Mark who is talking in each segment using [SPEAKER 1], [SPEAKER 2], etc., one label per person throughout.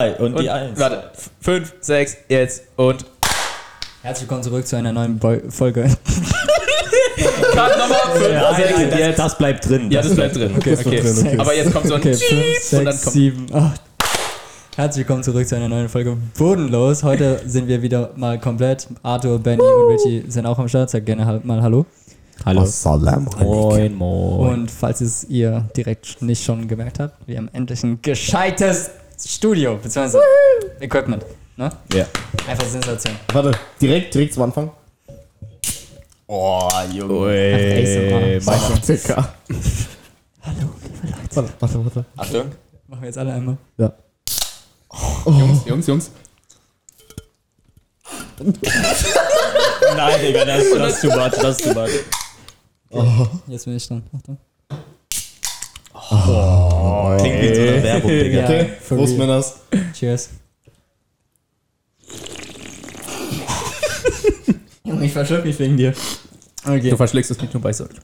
[SPEAKER 1] Und, die
[SPEAKER 2] Und-
[SPEAKER 1] Eins.
[SPEAKER 2] Warte, 5, 6, jetzt und.
[SPEAKER 3] Herzlich willkommen zurück zu einer neuen Bol- Folge.
[SPEAKER 2] Cut nochmal, 5,
[SPEAKER 1] Ja, nein,
[SPEAKER 2] 6,
[SPEAKER 1] nein, das,
[SPEAKER 2] jetzt.
[SPEAKER 1] das bleibt drin.
[SPEAKER 2] Ja, das bleibt drin.
[SPEAKER 3] Okay, das
[SPEAKER 2] okay.
[SPEAKER 3] bleibt drin, okay.
[SPEAKER 2] Aber jetzt kommt so ein
[SPEAKER 3] Okay,
[SPEAKER 2] Tschiip
[SPEAKER 3] 5,
[SPEAKER 2] und dann
[SPEAKER 3] 6,
[SPEAKER 2] kommt.
[SPEAKER 3] 7, 8. Herzlich willkommen zurück zu einer neuen Folge Bodenlos. Heute sind wir wieder mal komplett. Arthur, Benny und Richie sind auch am Start. Sag gerne halt mal Hallo.
[SPEAKER 1] Hallo. Moin, moin.
[SPEAKER 3] Und falls es ihr direkt nicht schon gemerkt habt, wir haben endlich ein gescheites Studio, beziehungsweise Equipment. Ne?
[SPEAKER 1] Ja.
[SPEAKER 3] Einfach Sensation.
[SPEAKER 4] Warte, direkt, direkt zum Anfang. Oh, Junge.
[SPEAKER 3] ASMR.
[SPEAKER 4] Mein Dicker. Hallo, liebe Leute. Warte, warte, warte.
[SPEAKER 2] Achtung.
[SPEAKER 3] Machen wir jetzt alle einmal.
[SPEAKER 4] Ja.
[SPEAKER 2] Jungs, Jungs.
[SPEAKER 1] Nein, Digga, das, das ist too much, das ist too much.
[SPEAKER 3] Jetzt bin ich dran. Achtung.
[SPEAKER 1] Klingt wie so eine Werbung, Digga.
[SPEAKER 4] Okay,
[SPEAKER 3] for
[SPEAKER 4] Prost,
[SPEAKER 3] real.
[SPEAKER 4] Männers.
[SPEAKER 3] Cheers. Junge, ich verschluck mich wegen dir. Okay.
[SPEAKER 2] Du verschlägst es nicht nur bei so.
[SPEAKER 4] Digga,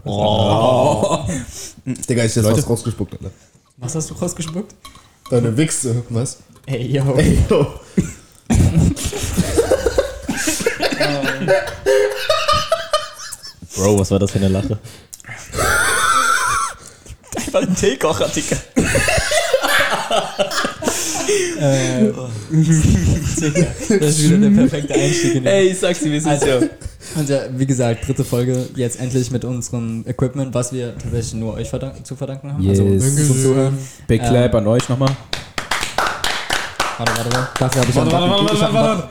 [SPEAKER 4] ich hab jetzt was rausgespuckt, Alter.
[SPEAKER 3] Was hast du rausgespuckt?
[SPEAKER 4] Deine Wichse, was?
[SPEAKER 3] Ey, yo.
[SPEAKER 4] Ey, yo.
[SPEAKER 1] Bro, was war das für eine Lache? Einfach ein Teekocher, Digga.
[SPEAKER 3] Äh, Digga, das ist wieder der perfekte Einstieg in den
[SPEAKER 2] Ey, ich sag's dir, wir sind
[SPEAKER 3] Also-
[SPEAKER 2] ja.
[SPEAKER 3] Und ja, wie gesagt, dritte Folge, jetzt endlich mit unserem Equipment, was wir tatsächlich nur euch verdank zu verdanken haben.
[SPEAKER 2] Yes.
[SPEAKER 3] Also, zum Zuhören.
[SPEAKER 2] Big Clap an euch nochmal.
[SPEAKER 3] Warte, warte, warte. Dafür habe ich einen
[SPEAKER 4] Warte,
[SPEAKER 3] Button.
[SPEAKER 4] warte,
[SPEAKER 3] ich hab
[SPEAKER 4] warte,
[SPEAKER 3] einen Button.
[SPEAKER 4] warte.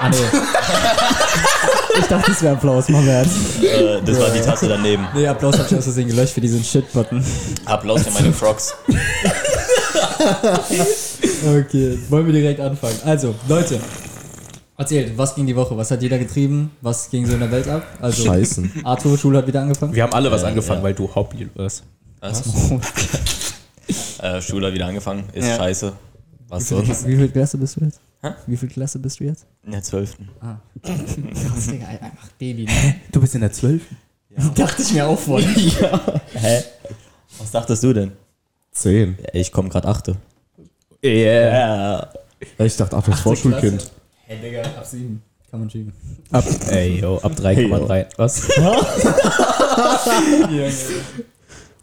[SPEAKER 3] Ah, nee. ich dachte, es wäre Applaus. Machen wir jetzt.
[SPEAKER 1] Äh, das war die Tasse daneben.
[SPEAKER 3] Nee, Applaus hab ich aus Versehen gelöscht für diesen Shit-Button.
[SPEAKER 1] Applaus für meine Frogs.
[SPEAKER 3] Okay, wollen wir direkt anfangen. Also, Leute, erzählt, was ging die Woche? Was hat jeder getrieben? Was ging so in der Welt ab? Also,
[SPEAKER 4] Scheißen.
[SPEAKER 3] Arthur, Schule hat wieder angefangen.
[SPEAKER 2] Wir haben alle was angefangen,
[SPEAKER 1] ja.
[SPEAKER 2] weil du Hobby warst.
[SPEAKER 1] Was? Äh, Schule hat wieder angefangen. Ist
[SPEAKER 3] Ja.
[SPEAKER 1] scheiße. Was
[SPEAKER 3] Wie
[SPEAKER 1] sonst?
[SPEAKER 3] viel- wie viel Klasse bist du jetzt?
[SPEAKER 1] Hä?
[SPEAKER 3] Wie viel Klasse bist du jetzt?
[SPEAKER 1] In der 12.
[SPEAKER 3] Krass, Digga, einfach Baby. Ne?
[SPEAKER 2] Du bist in der 12.
[SPEAKER 3] Dachte ich mir auch vorhin.
[SPEAKER 1] Hä? Was dachtest du denn?
[SPEAKER 4] Zehn.
[SPEAKER 1] Ja, ich komme gerade achte.
[SPEAKER 2] Yeah.
[SPEAKER 1] Ja.
[SPEAKER 4] Ja, Ich dachte, ach, das Vorschulkind.
[SPEAKER 3] Hey, Digga, ab sieben. Kann man schieben.
[SPEAKER 2] Ab, ey, yo, ab 3,3. was?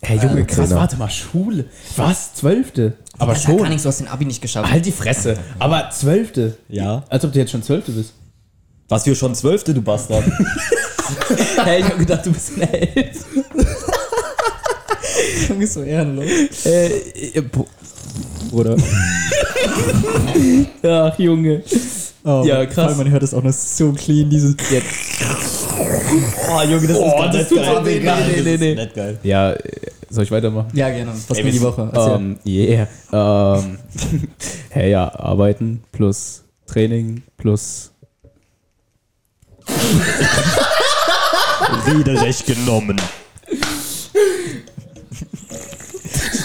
[SPEAKER 2] Hey, Junge, krass,
[SPEAKER 4] Zehner.
[SPEAKER 2] warte mal, Schule. Was? Zwölfte? Genau. Aber
[SPEAKER 3] Schon. Gar
[SPEAKER 2] schon.
[SPEAKER 3] nichts, du hast den Abi nicht geschafft.
[SPEAKER 2] Halt die Fresse. Aber Zwölfte.
[SPEAKER 1] Ja.
[SPEAKER 2] Als ob du jetzt schon Zwölfte bist.
[SPEAKER 1] Was für schon Zwölfte, du Bastard.
[SPEAKER 2] Hey, ich hab gedacht, du bist in der Elf.
[SPEAKER 3] Junge, ist so ehrenlos.
[SPEAKER 2] Äh,
[SPEAKER 3] Bruder.
[SPEAKER 2] ach, Junge.
[SPEAKER 3] Oh,
[SPEAKER 2] Ja,
[SPEAKER 3] vor
[SPEAKER 2] krass.
[SPEAKER 3] allem, Man hört das auch noch so clean, dieses...
[SPEAKER 2] Jetzt.
[SPEAKER 1] Oh, Junge, das
[SPEAKER 2] Boah, das tut so weh.
[SPEAKER 1] Digga.
[SPEAKER 2] Nee, nee,
[SPEAKER 1] Das ist
[SPEAKER 2] nee, nee.
[SPEAKER 1] Nicht geil.
[SPEAKER 2] Ja, äh, soll ich weitermachen?
[SPEAKER 3] Ja, gerne. Was
[SPEAKER 1] Ey,
[SPEAKER 3] ging die
[SPEAKER 1] wir-
[SPEAKER 3] Woche? Erzähl.
[SPEAKER 2] Ähm, yeah. Ähm, hey, ja, arbeiten plus Training plus.
[SPEAKER 1] Widerrecht genommen.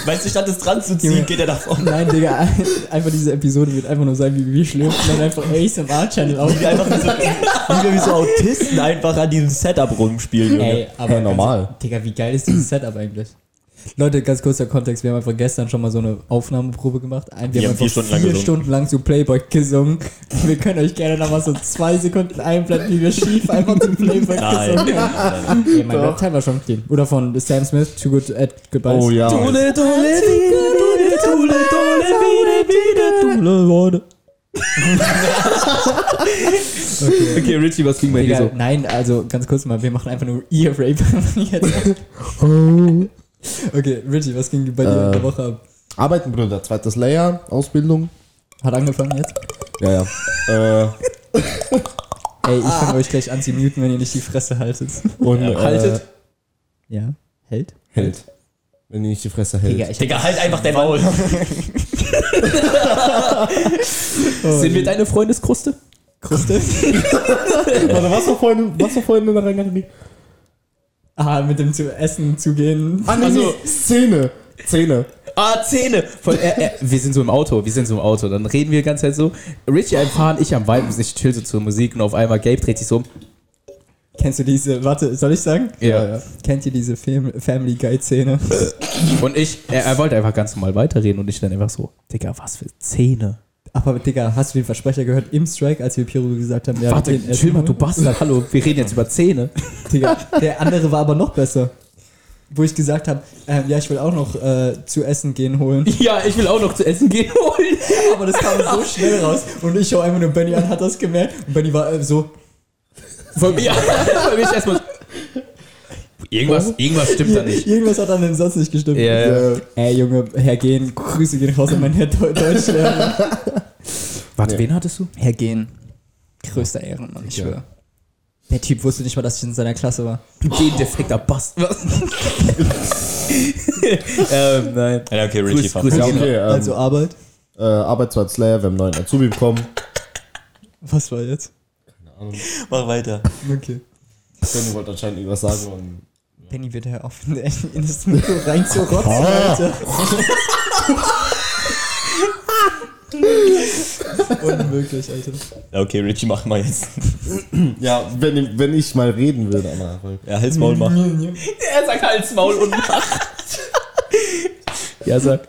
[SPEAKER 1] Weißt du, statt es dran zu ziehen,
[SPEAKER 3] Junge.
[SPEAKER 1] geht er da vorne.
[SPEAKER 3] Nein, Digga, einfach diese Episode wird einfach nur sein, wie wir schlürfen dann einfach ASMR-Channel auf.
[SPEAKER 1] Wie einfach wie so, wie wir wie so Autisten einfach an diesem Setup rumspielen, Junge.
[SPEAKER 3] aber
[SPEAKER 4] Hey, normal.
[SPEAKER 3] Ganz, Digga, wie geil ist dieses Setup eigentlich? Leute, ganz kurzer Kontext, wir haben einfach gestern schon mal so eine Aufnahmeprobe gemacht. Ein- Wir,
[SPEAKER 1] haben
[SPEAKER 3] haben
[SPEAKER 1] vier
[SPEAKER 3] einfach
[SPEAKER 1] Stunden lang
[SPEAKER 3] vier
[SPEAKER 1] gesungen.
[SPEAKER 3] Stunden lang zu Playboy gesungen. Wir können euch gerne nochmal so zwei Sekunden einblenden, wie wir schief einfach zu Playboy
[SPEAKER 1] Nein.
[SPEAKER 3] gesungen haben. Ey, mein Laptop war schon clean. Oder von Sam Smith, Too Good at Goodbye.
[SPEAKER 4] Oh ja.
[SPEAKER 2] Tule, tule, tule, tule, tule, tule, tule, Okay, Richie, was ging bei dir
[SPEAKER 3] Digga,
[SPEAKER 2] so?
[SPEAKER 3] nein, also ganz kurz mal, wir machen einfach nur Ear Rape. Jetzt.
[SPEAKER 2] Oh.
[SPEAKER 3] okay, Richie, was ging bei dir in der
[SPEAKER 4] Äh.
[SPEAKER 3] Woche ab?
[SPEAKER 4] Arbeiten, Bruder. Zweites Layer, Ausbildung.
[SPEAKER 3] Hat angefangen jetzt?
[SPEAKER 4] Ja, ja. äh,
[SPEAKER 3] Ey, ich fange euch gleich an zu muten, wenn ihr nicht die Fresse haltet.
[SPEAKER 4] und, äh,
[SPEAKER 2] haltet.
[SPEAKER 3] Ja, hält?
[SPEAKER 4] Hält. Wenn die nicht die Fresse hält.
[SPEAKER 3] ich
[SPEAKER 1] Digga, halt einfach dein Maul.
[SPEAKER 2] Sind wir deine Freundeskruste?
[SPEAKER 3] Kruste?
[SPEAKER 4] Warte, was war vorhin, was war vorhin in der Reihengarantie?
[SPEAKER 3] ah, mit dem zu essen zu gehen.
[SPEAKER 4] Ah, nee,
[SPEAKER 2] Also-
[SPEAKER 4] nee. Szene. Szene.
[SPEAKER 2] Ah, Zähne! Voll, äh, äh, wir sind so im Auto, wir sind so im Auto. Dann reden wir die ganze Zeit so. Richie am Fahren, ich am Viben, ich chill so zur Musik und auf einmal Gabe dreht sich so um.
[SPEAKER 3] Kennst du diese, warte, soll ich sagen? Kennt ihr diese Fam Family Guy-Szene?
[SPEAKER 2] Und ich, er, er wollte einfach ganz normal weiterreden und ich dann einfach so, Digga, was für Zähne.
[SPEAKER 3] Aber Digga, hast du den Versprecher gehört im Strike, als wir Piro gesagt haben, ja,
[SPEAKER 2] Warte,
[SPEAKER 3] wir gehen
[SPEAKER 2] chill mal,
[SPEAKER 3] essen?
[SPEAKER 2] du Bastard. Hallo, wir reden jetzt über Zähne.
[SPEAKER 3] Digga, der andere war aber noch besser. Wo ich gesagt habe, ähm, ja, ich will auch noch äh, zu essen gehen holen.
[SPEAKER 2] Ja, ich will auch noch zu essen gehen holen.
[SPEAKER 3] Aber das kam so schnell raus. Und ich schau einfach nur Benny an, hat das gemerkt. Und Benny war äh, so,
[SPEAKER 2] Von mir, von mir ist erstmal. Oh. Irgendwas, irgendwas stimmt da nicht.
[SPEAKER 3] irgendwas hat an dem Satz nicht gestimmt.
[SPEAKER 2] Ja, ja.
[SPEAKER 3] Ey, Junge, Herr Gehn, Grüße gehen raus an meinen Herr Deu- Deutschlehrer.
[SPEAKER 2] Warte, wen hattest du?
[SPEAKER 3] Herr Gehn, größter Ehrenmann, ich
[SPEAKER 4] Ja.
[SPEAKER 3] schwöre. Der Typ wusste nicht mal, dass ich in seiner Klasse war.
[SPEAKER 2] Gendefekter Bast. ähm, nein.
[SPEAKER 1] Ja, okay, Richie,
[SPEAKER 2] Grüß,
[SPEAKER 1] fahr.
[SPEAKER 2] grüß
[SPEAKER 4] Ja,
[SPEAKER 2] ihn.
[SPEAKER 4] okay, ähm,
[SPEAKER 3] Also Arbeit.
[SPEAKER 4] äh, Arbeitsplatz Slayer, wir haben einen neuen Azubi bekommen.
[SPEAKER 3] Was war jetzt?
[SPEAKER 1] Mach weiter.
[SPEAKER 3] Okay.
[SPEAKER 4] Benny wollte anscheinend irgendwas sagen und
[SPEAKER 3] Benny wird ja auf in das Mikro reinzurotzen, Alter. Unmöglich, Alter.
[SPEAKER 1] Ja, okay, Richie, mach mal jetzt.
[SPEAKER 4] Ja, wenn, ich- wenn ich mal reden würde, Anna.
[SPEAKER 1] Ja, halt's Maul, mach.
[SPEAKER 2] Er sagt Hals, Maul und Mach. Ja, sag.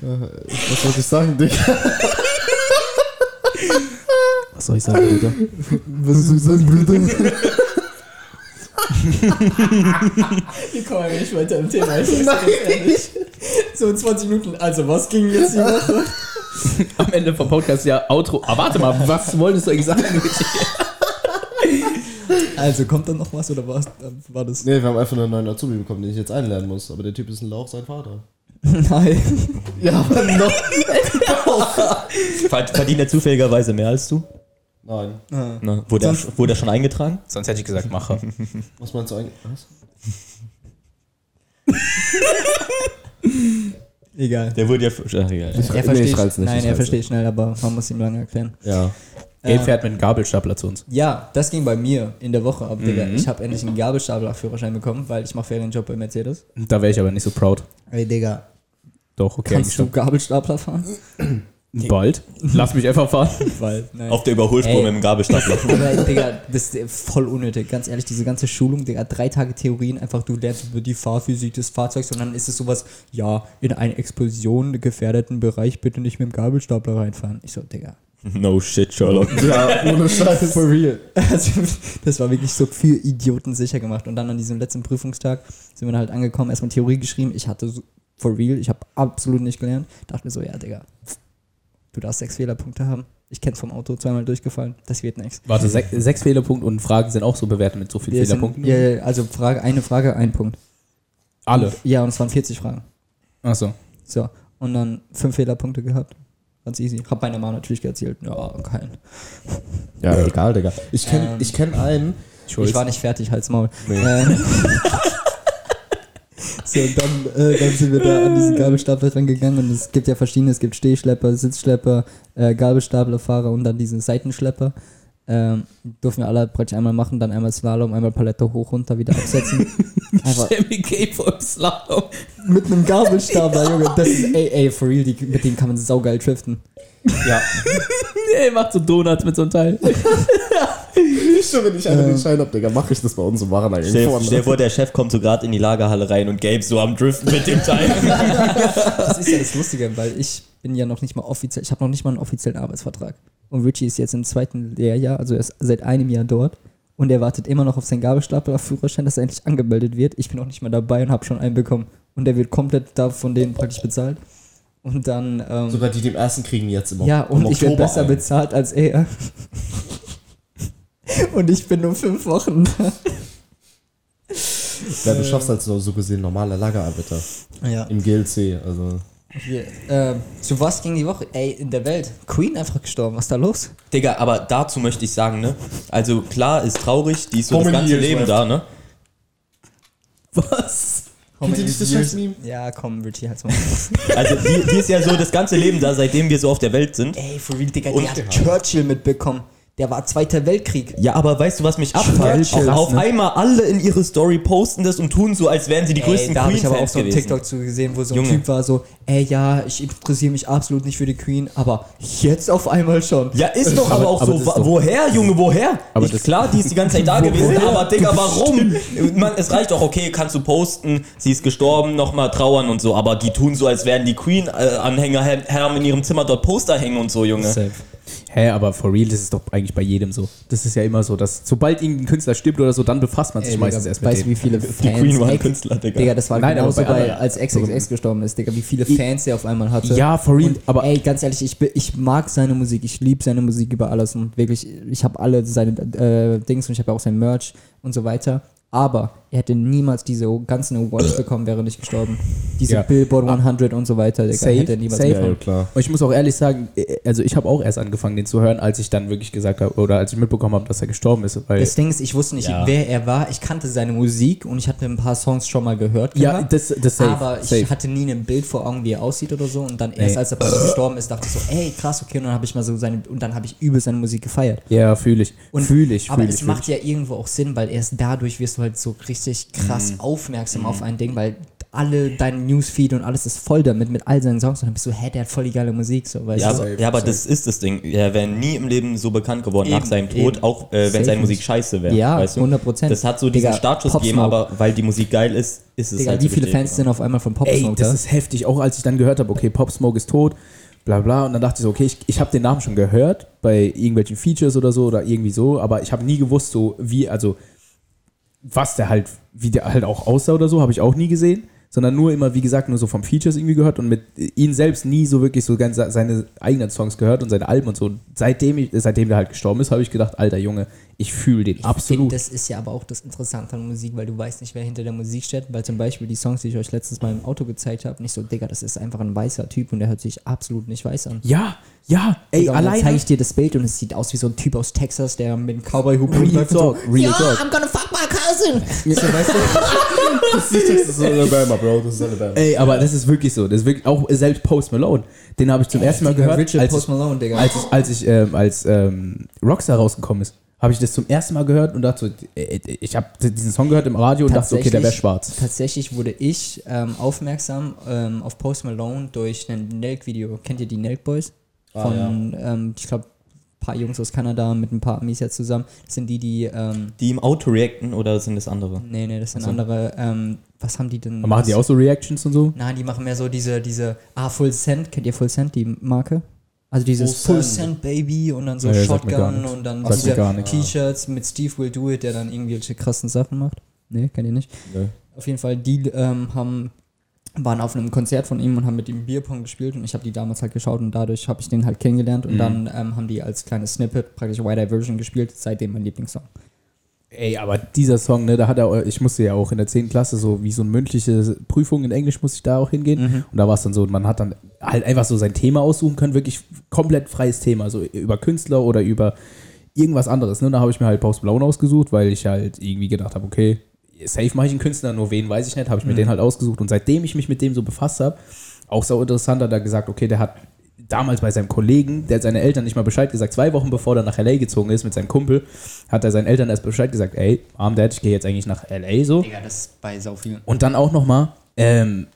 [SPEAKER 4] Was wollte ich sagen, Digga?
[SPEAKER 2] Was soll ich sagen, Bruder?
[SPEAKER 4] Was soll ich sagen, Bruder?
[SPEAKER 3] Wir kommen aber nicht weiter im Thema. Ich Nein. So in 20 Minuten. Also, was ging jetzt die Woche?
[SPEAKER 2] Am Ende vom Podcast ja Outro. Aber warte mal, was wolltest du eigentlich sagen? Richie?
[SPEAKER 3] Also, kommt dann noch was oder was? war das?
[SPEAKER 4] Nee, wir haben einfach nur einen neuen Azubi bekommen, den ich jetzt einlernen muss. Aber der Typ ist ein Lauch, sein Vater.
[SPEAKER 3] Nein.
[SPEAKER 4] Ja, aber noch.
[SPEAKER 1] Verd- Verdient er zufälligerweise mehr als du?
[SPEAKER 4] Nein.
[SPEAKER 1] Na, wurde, er,
[SPEAKER 3] Sonst-
[SPEAKER 1] wurde er schon eingetragen?
[SPEAKER 2] Sonst hätte ich gesagt, mache.
[SPEAKER 4] Was meinst du eigentlich? Was?
[SPEAKER 3] Egal.
[SPEAKER 1] Der wurde ja. f- Ach, egal.
[SPEAKER 4] nee, ich schreib's nicht,
[SPEAKER 3] Nein,
[SPEAKER 4] ich
[SPEAKER 3] er
[SPEAKER 4] schreib's
[SPEAKER 3] versteht schnell, aber man muss ihm lange erklären.
[SPEAKER 4] Ja.
[SPEAKER 2] Gabe fährt mit einem Gabelstapler zu uns.
[SPEAKER 3] Ja, das ging bei mir in der Woche ab, Digga.
[SPEAKER 4] Mhm.
[SPEAKER 3] Ich habe endlich einen Gabelstapler-Führerschein bekommen, weil ich mache Ferienjob bei Mercedes.
[SPEAKER 2] Da wäre ich aber nicht so proud.
[SPEAKER 3] Ey, Digga.
[SPEAKER 2] Doch, okay.
[SPEAKER 3] Kannst du
[SPEAKER 2] eigentlich
[SPEAKER 3] Gabelstapler fahren?
[SPEAKER 2] schon. Bald. Lass mich einfach fahren.
[SPEAKER 3] Weil, nein.
[SPEAKER 1] Auf der Überholspur
[SPEAKER 3] Ey.
[SPEAKER 1] mit dem Gabelstapler.
[SPEAKER 3] Aber, Digga, das ist voll unnötig. Ganz ehrlich, diese ganze Schulung, Digga, drei Tage Theorien, einfach du lernst über die Fahrphysik des Fahrzeugs und dann ist es sowas, ja, in einen Explosion gefährdeten Bereich bitte nicht mit dem Gabelstapler reinfahren. Ich so, Digga.
[SPEAKER 1] no shit, Sherlock.
[SPEAKER 4] Ja, ohne Scheiß.
[SPEAKER 3] For real. Also, das war wirklich so für Idioten sicher gemacht. Und dann an diesem letzten Prüfungstag sind wir dann halt angekommen, erstmal Theorie geschrieben. Ich hatte so, for real, ich habe absolut nicht gelernt. Dachte mir so, ja, Digga, du darfst sechs Fehlerpunkte haben. Ich kenn's vom Auto, zweimal durchgefallen. Das wird nichts.
[SPEAKER 2] Warte, sech, sechs Fehlerpunkte und Fragen sind auch so bewertet mit so vielen
[SPEAKER 3] Wir sind-
[SPEAKER 2] Fehlerpunkten.
[SPEAKER 3] Ja, ja, also Frage, eine Frage, ein Punkt.
[SPEAKER 2] Alle.
[SPEAKER 3] Ja, und es waren 40 Fragen.
[SPEAKER 2] Achso.
[SPEAKER 3] So, und dann fünf Fehlerpunkte gehabt. Ganz easy. Hab meine Mama natürlich erzielt. Ja, kein.
[SPEAKER 4] Ja, egal, Digga. Ich kenne
[SPEAKER 3] Ähm.
[SPEAKER 4] ich kenn einen.
[SPEAKER 2] Schulz.
[SPEAKER 3] Ich war nicht fertig, halt's Maul. Ähm, so, und dann, äh, dann sind wir da an diesen Gabelstapler rangegangen und es gibt ja verschiedene. Es gibt Stehschlepper, Sitzschlepper, äh, Gabelstaplerfahrer und dann diesen Seitenschlepper. Ähm, dürfen wir alle praktisch einmal machen, dann einmal Slalom, einmal Palette hoch, runter, wieder absetzen. Einfach
[SPEAKER 2] Sammy Gabe vom Slalom.
[SPEAKER 3] Mit einem Gabelstapler, Junge. Das ist, ey, ey, for real, die, mit denen kann man saugeil driften.
[SPEAKER 4] Ja.
[SPEAKER 2] Er macht so Donuts mit so einem Teil.
[SPEAKER 4] Ich schon, wenn ich einen
[SPEAKER 3] Ähm.
[SPEAKER 4] den Schein hab, Digga, mach ich das bei uns im Warenlager.
[SPEAKER 1] Stell stell dir vor, der Chef kommt so gerade in die Lagerhalle rein und Gabe so am Driften mit dem Teil.
[SPEAKER 3] Das ist ja das Lustige, weil ich bin ja noch nicht mal offiziell, ich habe noch nicht mal einen offiziellen Arbeitsvertrag. Und Richie ist jetzt im zweiten Lehrjahr, also er ist seit einem Jahr dort. Und er wartet immer noch auf seinen Gabelstapler-Führerschein, dass er endlich angemeldet wird. Ich bin noch nicht mal dabei und habe schon einen bekommen. Und der wird komplett da von denen praktisch bezahlt. Und dann, ähm,
[SPEAKER 4] Sogar die dem ersten kriegen jetzt immer.
[SPEAKER 3] ja, und ich werde besser bezahlt als er. und ich bin nur fünf Wochen da.
[SPEAKER 4] Ja, du schaffst halt so, so gesehen normaler Lagerarbeiter.
[SPEAKER 3] Ja.
[SPEAKER 4] Im GLC, also.
[SPEAKER 3] Hier, ähm, zu was ging die Woche? Ey, in der Welt. Queen einfach gestorben. Was ist da los?
[SPEAKER 1] Digga, aber dazu möchte ich sagen, ne? Also klar, ist traurig, die ist so das
[SPEAKER 4] Comedy
[SPEAKER 1] ganze
[SPEAKER 4] is
[SPEAKER 1] Leben
[SPEAKER 4] left.
[SPEAKER 1] da, ne?
[SPEAKER 2] Was?
[SPEAKER 4] Kennt ihr nicht das Scheiß-Meme?
[SPEAKER 3] Ja, komm, Richie, halt's mal.
[SPEAKER 1] Also die, die ist ja so das ganze Leben da, seitdem wir so auf der Welt sind.
[SPEAKER 3] Ey, for real, Digga,
[SPEAKER 1] Und-
[SPEAKER 3] die hat Churchill mitbekommen. Der war Zweiter Weltkrieg.
[SPEAKER 1] Ja, aber weißt du, was mich
[SPEAKER 3] Schwell-
[SPEAKER 1] abfuckt? Auf,
[SPEAKER 3] Schwell-
[SPEAKER 1] auf
[SPEAKER 3] ne?
[SPEAKER 1] einmal alle in ihre Story posten das und tun so, als wären sie die größten
[SPEAKER 3] da habe ich aber auch
[SPEAKER 1] Queen-Fans
[SPEAKER 3] so einen
[SPEAKER 1] gewesen.
[SPEAKER 3] TikTok zu gesehen, wo so ein
[SPEAKER 1] Junge.
[SPEAKER 3] Typ war so, ey ja, ich interessiere mich absolut nicht für die Queen, aber jetzt auf einmal schon.
[SPEAKER 1] Ja, ist doch aber,
[SPEAKER 2] Aber-
[SPEAKER 1] auch
[SPEAKER 2] aber
[SPEAKER 1] so.
[SPEAKER 2] das ist
[SPEAKER 1] wa-
[SPEAKER 2] doch-
[SPEAKER 1] woher, Junge, woher?
[SPEAKER 2] Aber
[SPEAKER 1] ich,
[SPEAKER 2] das-
[SPEAKER 1] klar, die ist die ganze Zeit da gewesen,
[SPEAKER 3] Woher?
[SPEAKER 1] aber Digga, warum? Man, es reicht doch, okay, kannst du posten, sie ist gestorben, nochmal trauern und so, aber die tun so, als wären die Queen-Anhänger her, haben in ihrem Zimmer dort Poster hängen und so, Junge.
[SPEAKER 2] Safe. Hä, aber for real, das ist doch eigentlich bei jedem so. Das ist ja immer so, dass sobald irgendein Künstler stirbt oder so, dann befasst man sich
[SPEAKER 3] Ey,
[SPEAKER 2] meistens
[SPEAKER 3] Digga,
[SPEAKER 2] erst mit
[SPEAKER 3] weißt du,
[SPEAKER 2] dem.
[SPEAKER 3] wie viele Fans.
[SPEAKER 1] Queen war ein
[SPEAKER 3] Ex-
[SPEAKER 1] Künstler, Digga.
[SPEAKER 3] Digga, das war
[SPEAKER 2] Nein, aber
[SPEAKER 3] genauso
[SPEAKER 2] bei
[SPEAKER 3] bei,
[SPEAKER 2] anderen-
[SPEAKER 3] als XXX gestorben ist, Digga, wie viele Fans er auf einmal hatte.
[SPEAKER 2] Ja, for real,
[SPEAKER 3] Und,
[SPEAKER 2] aber-
[SPEAKER 3] ey, ganz ehrlich, ich, bin- ich mag seine Musik, ich liebe seine Musik über alles und wirklich, ich habe alle seine äh, Dings und ich habe auch sein Merch und so weiter. Aber er hätte niemals diese ganzen Awards bekommen, wäre er nicht gestorben. Diese
[SPEAKER 2] Ja. Ah.
[SPEAKER 3] Billboard 100 und so weiter, Digga,
[SPEAKER 2] Safe,
[SPEAKER 3] hätte er niemals
[SPEAKER 2] safe.
[SPEAKER 3] bekommen.
[SPEAKER 4] klar.
[SPEAKER 2] Und ich muss auch ehrlich sagen, äh, also ich habe auch erst angefangen, den zu hören, als ich dann wirklich gesagt habe, oder als ich mitbekommen habe, dass er gestorben ist. Weil
[SPEAKER 3] Das Ding ist, ich wusste nicht,
[SPEAKER 1] Ja.
[SPEAKER 3] wer er war. Ich kannte seine Musik und ich hatte ein paar Songs schon mal gehört.
[SPEAKER 2] ja,
[SPEAKER 3] gehabt.
[SPEAKER 2] das, das safe,
[SPEAKER 3] aber ich
[SPEAKER 2] safe.
[SPEAKER 3] hatte nie ein Bild vor Augen, wie er aussieht oder so. Und dann erst
[SPEAKER 2] Nee.
[SPEAKER 3] als er gestorben ist, dachte ich so, ey, krass, okay. Und dann habe ich mal so seine, und dann habe ich übel seine Musik gefeiert.
[SPEAKER 2] Ja, fühle ich.
[SPEAKER 3] Und,
[SPEAKER 2] Fühle ich,
[SPEAKER 3] Aber
[SPEAKER 2] fühle
[SPEAKER 3] es
[SPEAKER 2] ich.
[SPEAKER 3] macht ja irgendwo auch Sinn, weil erst dadurch wirst du halt so
[SPEAKER 2] Mhm.
[SPEAKER 3] richtig krass aufmerksam auf ein Ding, weil alle dein Newsfeed und alles ist voll damit, mit all seinen Songs. Und dann bist du, hä, der hat voll die geile Musik. So, weißt
[SPEAKER 1] Ja,
[SPEAKER 3] du?
[SPEAKER 1] aber, ja, aber das ist das Ding. Er wäre nie im Leben so bekannt geworden nach
[SPEAKER 3] Eben,
[SPEAKER 1] seinem Tod,
[SPEAKER 3] eben.
[SPEAKER 1] auch äh, wenn
[SPEAKER 3] Safe
[SPEAKER 1] seine Musik
[SPEAKER 3] nicht.
[SPEAKER 1] scheiße wäre.
[SPEAKER 3] Ja,
[SPEAKER 1] weißt du?
[SPEAKER 3] 100%.
[SPEAKER 1] Das hat so diesen
[SPEAKER 3] Digga,
[SPEAKER 1] Startschuss
[SPEAKER 3] Pop
[SPEAKER 1] gegeben,
[SPEAKER 3] Smoke.
[SPEAKER 1] aber weil die Musik geil ist, ist es
[SPEAKER 3] Digga,
[SPEAKER 1] halt
[SPEAKER 3] wie
[SPEAKER 1] so
[SPEAKER 3] viele
[SPEAKER 1] geblieben.
[SPEAKER 3] Fans sind auf einmal von Pop
[SPEAKER 2] Ey,
[SPEAKER 3] Smoke
[SPEAKER 2] das
[SPEAKER 3] da?
[SPEAKER 2] ist heftig, auch als ich dann gehört habe, okay, Pop Smoke ist tot, bla bla. Und dann dachte ich so, okay, ich, ich habe den Namen schon gehört bei irgendwelchen Features oder so oder irgendwie so, aber ich habe nie gewusst, so wie, also was der halt, wie der halt auch aussah oder so, habe ich auch nie gesehen. Sondern nur immer, wie gesagt, nur so vom Features irgendwie gehört und mit ihm selbst nie so wirklich so ganz seine eigenen Songs gehört und seine Alben und so. Und seitdem, ich, seitdem der halt gestorben ist, habe ich gedacht, alter Junge, ich fühle den absolut.
[SPEAKER 3] Das ist ja aber auch das Interessante an Musik, weil du weißt nicht, wer hinter der Musik steht, weil zum Beispiel die Songs, die ich euch letztens mal im Auto gezeigt habe, nicht so, Digga, das ist einfach ein weißer Typ und der hört sich absolut nicht weiß an.
[SPEAKER 2] Ja, ja, ey,
[SPEAKER 3] Digga, und dann zeige
[SPEAKER 2] allein.
[SPEAKER 3] ich dir das Bild und es sieht aus wie so ein Typ aus Texas, der mit dem Cowboy-Hut
[SPEAKER 2] Real
[SPEAKER 3] rumläuft und so,
[SPEAKER 2] Talk, Real
[SPEAKER 3] "Yeah,
[SPEAKER 2] Talk.
[SPEAKER 3] I'm gonna fuck my cousin.
[SPEAKER 2] So, weißt du?
[SPEAKER 4] Das ist, das ist Alabama, Bro. Das ist Alabama.
[SPEAKER 2] Ey, aber das ist wirklich so. Das ist wirklich auch selbst Post Malone. Den habe ich zum ersten Mal
[SPEAKER 3] Digga,
[SPEAKER 2] gehört,
[SPEAKER 3] Richard
[SPEAKER 2] als
[SPEAKER 3] Post
[SPEAKER 2] ich,
[SPEAKER 3] Malone, Digga.
[SPEAKER 2] als ich, als, ich, ähm, als ähm, Rockstar rausgekommen ist. Habe ich das zum ersten Mal gehört und dachte, so, äh, äh, ich habe diesen Song gehört im Radio und dachte, so, okay, der wäre
[SPEAKER 3] Tatsächlich-
[SPEAKER 2] schwarz.
[SPEAKER 3] Tatsächlich wurde ich ähm, aufmerksam ähm, auf Post Malone durch ein Nelk-Video. Kennt ihr die Nelk Boys? Von, ähm, ich glaube, ein paar Jungs aus Kanada mit ein paar Amis jetzt zusammen. Das sind die, die. Ähm,
[SPEAKER 1] Die im Auto reacten oder sind das andere?
[SPEAKER 3] nee, nee, das sind andere. Ähm, was haben die denn?
[SPEAKER 2] Machen die auch so Reactions und so?
[SPEAKER 3] Nein, die machen mehr so diese, diese. Ah, Full Cent. Kennt ihr Full Cent, die Marke? Also dieses
[SPEAKER 4] Full
[SPEAKER 3] Full
[SPEAKER 4] Send.
[SPEAKER 3] Cent Baby und dann so
[SPEAKER 2] Nee, sagt mir gar
[SPEAKER 3] Shotgun
[SPEAKER 2] nichts.
[SPEAKER 3] und dann
[SPEAKER 2] Sagt mir gar
[SPEAKER 3] diese
[SPEAKER 2] nichts.
[SPEAKER 3] T-Shirts mit Steve Will Do It, der dann irgendwelche krassen Sachen macht. Nee, kennt ihr nicht.
[SPEAKER 4] Nee.
[SPEAKER 3] Auf jeden Fall, die ähm, haben, waren auf einem Konzert von ihm und haben mit ihm Bierpong gespielt und ich habe die damals halt geschaut und dadurch habe ich den halt kennengelernt und
[SPEAKER 2] Mhm.
[SPEAKER 3] dann ähm, haben die als kleines Snippet praktisch Wide Eye Version gespielt, seitdem mein Lieblingssong.
[SPEAKER 2] Ey, aber dieser Song, ne, da hat er, ich musste ja auch in der 10. Klasse so wie so eine mündliche Prüfung in Englisch musste ich da auch hingehen. Und da war es dann so, man hat dann halt einfach so sein Thema aussuchen können, wirklich komplett freies Thema, so über Künstler oder über irgendwas anderes. Ne? Und da habe ich mir halt Post Malone ausgesucht, weil ich halt irgendwie gedacht habe, okay, safe mache ich einen Künstler, nur wen weiß ich nicht, habe ich mir
[SPEAKER 3] Mhm.
[SPEAKER 2] den halt ausgesucht. Und seitdem ich mich mit dem so befasst habe, auch sau interessant, hat er gesagt, okay, der hat damals bei seinem Kollegen, der hat seine Eltern nicht mal Bescheid gesagt, zwei Wochen bevor er nach L.A. gezogen ist mit seinem Kumpel, hat er seinen Eltern erst Bescheid gesagt, ey, arm Dad, ich gehe jetzt eigentlich nach L.A. so.
[SPEAKER 3] Digga, das ist bei sau vielen.
[SPEAKER 2] Und dann auch nochmal, ähm,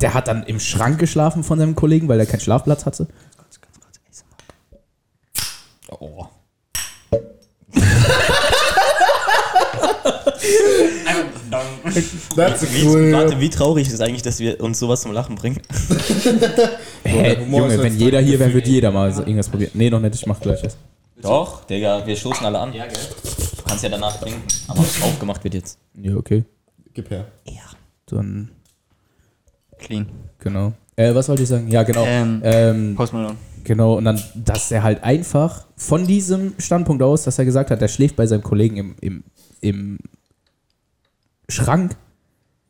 [SPEAKER 2] der hat dann im Schrank geschlafen von seinem Kollegen, weil er keinen Schlafplatz hatte.
[SPEAKER 1] Oh.
[SPEAKER 4] That's
[SPEAKER 1] Wie, warte, wie traurig ist eigentlich, dass wir uns sowas zum Lachen bringen?
[SPEAKER 2] Hä,
[SPEAKER 4] der Humor ist
[SPEAKER 2] Junge, wenn
[SPEAKER 4] jetzt
[SPEAKER 2] jeder hier wäre,
[SPEAKER 4] für
[SPEAKER 2] würde jeder mal so irgendwas probieren. Nee, noch nicht, ich mach gleich was.
[SPEAKER 1] Doch, Digga, wir stoßen alle an. Ja, gell? Du kannst ja danach trinken, aber aufgemacht wird jetzt.
[SPEAKER 2] Ja, okay.
[SPEAKER 4] Gib her.
[SPEAKER 3] Ja,
[SPEAKER 2] Dann,
[SPEAKER 1] Clean.
[SPEAKER 2] genau. Äh, was wollte ich sagen? Ja, genau.
[SPEAKER 1] Ähm,
[SPEAKER 2] ähm,
[SPEAKER 1] Post Malone.
[SPEAKER 2] Genau, und dann, dass er halt einfach von diesem Standpunkt aus, dass er gesagt hat, er schläft bei seinem Kollegen im, im, im Schrank,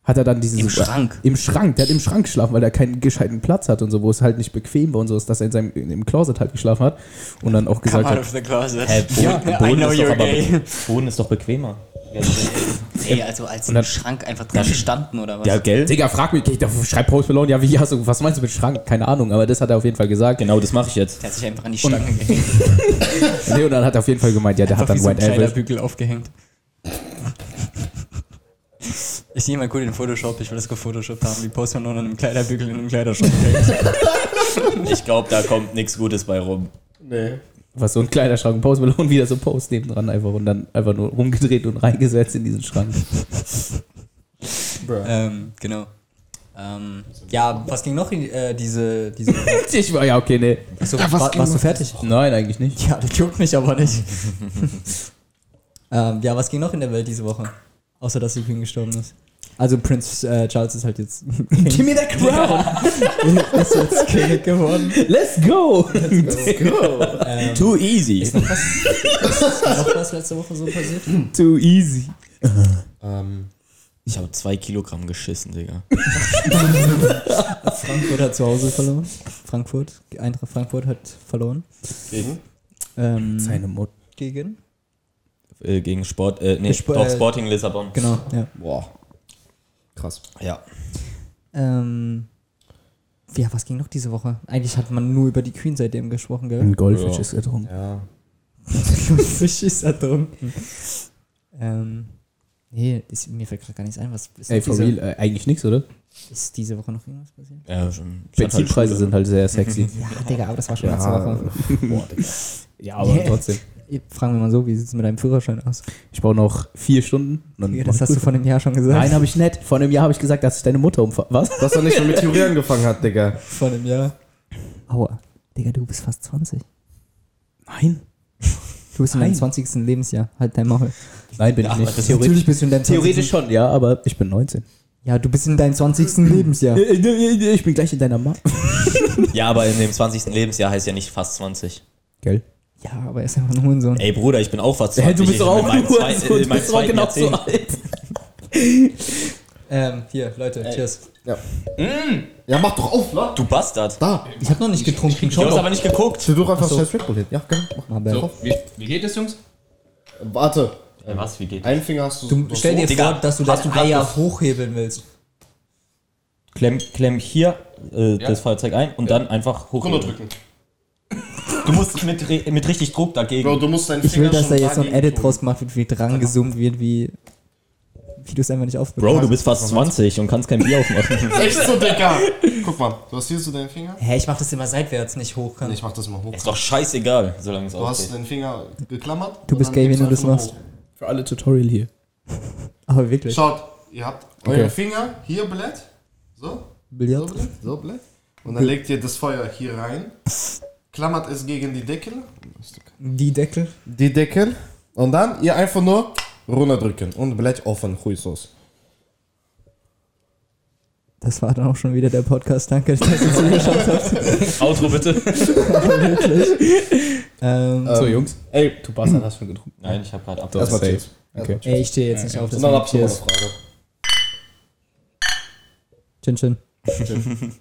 [SPEAKER 2] hat er dann dieses.
[SPEAKER 1] Im Schrank?
[SPEAKER 2] Im Schrank, der hat im Schrank geschlafen, weil er keinen gescheiten Platz hat und so, wo es halt nicht bequem war und so ist, dass er in seinem in, im Closet halt geschlafen hat und dann auch gesagt hat.
[SPEAKER 1] Äh, Boden,
[SPEAKER 3] Ja, I
[SPEAKER 1] Boden,
[SPEAKER 3] know
[SPEAKER 1] ist doch
[SPEAKER 3] you're
[SPEAKER 1] aber
[SPEAKER 3] gay.
[SPEAKER 1] Boden ist doch bequemer.
[SPEAKER 5] Ey, also als im Schrank einfach dran gestanden oder was?
[SPEAKER 1] Ja, gell?
[SPEAKER 2] Digga, frag mich, ich schreib Post Malone, ja, wie hast du, was meinst du mit Schrank? Keine Ahnung, aber das hat er auf jeden Fall gesagt.
[SPEAKER 1] Genau, das mache ich jetzt.
[SPEAKER 5] Der hat sich einfach an die Stange gehängt.
[SPEAKER 2] Nee, und dann hat er auf jeden Fall gemeint, ja, der
[SPEAKER 5] Einfach
[SPEAKER 2] hat
[SPEAKER 5] wie
[SPEAKER 2] dann
[SPEAKER 5] so ein
[SPEAKER 2] White Average.
[SPEAKER 5] Kleiderbügel aufgehängt. Ich sehe mal cool den Photoshop, ich will das gefotoshoppt haben, wie Post Malone an einem Kleiderbügel in einem Kleidershop hängt.
[SPEAKER 1] Ich glaube, da kommt nichts Gutes bei rum.
[SPEAKER 4] Nee.
[SPEAKER 2] Was so ein Kleiderschrank, Post Malone, wieder so ein Post nebendran einfach und dann einfach nur rumgedreht und reingesetzt in diesen Schrank.
[SPEAKER 4] Bruh.
[SPEAKER 5] ähm, genau. Ähm, ja, was ging noch in äh, diese, diese
[SPEAKER 2] Ich war, ja, okay, nee.
[SPEAKER 5] Achso, wa- warst du fertig?
[SPEAKER 2] Nein, eigentlich nicht.
[SPEAKER 5] Ja, das juckt mich aber nicht. ähm, ja, was ging noch in der Welt diese Woche? Außer, dass die Queen gestorben ist.
[SPEAKER 3] Also Prinz äh, Charles ist halt jetzt
[SPEAKER 2] Give me the crown!
[SPEAKER 3] ist jetzt König geworden.
[SPEAKER 2] Let's go!
[SPEAKER 1] Too easy.
[SPEAKER 3] Noch was letzte Woche so passiert?
[SPEAKER 2] Too easy.
[SPEAKER 4] Ähm,
[SPEAKER 1] Ich habe zwei Kilogramm geschissen, Digga.
[SPEAKER 3] Frankfurt hat zu Hause verloren. Frankfurt, Eintracht Frankfurt hat verloren.
[SPEAKER 4] gegen?
[SPEAKER 3] Ähm,
[SPEAKER 2] Seine Mutter.
[SPEAKER 3] gegen?
[SPEAKER 1] Äh, gegen Sport, äh, nee,
[SPEAKER 3] Sp-
[SPEAKER 1] doch,
[SPEAKER 3] äh,
[SPEAKER 1] Sporting Lissabon.
[SPEAKER 3] Genau, ja.
[SPEAKER 4] Boah. Krass.
[SPEAKER 1] Ja.
[SPEAKER 3] Ähm, ja, was ging noch diese Woche? Eigentlich hat man nur über die Queen seitdem gesprochen, gell?
[SPEAKER 2] Ein Goldfisch
[SPEAKER 1] Ja.
[SPEAKER 2] ist getrunken.
[SPEAKER 4] Ja.
[SPEAKER 3] Fisch ist ertrunken. ähm, nee, ist, mir fällt gerade gar nichts ein. Was ist,
[SPEAKER 2] Ey,
[SPEAKER 3] noch
[SPEAKER 2] for
[SPEAKER 3] diese,
[SPEAKER 2] real, äh, eigentlich nichts, oder?
[SPEAKER 3] ist diese Woche noch irgendwas passiert?
[SPEAKER 1] ja schon- stand halt
[SPEAKER 2] Benzinpreise
[SPEAKER 1] Schule.
[SPEAKER 2] sind halt sehr sexy.
[SPEAKER 3] Ja, Digga, aber das war schon letzte
[SPEAKER 2] Ja,
[SPEAKER 3] Woche.
[SPEAKER 2] boah, Digga. ja aber
[SPEAKER 3] Yeah.
[SPEAKER 2] trotzdem.
[SPEAKER 3] Fragen wir mal so, wie sieht es mit deinem Führerschein aus?
[SPEAKER 2] Ich brauche noch vier Stunden. und Dann
[SPEAKER 3] Digga,
[SPEAKER 2] mach ich
[SPEAKER 3] das hast du
[SPEAKER 2] Prüfung.
[SPEAKER 3] vor einem Jahr schon gesagt.
[SPEAKER 2] Nein, habe ich nicht. Vor einem Jahr habe ich gesagt, dass ich deine Mutter umfahren. Was?
[SPEAKER 4] Dass er nicht schon mit Theorie angefangen hat, Digga.
[SPEAKER 3] vor einem Jahr. Aua. Digga, du bist fast 20.
[SPEAKER 2] Nein.
[SPEAKER 3] Du bist in deinem
[SPEAKER 2] Nein.
[SPEAKER 3] 20. Lebensjahr. Halt dein Maul.
[SPEAKER 2] Nein, bin ich nicht. Theoretisch,
[SPEAKER 3] Natürlich bist du in deinem 20.
[SPEAKER 2] theoretisch schon, ja, aber ich bin 19.
[SPEAKER 3] Ja, du bist in deinem 20. Lebensjahr.
[SPEAKER 2] Ich bin gleich in deiner Ma.
[SPEAKER 1] Ja, aber in dem 20. Lebensjahr heißt ja nicht fast 20.
[SPEAKER 2] Gell?
[SPEAKER 3] Ja, aber er ist einfach ein Hurensohn.
[SPEAKER 1] Ey, Bruder, ich bin auch fast 20.
[SPEAKER 2] Hä, du bist
[SPEAKER 1] Ich bin
[SPEAKER 2] doch auch
[SPEAKER 1] in meinem
[SPEAKER 2] nur
[SPEAKER 1] zweiten-
[SPEAKER 2] so,
[SPEAKER 1] in
[SPEAKER 2] du
[SPEAKER 1] meinem
[SPEAKER 2] bist doch
[SPEAKER 1] zweiten
[SPEAKER 2] genau so
[SPEAKER 1] Jahrzehnt.
[SPEAKER 2] alt.
[SPEAKER 3] Ähm, hier, Leute, cheers.
[SPEAKER 4] Ja. Mm. Ja, mach doch auf, la.
[SPEAKER 1] Du Bastard.
[SPEAKER 4] Da.
[SPEAKER 3] Ich hab noch nicht getrunken.
[SPEAKER 1] Du hast aber nicht geguckt.
[SPEAKER 4] Ich will doch einfach scheiß Red Bull hin. Ja, komm, mach.
[SPEAKER 3] Aber
[SPEAKER 6] So, wie, wie geht es, Jungs?
[SPEAKER 4] Warte.
[SPEAKER 1] was, wie geht
[SPEAKER 4] Einen Finger hast du.
[SPEAKER 3] du, stell dir
[SPEAKER 1] Digga,
[SPEAKER 3] vor, dass du
[SPEAKER 1] hast
[SPEAKER 3] deine
[SPEAKER 1] du grad
[SPEAKER 3] Eier
[SPEAKER 1] das-
[SPEAKER 3] hochhebeln willst.
[SPEAKER 1] Klemm, klemm hier äh, das Fahrzeug ein und dann einfach hoch.
[SPEAKER 4] runterdrücken.
[SPEAKER 1] Du musst mit, re- mit richtig Druck dagegen.
[SPEAKER 4] Bro, du musst deinen
[SPEAKER 3] Ich will, dass da
[SPEAKER 4] schon
[SPEAKER 3] jetzt noch ein
[SPEAKER 4] dagegen
[SPEAKER 3] Edit draus gemacht wird, wie dran gezoomt wird, wie, wie du es einfach nicht aufbekommst.
[SPEAKER 1] Bro, du bist fast 20 und kannst kein Bier aufmachen.
[SPEAKER 4] tun. Echt so, Digga. Guck mal, du hast hier so deinen Finger.
[SPEAKER 3] Hä, ich mach das immer seitwärts, nicht hoch. Kann.
[SPEAKER 4] Ich mach das mal hoch.
[SPEAKER 1] Ist doch scheißegal, solange es
[SPEAKER 4] Du hast
[SPEAKER 1] ausgeht.
[SPEAKER 4] deinen Finger geklammert.
[SPEAKER 3] Du
[SPEAKER 4] und
[SPEAKER 3] bist
[SPEAKER 4] dann
[SPEAKER 3] gay, wenn
[SPEAKER 4] hebst
[SPEAKER 3] du das
[SPEAKER 4] einfach
[SPEAKER 3] machst.
[SPEAKER 4] hoch.
[SPEAKER 2] Für alle Tutorial hier.
[SPEAKER 3] Aber wirklich.
[SPEAKER 4] Schaut, ihr habt eure
[SPEAKER 2] Okay.
[SPEAKER 4] Finger hier blätt. So. So
[SPEAKER 3] Billard.
[SPEAKER 4] blätt. So blätt. Und dann legt ihr das Feuer hier rein. Klammert es gegen die Deckel.
[SPEAKER 3] Die Deckel.
[SPEAKER 4] Die Deckel. Und dann ihr einfach nur runterdrücken. Und blätt offen. Huisos.
[SPEAKER 3] Das war dann auch schon wieder der Podcast. Danke, dass ihr zugeschaut habt.
[SPEAKER 1] Outro bitte.
[SPEAKER 3] Ähm,
[SPEAKER 2] So, Jungs.
[SPEAKER 4] Ey,
[SPEAKER 2] Du Bastard hast schon getrunken.
[SPEAKER 1] Nein, ich habe gerade ab.
[SPEAKER 4] erstmal
[SPEAKER 2] safe.
[SPEAKER 4] Cheers.
[SPEAKER 2] Okay.
[SPEAKER 3] ey, ich stehe jetzt nicht auf.
[SPEAKER 4] Und dann
[SPEAKER 3] war
[SPEAKER 4] habt ihr noch eine
[SPEAKER 3] Cheers.
[SPEAKER 4] Frage.
[SPEAKER 3] Chin, chin.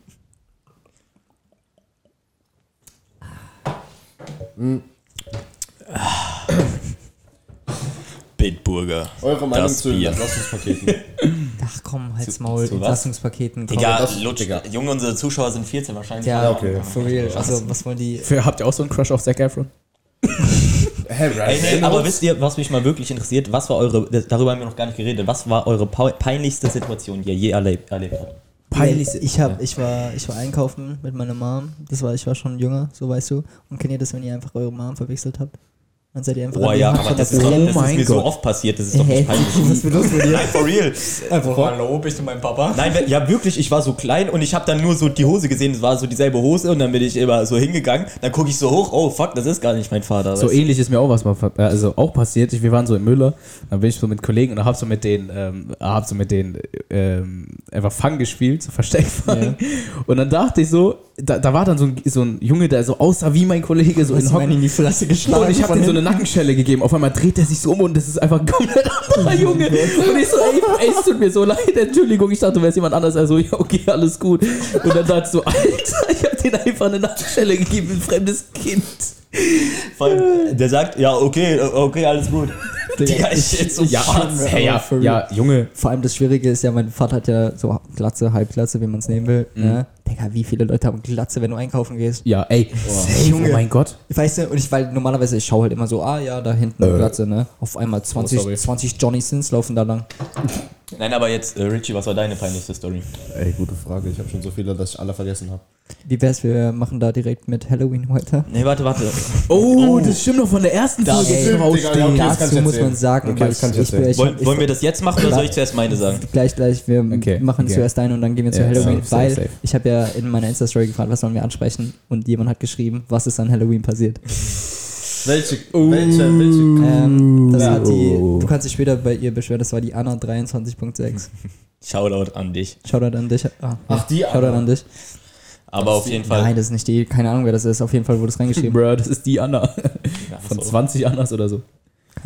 [SPEAKER 1] Bitburger.
[SPEAKER 4] Eure Meinung
[SPEAKER 1] Das
[SPEAKER 4] zu
[SPEAKER 1] Bier.
[SPEAKER 4] Entlastungspaketen.
[SPEAKER 3] Ach komm, halt's Maul.
[SPEAKER 1] zu was?
[SPEAKER 3] Entlastungspaketen. komm.
[SPEAKER 1] Digga,
[SPEAKER 4] das-
[SPEAKER 1] lutsch.
[SPEAKER 4] Digga.
[SPEAKER 1] Junge, unsere Zuschauer sind 14 wahrscheinlich.
[SPEAKER 3] Ja,
[SPEAKER 4] Ja, okay.
[SPEAKER 3] for real. Also, was wollen die?
[SPEAKER 2] Für, habt ihr auch so einen Crush auf Zac Efron?
[SPEAKER 4] Hä,
[SPEAKER 1] Ey,
[SPEAKER 4] Ryan
[SPEAKER 1] nee, aber
[SPEAKER 4] Reynolds?
[SPEAKER 1] wisst ihr, was mich mal wirklich interessiert, was war eure, das- darüber haben wir noch gar nicht geredet, was war eure pau- peinlichste Situation, die ihr je erlebt, erlebt habt?
[SPEAKER 3] Peinlich. Ich, hab, ich, war, ich war einkaufen mit meiner Mom. Das war, ich war schon jünger, so weißt du. Und kennt ihr das, wenn ihr einfach eure Mom verwechselt habt? Dann seid ihr einfach.
[SPEAKER 1] Boah,
[SPEAKER 3] an die
[SPEAKER 1] ja,
[SPEAKER 3] Hand
[SPEAKER 1] aber
[SPEAKER 3] von
[SPEAKER 1] das
[SPEAKER 3] der
[SPEAKER 1] ist, doch,
[SPEAKER 3] Fremden.
[SPEAKER 1] das ist
[SPEAKER 2] mein
[SPEAKER 1] mir so
[SPEAKER 2] Gott.
[SPEAKER 1] oft passiert, das ist doch nicht
[SPEAKER 3] Hey,
[SPEAKER 1] peinlich.
[SPEAKER 3] was wird los mit dir?
[SPEAKER 1] Nein, for real.
[SPEAKER 3] Einfach mal
[SPEAKER 5] Lob ich zu meinem Papa.
[SPEAKER 1] Nein, wenn- ja wirklich, ich war so klein und ich habe dann nur so die Hose gesehen, es war so dieselbe Hose und dann bin ich immer so hingegangen, dann gucke ich so hoch, oh fuck, das ist gar nicht mein Vater.
[SPEAKER 2] So
[SPEAKER 1] weißt du?
[SPEAKER 2] ähnlich ist mir auch was mal, ver- äh, also auch passiert. Ich, wir waren so in Müller, dann bin ich so mit Kollegen und hab so mit den, ähm, hab so mit den, ähm, einfach Fang gespielt, so Versteckfang. Und dann dachte ich so, da, da war dann so ein, so ein Junge, der so aussah wie mein Kollege, so in
[SPEAKER 3] Hast du
[SPEAKER 2] Hocken.
[SPEAKER 3] einen Also, in die Fresse geschlagen.
[SPEAKER 2] Und ich hab
[SPEAKER 3] von
[SPEAKER 2] ihm so
[SPEAKER 3] hinten?
[SPEAKER 2] eine Nackenschelle gegeben. Auf einmal dreht er sich so um und das ist einfach ein komplett anderer Junge. Und ich so, ey, ey, es tut mir so leid, Entschuldigung, ich dachte, du wärst jemand anders. Also, ja, okay, alles gut. Und dann dachte ich so, Alter, ich hab denen einfach eine Nackenschelle gegeben, ein fremdes Kind.
[SPEAKER 1] eh- Vor allem, der sagt, ja äh, okay, okay, alles gut. Digga, ich jetzt so
[SPEAKER 3] ich-
[SPEAKER 1] schwarz.
[SPEAKER 3] ich-
[SPEAKER 1] Hey, ja.
[SPEAKER 3] for
[SPEAKER 2] Ja, Junge.
[SPEAKER 3] Vor allem das Schwierige ist ja, mein Vater hat ja so Glatze, Halbglatze, wie man es nehmen will. Ne? Digga, wie viele Leute haben Glatze, wenn du einkaufen gehst?
[SPEAKER 2] Ja, ey. Safe,
[SPEAKER 3] Junge.
[SPEAKER 2] Oh mein Gott.
[SPEAKER 3] Weißt du, und ich, weil normalerweise, ich schaue halt immer so, ah ja, da hinten Glatze, ne? Auf einmal 20,
[SPEAKER 2] sorry.
[SPEAKER 3] 20 Johnny Sins laufen da lang.
[SPEAKER 1] Nein, aber jetzt, äh, Richie, was war deine peinlichste Story?
[SPEAKER 4] Ey, gute Frage. Ich habe schon so viele, dass ich alle vergessen habe.
[SPEAKER 3] Wie wär's, wir machen da direkt mit Halloween weiter?
[SPEAKER 1] Nee, warte, warte.
[SPEAKER 2] Oh, das stimmt noch von der ersten
[SPEAKER 4] Das
[SPEAKER 2] Folge.
[SPEAKER 4] stimmt,
[SPEAKER 2] Digga,
[SPEAKER 4] Digga, ja, okay, das kannst
[SPEAKER 3] Dazu
[SPEAKER 4] du
[SPEAKER 3] muss
[SPEAKER 4] erzählen.
[SPEAKER 3] man sagen,
[SPEAKER 4] Okay,
[SPEAKER 3] weil
[SPEAKER 4] das kann ich
[SPEAKER 3] ich, will-
[SPEAKER 4] erzählen.
[SPEAKER 3] ich,
[SPEAKER 1] Wollen,
[SPEAKER 3] ich,
[SPEAKER 1] wollen wir das jetzt machen oder soll ich zuerst meine sagen?
[SPEAKER 3] gleich, gleich, wir
[SPEAKER 2] Okay,
[SPEAKER 3] machen
[SPEAKER 2] okay.
[SPEAKER 3] zuerst deine und dann gehen wir zu
[SPEAKER 2] Ja,
[SPEAKER 3] Halloween,
[SPEAKER 2] safe,
[SPEAKER 3] weil
[SPEAKER 2] safe, safe.
[SPEAKER 3] ich habe ja in meiner Insta-Story gefragt, was sollen wir ansprechen und jemand hat geschrieben, was ist an Halloween passiert.
[SPEAKER 4] Welche?
[SPEAKER 3] Oh.
[SPEAKER 4] Welche? Welche?
[SPEAKER 3] Ähm, das hat die,
[SPEAKER 2] Oh.
[SPEAKER 3] du kannst dich später bei ihr beschweren, das war die Anna 23.6.
[SPEAKER 1] Shoutout an dich.
[SPEAKER 3] Shoutout an dich. Ah,
[SPEAKER 4] Ach, die
[SPEAKER 3] Shoutout
[SPEAKER 4] Anna.
[SPEAKER 3] an dich.
[SPEAKER 1] Aber auf jeden Fall.
[SPEAKER 3] Nein, das ist nicht die, keine Ahnung, wer das ist. Auf jeden Fall wurde es reingeschrieben.
[SPEAKER 2] Bro, das ist die Anna.
[SPEAKER 1] Ja,
[SPEAKER 2] Von
[SPEAKER 1] so.
[SPEAKER 2] 20 Annas oder so.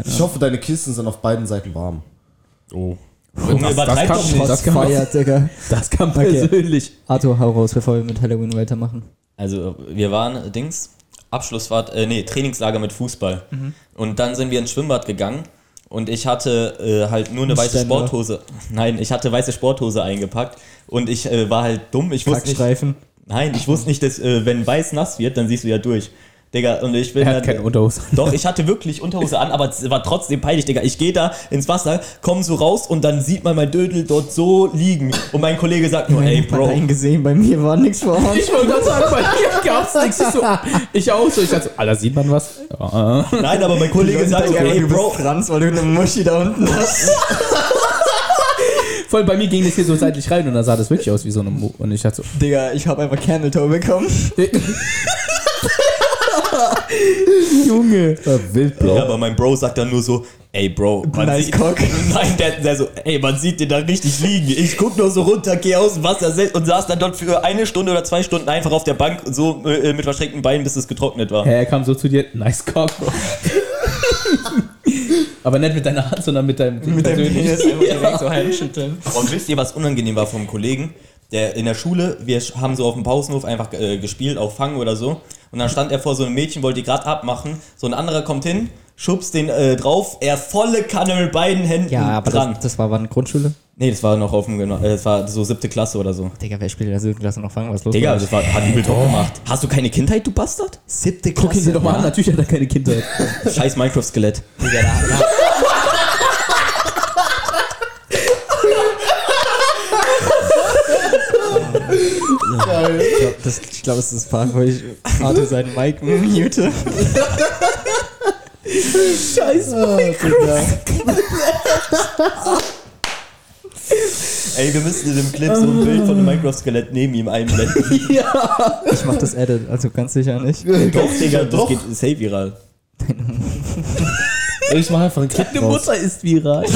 [SPEAKER 4] Ich hoffe, deine Kissen sind auf beiden Seiten warm.
[SPEAKER 1] Oh. Junge,
[SPEAKER 2] das
[SPEAKER 1] übertreib
[SPEAKER 2] kann-
[SPEAKER 1] doch nicht.
[SPEAKER 2] das
[SPEAKER 3] Trotz
[SPEAKER 2] kann man-
[SPEAKER 3] Feier, Digga.
[SPEAKER 2] Das kam
[SPEAKER 3] Okay.
[SPEAKER 2] persönlich.
[SPEAKER 3] Arthur, hau raus, bevor wir mit Halloween weitermachen.
[SPEAKER 1] Also wir waren äh, Dings, Abschlussfahrt, äh, nee, Trainingslager mit Fußball.
[SPEAKER 2] Mhm.
[SPEAKER 1] Und dann sind wir ins Schwimmbad gegangen und ich hatte äh, halt nur eine weiße
[SPEAKER 3] Ständer.
[SPEAKER 1] Sporthose. Nein, ich hatte weiße Sporthose eingepackt und ich äh, war halt dumm. Ich wusste nicht,
[SPEAKER 3] Kackstreifen.
[SPEAKER 1] nein, ich wusste nicht, dass äh, wenn weiß nass wird, dann siehst du ja durch. Digga, und ich bin
[SPEAKER 2] Er hat
[SPEAKER 1] dann-
[SPEAKER 2] keine Unterhose.
[SPEAKER 1] Doch, ich hatte wirklich Unterhose an, aber es war trotzdem peinlich, Digga. Ich gehe da ins Wasser, komm so raus und dann sieht man mein Dödel dort so liegen. Und mein Kollege sagt nur, ey,
[SPEAKER 3] Bro.
[SPEAKER 1] Bro,
[SPEAKER 3] Hat gesehen, bei mir war nichts vor Ort.
[SPEAKER 2] Ich wollte gerade sagen, bei mir gab's nichts. Ich, so, ich auch so. Ich dachte so, Alter, sieht man was? Ja.
[SPEAKER 1] Nein, aber mein Kollege sagt so, ey, Bro,
[SPEAKER 3] Franz, weil du eine Muschi da unten hast.
[SPEAKER 2] Voll bei mir ging das hier so seitlich rein und da sah das wirklich aus wie so eine Mo Und ich dachte so,
[SPEAKER 3] Digga, ich habe einfach Camel Toe bekommen.
[SPEAKER 2] Junge.
[SPEAKER 4] Wild,
[SPEAKER 1] Ja, aber mein Bro sagt dann nur so, ey Bro, man
[SPEAKER 3] Nice
[SPEAKER 1] sieht,
[SPEAKER 3] cock.
[SPEAKER 1] Nein, der, der so, ey, man sieht den da richtig liegen. Ich guck nur so runter, geh aus dem Wasser sel- und saß dann dort für eine Stunde oder zwei Stunden einfach auf der Bank so äh, mit verschränkten Beinen, bis es getrocknet war.
[SPEAKER 2] Hä, er kam so zu dir, nice cock, bro. Aber nicht mit deiner Hand, sondern mit deinem
[SPEAKER 3] Mit deinem
[SPEAKER 2] persönlichen-
[SPEAKER 3] Penis einfach direkt so heimschütteln.
[SPEAKER 1] Und wisst ihr, was unangenehm war vom Kollegen? Der in der Schule, wir sch- haben so auf dem Pausenhof einfach äh, gespielt, auf Fang oder so. Und dann stand er vor so einem Mädchen, wollte die gerade abmachen. So ein anderer kommt hin, schubst den äh, drauf, er volle Kanne mit beiden Händen
[SPEAKER 3] Ja, aber
[SPEAKER 1] dran.
[SPEAKER 3] das, das war wann Grundschule?
[SPEAKER 1] nee, das war noch auf dem, Gymna- äh, das war so siebte Klasse oder so.
[SPEAKER 3] Digga, wer spielt in der siebten Klasse noch fangen? Was ist los?
[SPEAKER 1] Digga,
[SPEAKER 3] mit euch?
[SPEAKER 1] das war, hat übel Druck gemacht. Hast du keine Kindheit, du Bastard?
[SPEAKER 3] siebte Klasse.
[SPEAKER 2] Guck ihn dir doch mal an, natürlich hat er keine Kindheit.
[SPEAKER 1] Scheiß Minecraft-Skelett.
[SPEAKER 3] Digga, da, da,
[SPEAKER 4] Geil.
[SPEAKER 3] Ich glaub, das- ich glaube, das ist das Part, wo ich Arthur seinen Mic mute.
[SPEAKER 1] Ey, wir müssen in dem Clip so ein Bild von einem Minecraft-Skelett neben ihm einblenden.
[SPEAKER 3] Ich mach das Edit, also ganz sicher nicht.
[SPEAKER 1] doch, Digga, das
[SPEAKER 4] Doch.
[SPEAKER 1] geht safe viral.
[SPEAKER 4] Ich mache einfach einen Clip
[SPEAKER 2] Deine
[SPEAKER 4] raus.
[SPEAKER 2] Mutter ist viral.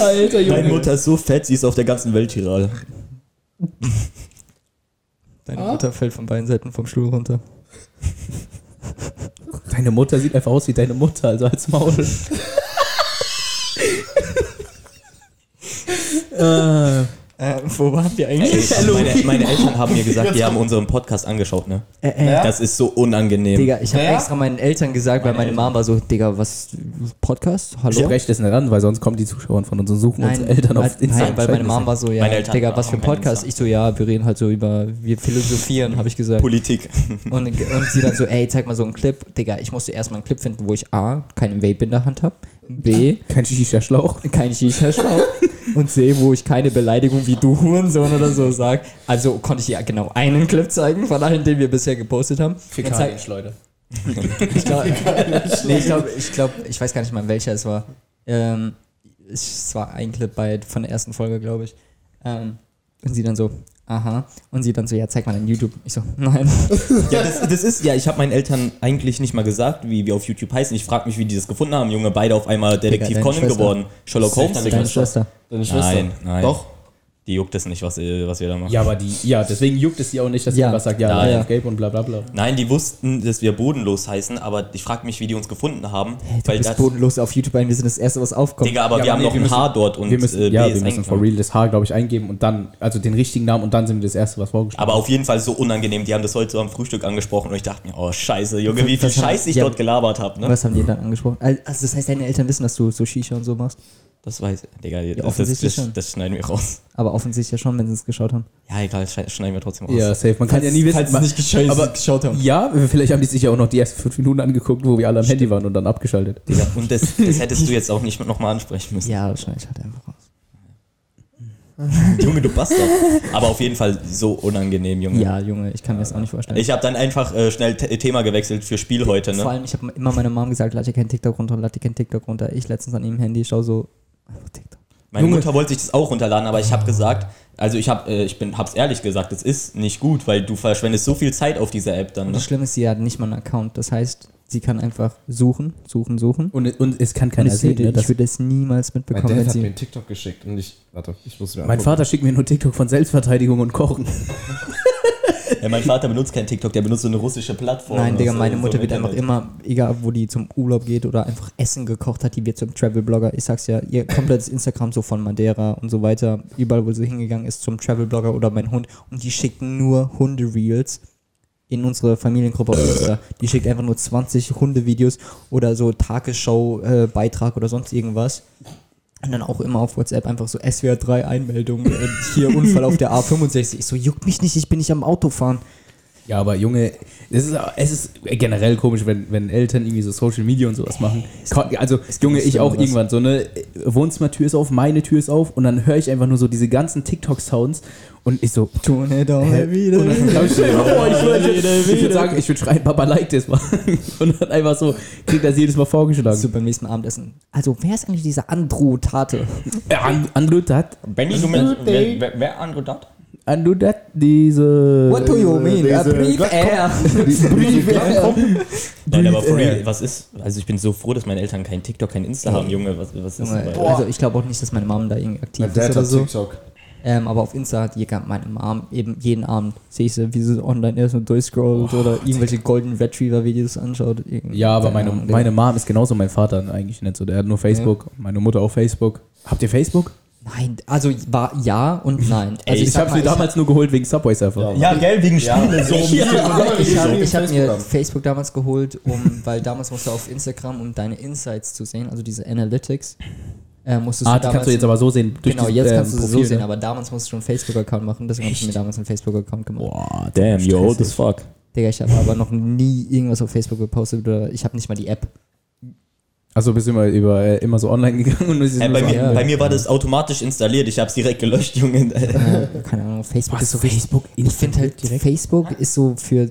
[SPEAKER 2] Alter,
[SPEAKER 1] Deine
[SPEAKER 2] Junge.
[SPEAKER 1] Mutter ist so fett, sie ist auf der ganzen Welt viral.
[SPEAKER 3] Deine Mutter fällt von beiden Seiten vom Stuhl runter.
[SPEAKER 2] Deine Mutter sieht einfach aus wie deine Mutter, also als Maul. äh,
[SPEAKER 3] Ähm, wo waren wir
[SPEAKER 1] Ey, also
[SPEAKER 3] eigentlich?
[SPEAKER 1] meine, meine Eltern haben mir gesagt, die haben unseren Podcast angeschaut, ne?
[SPEAKER 3] Äh, äh,
[SPEAKER 1] Das ist so unangenehm.
[SPEAKER 3] Digga, ich habe
[SPEAKER 4] Wer?
[SPEAKER 3] extra meinen Eltern gesagt, weil meine Mom war so, Digga, was, Podcast? Hallo?
[SPEAKER 2] sprecht das nicht an, weil sonst kommen die Zuschauer von uns und suchen
[SPEAKER 3] Nein,
[SPEAKER 2] unsere Eltern auf
[SPEAKER 3] weil, nein, weil meine Mom war so, ja,
[SPEAKER 1] Meine Eltern
[SPEAKER 3] Digga,
[SPEAKER 1] haben
[SPEAKER 3] was für ein
[SPEAKER 1] keinen
[SPEAKER 3] Podcast?
[SPEAKER 1] Insta.
[SPEAKER 3] Ich so, ja, wir reden halt so über, wir philosophieren, habe ich gesagt.
[SPEAKER 1] Politik.
[SPEAKER 3] Und, und sie dann so, ey, zeig mal so einen Clip. Digga, ich musste erstmal einen Clip finden, wo ich A, keinen Vape in der Hand habe, B,
[SPEAKER 2] Kein Shisha-Schlauch.
[SPEAKER 3] kein Shisha-Schlauch und sehe, wo ich keine Beleidigung wie du Hurensohn oder so sage. Also konnte ich ja genau einen Clip zeigen von allen, den wir bisher gepostet haben. Dann zeig-
[SPEAKER 2] Leute.
[SPEAKER 3] Ich glaube, nee, ich, glaub, ich, glaub, ich weiß gar nicht mal, welcher es war. Ähm, es war ein Clip bei, von der ersten Folge, glaube ich. Ähm, und sie dann so, aha. Und sie dann so, ja, zeig mal dein YouTube. Ich so, nein.
[SPEAKER 1] Ja, das, das ist, ja, ich habe meinen Eltern eigentlich nicht mal gesagt, wie wir auf YouTube heißen. Ich frage mich, wie die das gefunden haben. Junge, beide auf einmal Detektiv
[SPEAKER 3] deine
[SPEAKER 1] Conan
[SPEAKER 3] Schwester.
[SPEAKER 1] geworden. Sherlock Holmes,
[SPEAKER 4] Safe
[SPEAKER 1] Digga.
[SPEAKER 3] Deine Schwester.
[SPEAKER 4] Deine
[SPEAKER 1] Nein, nein.
[SPEAKER 4] Doch.
[SPEAKER 1] Die juckt es nicht, was, äh, was wir da machen.
[SPEAKER 2] Ja, aber die, ja, deswegen juckt es die auch nicht, dass
[SPEAKER 3] Ja.
[SPEAKER 2] ja. was sagt, ja,
[SPEAKER 1] Ja,
[SPEAKER 2] Lion
[SPEAKER 3] ja.
[SPEAKER 2] of Gape und bla bla bla.
[SPEAKER 1] Nein, die wussten, dass wir bodenlos heißen, aber ich frage mich, wie die uns gefunden haben.
[SPEAKER 3] Du
[SPEAKER 1] weil
[SPEAKER 3] bist
[SPEAKER 1] das,
[SPEAKER 3] bodenlos auf YouTube ein, wir sind das Erste, was aufkommt.
[SPEAKER 1] Digga, aber
[SPEAKER 2] Ja,
[SPEAKER 1] wir
[SPEAKER 2] aber
[SPEAKER 1] haben
[SPEAKER 2] nee,
[SPEAKER 1] noch
[SPEAKER 2] wir
[SPEAKER 1] ein
[SPEAKER 2] müssen-
[SPEAKER 1] H dort und
[SPEAKER 2] wir müssen,
[SPEAKER 1] äh, B
[SPEAKER 2] ja,
[SPEAKER 1] ist
[SPEAKER 2] wir müssen
[SPEAKER 1] eingegangen.
[SPEAKER 2] for real das Haar, glaube ich, eingeben und dann, also den richtigen Namen und dann sind wir das Erste, was vorgeschlagen
[SPEAKER 1] Aber auf jeden Fall so unangenehm. Die haben das heute so am Frühstück angesprochen und ich dachte mir, oh Scheiße, Junge, wie viel
[SPEAKER 3] Das haben-
[SPEAKER 1] Scheiße ich
[SPEAKER 3] ja.
[SPEAKER 1] dort gelabert habe. Ne?
[SPEAKER 3] Was haben die dann angesprochen? Also, das heißt, deine Eltern wissen, dass du so Shisha und so machst.
[SPEAKER 1] Das weiß ich. Digga, das, das,
[SPEAKER 3] offensichtlich
[SPEAKER 1] das,
[SPEAKER 3] schon.
[SPEAKER 1] das schneiden wir raus.
[SPEAKER 3] Aber offensichtlich ja schon, wenn sie es geschaut haben.
[SPEAKER 1] Ja, egal, schei- schneiden wir trotzdem raus.
[SPEAKER 2] haben. Ja, safe. Man kann ja nie wissen.
[SPEAKER 7] Falls
[SPEAKER 2] man-
[SPEAKER 7] nicht gescheit,
[SPEAKER 2] aber-
[SPEAKER 7] geschaut haben.
[SPEAKER 2] ja, vielleicht haben die sich ja auch noch die ersten fünf Minuten angeguckt, wo wir alle am Handy waren und dann abgeschaltet.
[SPEAKER 1] Digga, und das, das hättest du jetzt auch nicht nochmal ansprechen müssen.
[SPEAKER 3] Ja, wahrscheinlich hat er einfach raus.
[SPEAKER 1] Junge, du Bastard. Aber auf jeden Fall so unangenehm, Junge.
[SPEAKER 3] Ja, Junge, ich kann mir das auch nicht vorstellen.
[SPEAKER 1] Ich habe dann einfach äh, schnell T Thema gewechselt für Spiel heute,
[SPEAKER 3] Vor
[SPEAKER 1] ne?
[SPEAKER 3] allem, ich habe immer meiner Mom gesagt, lade keinen TikTok runter, lade keinen TikTok runter. Ich letztens an ihrem Handy schaue so, einfach TikTok.
[SPEAKER 1] Meine Mutter wollte sich das auch runterladen, aber ich habe gesagt, also ich habe äh, ich bin hab's ehrlich gesagt, es ist nicht gut, weil du verschwendest so viel Zeit auf dieser App dann.
[SPEAKER 3] Und
[SPEAKER 1] Ne?
[SPEAKER 3] das Schlimme ist, sie hat nicht mal einen Account. Das heißt, sie kann einfach suchen, suchen, suchen.
[SPEAKER 2] Und, und es kann
[SPEAKER 3] Und
[SPEAKER 2] keiner
[SPEAKER 3] ich,
[SPEAKER 2] sehen.
[SPEAKER 3] würde,
[SPEAKER 2] Ne?
[SPEAKER 3] ich
[SPEAKER 2] Das,
[SPEAKER 3] würde das niemals
[SPEAKER 4] Mein
[SPEAKER 3] mitbekommen,
[SPEAKER 4] Dad
[SPEAKER 3] wenn
[SPEAKER 4] hat mir
[SPEAKER 3] sie.
[SPEAKER 4] einen TikTok geschickt und ich. Warte, ich muss mir
[SPEAKER 2] mein Vater schickt mir nur TikTok von Selbstverteidigung und Kochen.
[SPEAKER 1] Ja, mein Vater benutzt kein TikTok, der benutzt so eine russische Plattform.
[SPEAKER 3] Nein, Digga,
[SPEAKER 1] So-
[SPEAKER 3] meine
[SPEAKER 1] so
[SPEAKER 3] Mutter
[SPEAKER 1] im
[SPEAKER 3] wird einfach
[SPEAKER 1] Internet.
[SPEAKER 3] immer, egal wo die zum Urlaub geht oder einfach Essen gekocht hat, die wird zum Travel-Blogger. Ich sag's ja, ihr komplettes Instagram so von Madeira und so weiter, überall wo sie hingegangen ist, zum Travel-Blogger oder mein Hund. Und die schickt nur Hunde-Reels in unsere Familiengruppe auf Insta. Die schickt einfach nur 20 Hunde-Videos oder so Tagesschau-Beitrag oder sonst irgendwas. Und dann auch immer auf WhatsApp einfach so SWR3 Einmeldung, äh, hier Unfall auf der A65. Ich so, juckt mich nicht, ich bin nicht am Autofahren.
[SPEAKER 2] Ja, aber Junge, es ist, es ist generell komisch, wenn, wenn Eltern irgendwie so Social Media und sowas machen. Ko- Also, Junge, ich auch irgendwann
[SPEAKER 3] Schlimmeres.
[SPEAKER 2] so eine Wohnzimmertür ist auf, meine Tür ist auf und dann höre ich einfach nur so diese ganzen TikTok-Sounds und ich so.
[SPEAKER 3] Tune it on,
[SPEAKER 2] Hä?
[SPEAKER 3] wieder.
[SPEAKER 2] Und dann glaub ich, so, oh, ich würde ich würd sagen, ich würde schreien, Papa liked es mal. Und dann einfach so, kriegt das jedes Mal
[SPEAKER 3] So
[SPEAKER 2] vorgeschlagen.
[SPEAKER 3] beim nächsten Abendessen. Also, wer ist eigentlich dieser Andrew Tate?
[SPEAKER 2] Äh, An- Andrew hat,
[SPEAKER 1] Benny, du meinst, wer, wer, wer andere dat?
[SPEAKER 2] Andrew hat diese.
[SPEAKER 3] What do you mean?
[SPEAKER 4] Diese-
[SPEAKER 3] A brief air.
[SPEAKER 1] Nein, aber for
[SPEAKER 3] äh,
[SPEAKER 1] real, was ist? Also ich bin so froh, dass meine Eltern kein TikTok, kein Insta haben, Junge. Was, was ist
[SPEAKER 3] Junge,
[SPEAKER 1] dabei?
[SPEAKER 3] Also, ich glaube auch nicht, dass meine Mom da irgendwie aktiv
[SPEAKER 4] Mein
[SPEAKER 3] ist
[SPEAKER 4] Dad
[SPEAKER 3] oder
[SPEAKER 4] hat
[SPEAKER 3] so.
[SPEAKER 4] TikTok.
[SPEAKER 3] Ähm, aber auf Insta hat jeder, meine Mom eben jeden Abend sehe ich sie, wie sie online ist und durchscrollt oder irgendwelche Golden Retriever-Videos anschaut. Irgend-
[SPEAKER 2] Ja, aber
[SPEAKER 3] keine
[SPEAKER 2] meine,
[SPEAKER 3] Ahnung,
[SPEAKER 2] meine Mom ist genauso mein Vater eigentlich nicht so. Der hat nur Facebook. Meine Mutter auch Facebook. Habt ihr Facebook?
[SPEAKER 3] Digga. Nein, also war ja und nein. Also,
[SPEAKER 2] ich
[SPEAKER 3] sag
[SPEAKER 2] habe
[SPEAKER 3] mal,
[SPEAKER 2] sie damals nur geholt wegen Ah, Subway Surfer.
[SPEAKER 1] ja, gell, wegen Spiele. so
[SPEAKER 3] Ich habe ich hab mir
[SPEAKER 4] Facebook
[SPEAKER 3] Facebook damals geholt, um, weil damals musst du auf Instagram, um deine Insights zu sehen, also diese Analytics, äh, musstest
[SPEAKER 2] Ah,
[SPEAKER 3] du
[SPEAKER 2] die
[SPEAKER 3] damals
[SPEAKER 2] kannst du jetzt aber so sehen. durch
[SPEAKER 3] genau,
[SPEAKER 2] die,
[SPEAKER 3] jetzt
[SPEAKER 2] ähm,
[SPEAKER 3] kannst du sie so
[SPEAKER 2] Profile.
[SPEAKER 3] sehen, aber damals musst du schon einen Facebook-Account machen, deswegen habe ich mir damals einen Facebook-Account gemacht.
[SPEAKER 1] Boah, damn, you're old as fuck.
[SPEAKER 3] Digga, ich habe aber noch nie irgendwas auf Facebook gepostet oder ich habe nicht mal die App.
[SPEAKER 2] Also bist du immer, über, äh, immer so online gegangen und bist
[SPEAKER 1] Äh, bei,
[SPEAKER 2] immer so ah,
[SPEAKER 1] mir,
[SPEAKER 2] online.
[SPEAKER 1] bei mir war das automatisch installiert. Ich hab's direkt gelöscht, Junge.
[SPEAKER 3] Äh, keine Ahnung, Facebook ist so richtig- Ich finde halt, Facebook ist so für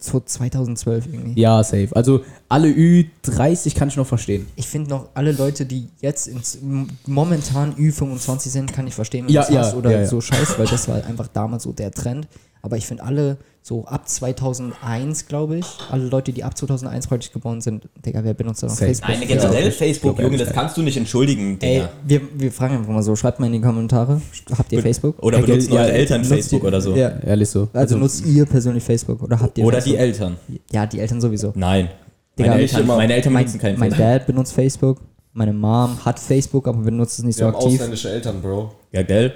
[SPEAKER 3] so 2012 irgendwie.
[SPEAKER 2] Ja, safe. Also alle Ü30 kann ich noch verstehen.
[SPEAKER 3] Ich finde noch alle Leute, die jetzt ins, m- momentan Ü25 sind, kann ich verstehen, wenn
[SPEAKER 2] Ja,
[SPEAKER 3] du das hast
[SPEAKER 2] ja,
[SPEAKER 3] oder
[SPEAKER 2] ja, ja.
[SPEAKER 3] so scheiß, weil das war einfach damals so der Trend. Aber ich finde alle so ab 2001, glaube ich, alle Leute, die ab 2001 praktisch geboren sind, Digga, wer benutzt da noch
[SPEAKER 2] Safe.
[SPEAKER 3] Facebook?
[SPEAKER 1] Eine generell Facebook,
[SPEAKER 2] glaub,
[SPEAKER 1] Junge, das
[SPEAKER 2] ehrlich.
[SPEAKER 1] kannst du nicht entschuldigen,
[SPEAKER 3] Ey,
[SPEAKER 1] Digga.
[SPEAKER 3] wir, wir fragen einfach mal so, schreibt mal in die Kommentare, habt ihr Facebook?
[SPEAKER 1] Oder
[SPEAKER 2] Ja, gell,
[SPEAKER 1] benutzen
[SPEAKER 2] ja,
[SPEAKER 1] eure Eltern
[SPEAKER 2] nutzt die-
[SPEAKER 1] Facebook oder so.
[SPEAKER 3] Ja.
[SPEAKER 2] Ehrlich so.
[SPEAKER 3] Also, nutzt ihr persönlich Facebook oder habt ihr
[SPEAKER 1] Oder die
[SPEAKER 3] Facebook?
[SPEAKER 1] Eltern.
[SPEAKER 3] Ja, die Hm, Eltern sowieso.
[SPEAKER 1] Nein.
[SPEAKER 3] Digga,
[SPEAKER 1] meine,
[SPEAKER 3] nicht
[SPEAKER 1] Eltern,
[SPEAKER 4] immer.
[SPEAKER 1] meine Eltern
[SPEAKER 3] Mein,
[SPEAKER 1] benutzen keinen
[SPEAKER 3] mein
[SPEAKER 1] Facebook.
[SPEAKER 3] Dad benutzt Facebook, meine Mom hat Facebook, aber benutzt es nicht
[SPEAKER 4] Wir
[SPEAKER 3] so
[SPEAKER 4] haben
[SPEAKER 3] aktiv.
[SPEAKER 4] ausländische Eltern, Bro.
[SPEAKER 1] Ja, gell?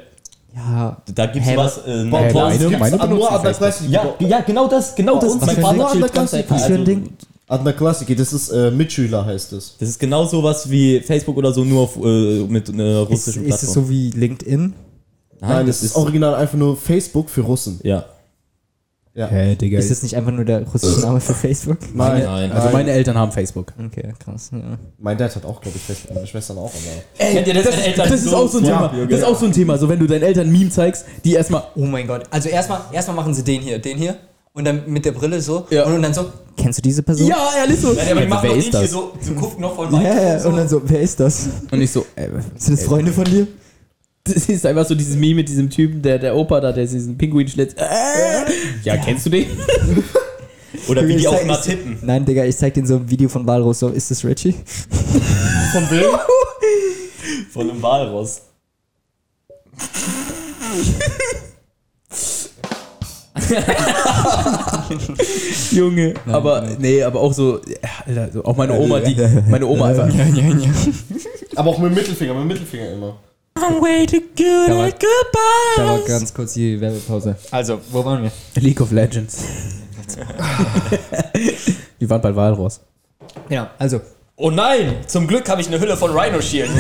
[SPEAKER 3] Ja,
[SPEAKER 1] Da gibt's
[SPEAKER 3] Hä,
[SPEAKER 1] was. Äh,
[SPEAKER 2] Hä,
[SPEAKER 1] Nordhorn-
[SPEAKER 2] deine?
[SPEAKER 4] gibt's
[SPEAKER 2] Meine
[SPEAKER 4] aber
[SPEAKER 2] benutzen
[SPEAKER 4] nur an der
[SPEAKER 2] Facebook.
[SPEAKER 4] Klassik.
[SPEAKER 1] ja, ja, genau das, genau das.
[SPEAKER 4] uns
[SPEAKER 1] Mein
[SPEAKER 4] mein
[SPEAKER 1] Vater
[SPEAKER 4] Vater
[SPEAKER 1] chillt
[SPEAKER 4] hat
[SPEAKER 1] ganz
[SPEAKER 4] das
[SPEAKER 1] einfach.
[SPEAKER 3] Was für ein
[SPEAKER 1] Also,
[SPEAKER 3] Ding?
[SPEAKER 4] An der Klassik, das ist äh, Mitschüler heißt es.
[SPEAKER 1] Das ist genau sowas wie Facebook oder so, nur auf, äh, mit einer
[SPEAKER 3] Ist,
[SPEAKER 1] russischen
[SPEAKER 3] ist es
[SPEAKER 1] Plattform.
[SPEAKER 3] so wie LinkedIn?
[SPEAKER 1] Nein,
[SPEAKER 4] Nein, das ist original einfach nur Facebook für Russen.
[SPEAKER 1] Ja.
[SPEAKER 4] Ja.
[SPEAKER 2] Hä, Digga.
[SPEAKER 3] Ist das nicht einfach nur der russische Name für Facebook?
[SPEAKER 4] Nein,
[SPEAKER 1] Nein.
[SPEAKER 2] also meine Eltern haben Facebook.
[SPEAKER 3] Okay, krass. Ja.
[SPEAKER 4] mein Dad hat auch, glaube ich, Facebook. Meine Schwestern auch, aber.
[SPEAKER 1] Ey, Kennt ihr das, wenn Eltern
[SPEAKER 2] Das ist auch so ein
[SPEAKER 4] Ja,
[SPEAKER 2] Thema. Das ist auch so ein Thema. So, wenn du deinen Eltern ein Meme zeigst, die erstmal.
[SPEAKER 3] Oh mein Gott. Also erstmal erstmal machen sie den hier, den hier und dann mit der Brille so
[SPEAKER 2] Ja.
[SPEAKER 3] und dann so, kennst du diese Person?
[SPEAKER 2] Ja, ehrlich so.
[SPEAKER 1] Ja, aber die machen
[SPEAKER 2] wer
[SPEAKER 1] doch
[SPEAKER 2] ist
[SPEAKER 1] nicht hier
[SPEAKER 2] das?
[SPEAKER 1] so, so gucken noch von
[SPEAKER 3] Ja,
[SPEAKER 1] weit.
[SPEAKER 3] ja,
[SPEAKER 1] so.
[SPEAKER 3] und dann so, wer ist das?
[SPEAKER 2] Und ich so, äh,
[SPEAKER 3] Sind das Freunde von dir?
[SPEAKER 2] Das ist einfach so dieses Meme mit diesem Typen, der, der Opa da, der diesen Pinguin schlitzt. Äh, ja, kennst du den?
[SPEAKER 1] Oder wie
[SPEAKER 3] Ich
[SPEAKER 1] die
[SPEAKER 3] zeig-
[SPEAKER 1] auch immer
[SPEAKER 3] ich-
[SPEAKER 1] tippen.
[SPEAKER 3] Nein, Digga, ich zeig denen so ein Video von Walrus, so, ist das Richie?
[SPEAKER 1] Von einem Walross.
[SPEAKER 2] Junge, aber nee, aber auch so, ja, Alter, so auch meine Oma, die, meine Oma einfach.
[SPEAKER 8] Ja, ja, ja.
[SPEAKER 4] Aber auch mit dem Mittelfinger, mit dem Mittelfinger immer.
[SPEAKER 8] Da war,
[SPEAKER 3] Da war ganz kurz die Werbepause.
[SPEAKER 8] also, wo waren wir?
[SPEAKER 2] League of Legends. die waren bei Walross.
[SPEAKER 3] Genau, also,
[SPEAKER 1] Oh nein, zum Glück habe ich eine Hülle von Rhino Shield.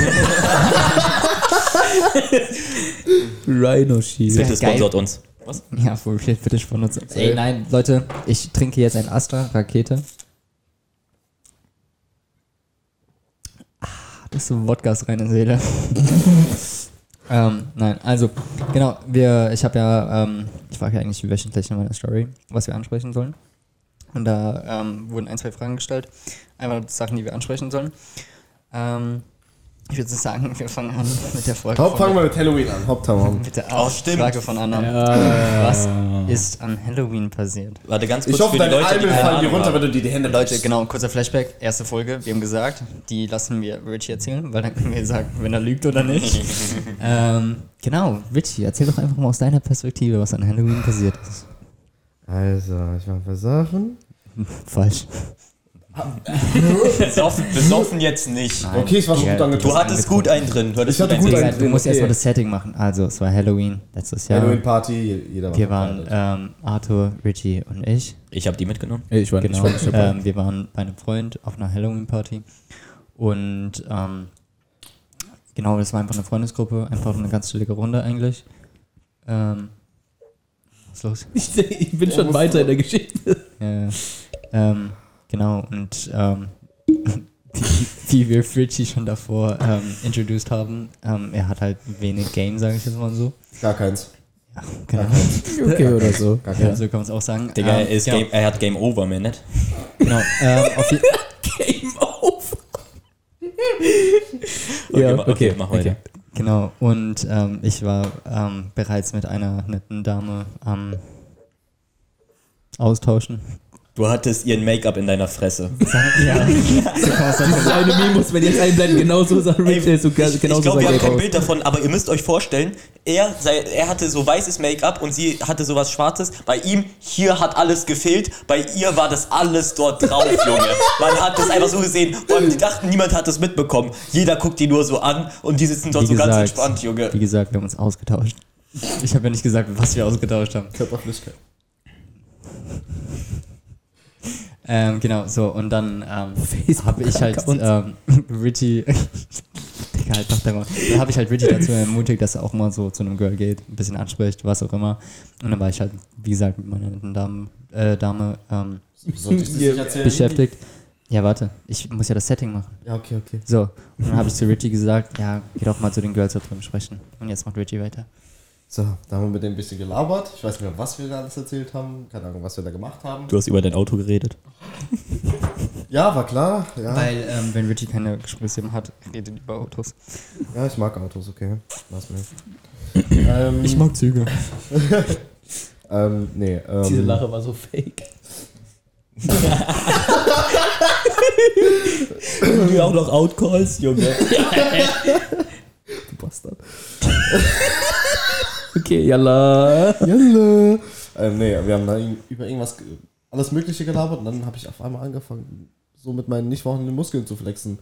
[SPEAKER 2] Rhino Shield.
[SPEAKER 1] Bitte sponsort uns. Was?
[SPEAKER 3] ja, voll shit, bitte von uns. Ey, nein, Leute, ich trinke jetzt ein Astra Rakete. Ah, Das ist so Wodka ist reine Seele. ähm, nein, also, genau, wir, ich habe ja, ähm, ich frage ja eigentlich wöchentlich in meiner Story, was wir ansprechen sollen. Und da ähm, wurden ein, zwei Fragen gestellt. Einfach Sachen, die wir ansprechen sollen. Ähm, ich würde sagen, wir fangen an mit der Frage.
[SPEAKER 4] Haupt
[SPEAKER 3] von-
[SPEAKER 4] fangen wir mit Halloween an. Hauptthema.
[SPEAKER 3] mit der
[SPEAKER 1] Oh, stimmt.
[SPEAKER 3] Frage von Anna.
[SPEAKER 2] ah,
[SPEAKER 1] Ah.
[SPEAKER 3] Was ist an Halloween passiert?
[SPEAKER 1] Warte ganz kurz
[SPEAKER 4] Ich hoffe,
[SPEAKER 1] für die
[SPEAKER 4] deine
[SPEAKER 1] Leute, die
[SPEAKER 4] Alben
[SPEAKER 1] keine
[SPEAKER 4] fallen dir
[SPEAKER 1] Ahnung
[SPEAKER 4] runter, wenn
[SPEAKER 1] haben.
[SPEAKER 4] du dir die Hände
[SPEAKER 8] Leute, genau, kurzer Flashback. Erste Folge, wir haben gesagt, die lassen wir Richie erzählen, weil dann können wir sagen, wenn er lügt oder nicht.
[SPEAKER 3] Ähm, genau, Richie, erzähl doch einfach mal aus deiner Perspektive, was an Halloween passiert ist.
[SPEAKER 9] Also, ich war besoffen.
[SPEAKER 3] Falsch.
[SPEAKER 1] Besoffen, besoffen jetzt nicht.
[SPEAKER 4] Okay, es war schon gut
[SPEAKER 1] Du
[SPEAKER 4] angezogen.
[SPEAKER 1] hattest gut einen drin. Du hattest
[SPEAKER 4] Ich hatte
[SPEAKER 1] einen
[SPEAKER 4] gut
[SPEAKER 1] drin.
[SPEAKER 3] Digga,
[SPEAKER 4] ein-
[SPEAKER 3] du musst
[SPEAKER 4] okay.
[SPEAKER 3] erstmal das Setting machen. Also, es war Halloween letztes Jahr.
[SPEAKER 4] Halloween-Party, jeder war
[SPEAKER 3] Wir waren
[SPEAKER 4] verkleidet.
[SPEAKER 3] ähm, Arthur, Richie und ich.
[SPEAKER 1] Ich habe die mitgenommen.
[SPEAKER 2] Ich war
[SPEAKER 3] Genau.
[SPEAKER 2] ich war nicht dabei.
[SPEAKER 3] ähm, wir waren bei einem Freund auf einer Halloween-Party. Und ähm, genau, das war einfach eine Freundesgruppe, einfach eine ganz chillige Runde eigentlich. Ähm, was ist los?
[SPEAKER 2] Ich, ich bin schon weiter in der Geschichte.
[SPEAKER 3] Ja, ja. ähm, genau, und ähm, wie, wie wir Fritchie schon davor ähm, introduced haben, ähm, er hat halt wenig Game, sage ich jetzt mal so.
[SPEAKER 4] Gar keins.
[SPEAKER 3] Genau,
[SPEAKER 2] Okay, oder so.
[SPEAKER 4] Gar
[SPEAKER 3] Also, ja,
[SPEAKER 4] keins.
[SPEAKER 3] so kann man es auch sagen.
[SPEAKER 1] Digga,
[SPEAKER 3] Ähm,
[SPEAKER 1] er, ist
[SPEAKER 3] genau,
[SPEAKER 1] game, er hat Game Over, man nicht?
[SPEAKER 3] Genau, ähm, auf je-
[SPEAKER 2] Game auf. ja,
[SPEAKER 1] ma-
[SPEAKER 2] okay,
[SPEAKER 1] okay, mach weiter.
[SPEAKER 3] genau und ähm, ich war ähm, bereits mit einer netten Dame am Austauschen.
[SPEAKER 1] Du hattest ihren Make-up in deiner Fresse.
[SPEAKER 3] ja, so kann man es
[SPEAKER 2] Dieses
[SPEAKER 3] natürlich-
[SPEAKER 2] eine Meme muss man jetzt einblenden, genauso sagen Rich, Äh, so, genauso
[SPEAKER 1] ich glaube, wir
[SPEAKER 2] sagt
[SPEAKER 1] haben
[SPEAKER 2] er
[SPEAKER 1] kein
[SPEAKER 2] raus.
[SPEAKER 1] Bild davon, aber ihr müsst euch vorstellen, er, sei, er hatte so weißes Make-up und sie hatte sowas Schwarzes. Bei ihm, hier hat alles gefehlt, bei ihr war das alles dort drauf, Junge. Man hat das einfach so gesehen. Vor allem, die dachten, niemand hat das mitbekommen. Jeder guckt die nur so an und die sitzen dort so
[SPEAKER 3] Wie
[SPEAKER 1] ganz
[SPEAKER 3] gesagt,
[SPEAKER 1] entspannt, Junge.
[SPEAKER 3] Wie gesagt, wir haben uns ausgetauscht. Ich habe ja nicht gesagt, was wir ausgetauscht haben.
[SPEAKER 4] Körperflüssigkeit.
[SPEAKER 3] Ähm, genau, so, und dann ähm, habe ich halt
[SPEAKER 2] Facebook-Account.
[SPEAKER 3] ähm, Richie. Digga, halt doch da mal. Dann habe ich halt Richie dazu ermutigt, dass er auch mal so zu einem Girl geht, ein bisschen anspricht, was auch immer. Und dann war ich halt, wie gesagt, mit meiner netten Dame, äh, Dame ähm,
[SPEAKER 4] Sollte ich das nicht erzählen?
[SPEAKER 3] beschäftigt. Ja, warte, ich muss ja das Setting machen.
[SPEAKER 4] Ja, okay, okay.
[SPEAKER 3] So, und dann habe ich zu Richie gesagt, ja, geh doch mal zu den Girls da drüben sprechen. Und jetzt macht Richie weiter.
[SPEAKER 4] So, da haben wir mit dem ein bisschen gelabert. Ich weiß nicht mehr, was wir da alles erzählt haben. Keine Ahnung, was wir da gemacht haben.
[SPEAKER 1] Du hast über dein Auto geredet.
[SPEAKER 4] Ja, war klar. Ja,
[SPEAKER 3] Weil, ähm, wenn Richie keine Gesprächsthemen hat, redet über Autos.
[SPEAKER 4] ja ich mag Autos, okay. Lass mir. ähm, ich mag.
[SPEAKER 3] Züge.
[SPEAKER 4] Ähm, nee, ähm,
[SPEAKER 2] Diese Lache war so fake.
[SPEAKER 1] Du auch noch Outcalls, Junge.
[SPEAKER 4] Du Bastard.
[SPEAKER 2] Okay, yalla.
[SPEAKER 4] Jalle. Ähm, nee, wir haben da irgend- über irgendwas, ge- alles Mögliche gelabert und dann habe ich auf einmal angefangen, so mit meinen nicht vorhandenen Muskeln zu flexen.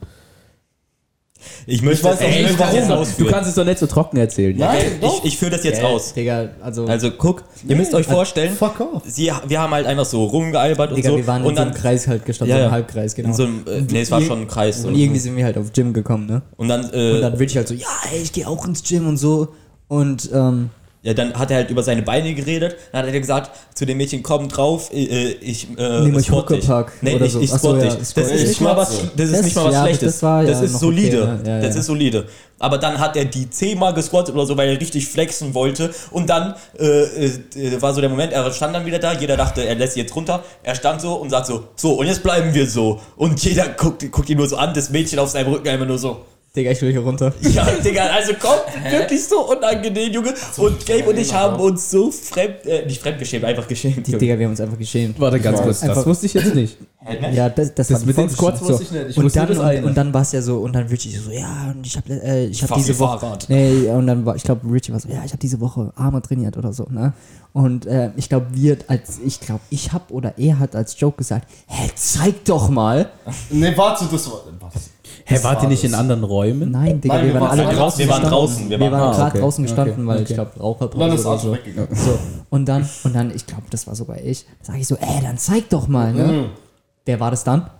[SPEAKER 1] Ich möchte
[SPEAKER 4] weiß auch
[SPEAKER 1] Ey,
[SPEAKER 4] nicht,
[SPEAKER 1] ich kann
[SPEAKER 4] warum.
[SPEAKER 1] das jetzt
[SPEAKER 2] Du
[SPEAKER 1] ausführen.
[SPEAKER 2] kannst es doch nicht so trocken erzählen. Ja?
[SPEAKER 4] Nein,
[SPEAKER 1] Ich, ich führe das jetzt aus.
[SPEAKER 3] Digga, also.
[SPEAKER 1] Also guck, ihr müsst euch vorstellen,
[SPEAKER 4] Fuck off.
[SPEAKER 1] sie, wir haben halt einfach so rumgealbert und
[SPEAKER 3] Digga,
[SPEAKER 1] so.
[SPEAKER 3] wir waren
[SPEAKER 1] und
[SPEAKER 3] in so
[SPEAKER 1] dann
[SPEAKER 3] einem Kreis halt gestanden,
[SPEAKER 1] Ja,
[SPEAKER 3] so
[SPEAKER 1] ja.
[SPEAKER 3] einem Halbkreis, genau.
[SPEAKER 1] in so einem, äh, nee, es war
[SPEAKER 3] Ir-
[SPEAKER 1] schon ein Kreis.
[SPEAKER 3] und irgendwie sind wir halt auf Gym gekommen, ne?
[SPEAKER 1] und dann,
[SPEAKER 3] Und
[SPEAKER 1] äh,
[SPEAKER 3] dann bin ich halt so, ja, ey, ich gehe auch ins Gym und so. Und, ähm,
[SPEAKER 1] ja, dann hat er halt über seine Beine geredet. Dann hat er gesagt zu dem Mädchen, komm drauf, äh, äh, ich äh,
[SPEAKER 3] Nimm euch
[SPEAKER 1] squat dich.
[SPEAKER 3] Huckepack
[SPEAKER 1] Nee,
[SPEAKER 3] oder
[SPEAKER 1] ich,
[SPEAKER 3] so.
[SPEAKER 1] ich
[SPEAKER 3] Ach so,
[SPEAKER 1] squat
[SPEAKER 3] ja,
[SPEAKER 1] dich.
[SPEAKER 3] squat
[SPEAKER 1] Das
[SPEAKER 3] dich.
[SPEAKER 1] ist nicht mal was, das ist
[SPEAKER 3] Das-
[SPEAKER 1] nicht mal was
[SPEAKER 3] ja,
[SPEAKER 1] Schlechtes.
[SPEAKER 3] das war ja
[SPEAKER 1] das ist
[SPEAKER 3] noch
[SPEAKER 1] solide.
[SPEAKER 3] okay, ne? Ja,
[SPEAKER 1] das
[SPEAKER 3] ja.
[SPEAKER 1] ist solide. Aber dann hat er die zehnmal gesquattet oder so, weil er richtig flexen wollte. Und dann äh, äh, war so der Moment, er stand dann wieder da. Jeder dachte, er lässt sie jetzt runter. Er stand so und sagt so, so, und jetzt bleiben wir so. Und jeder guckt, guckt ihn nur so an, das Mädchen auf seinem Rücken einfach nur so.
[SPEAKER 10] Digga, ich will hier runter.
[SPEAKER 1] Ja, Digga, also kommt wirklich so unangenehm, Junge. Und Gabe und ich haben uns so fremd, äh, nicht fremdgeschämt, einfach geschämt.
[SPEAKER 10] Die,
[SPEAKER 1] Junge.
[SPEAKER 10] Digga, wir haben uns einfach geschämt.
[SPEAKER 2] Warte ganz kurz, das
[SPEAKER 10] Einfach-
[SPEAKER 2] wusste ich jetzt nicht.
[SPEAKER 1] ne?
[SPEAKER 10] Ja, das, das, war
[SPEAKER 2] Das mit den
[SPEAKER 10] voll
[SPEAKER 2] Squats
[SPEAKER 10] bestimmt
[SPEAKER 2] wusste ich nicht. Ich
[SPEAKER 10] und,
[SPEAKER 2] wusste
[SPEAKER 10] dann,
[SPEAKER 2] das
[SPEAKER 10] und,
[SPEAKER 2] eine.
[SPEAKER 10] und dann war es ja so, und dann Richie so, ja, und ich habe äh, ich hab
[SPEAKER 1] Fuck,
[SPEAKER 10] diese
[SPEAKER 1] ihr
[SPEAKER 10] Woche.
[SPEAKER 1] Fahrrad.
[SPEAKER 10] Nee, und dann war, ich glaube, Richie war so, ja, ich habe diese Woche Arme trainiert oder so, ne? Und äh, ich glaube, wir, als ich glaube, ich habe oder er hat als Joke gesagt, hä, zeig doch mal.
[SPEAKER 4] Ne, warte, das war. Was?
[SPEAKER 2] Hä, wart ihr nicht in anderen Räumen?
[SPEAKER 10] Nein, Digga,
[SPEAKER 4] Nein,
[SPEAKER 10] wir, waren alle draußen.
[SPEAKER 1] Wir waren
[SPEAKER 10] gestanden.
[SPEAKER 1] draußen,
[SPEAKER 10] Wir
[SPEAKER 1] wir
[SPEAKER 10] waren,
[SPEAKER 1] waren-
[SPEAKER 2] Ah,
[SPEAKER 10] gerade
[SPEAKER 2] okay.
[SPEAKER 10] draußen gestanden,
[SPEAKER 2] Okay,
[SPEAKER 10] weil
[SPEAKER 2] okay.
[SPEAKER 10] ich glaube,
[SPEAKER 4] Dann
[SPEAKER 10] Raucherpause
[SPEAKER 4] ist
[SPEAKER 10] oder
[SPEAKER 4] Arsch
[SPEAKER 10] so.
[SPEAKER 4] weggegangen.
[SPEAKER 10] so. Und dann, und dann, ich glaube, das war sogar ich, sage ich so, ey, dann zeig doch mal, ne? Wer war das dann?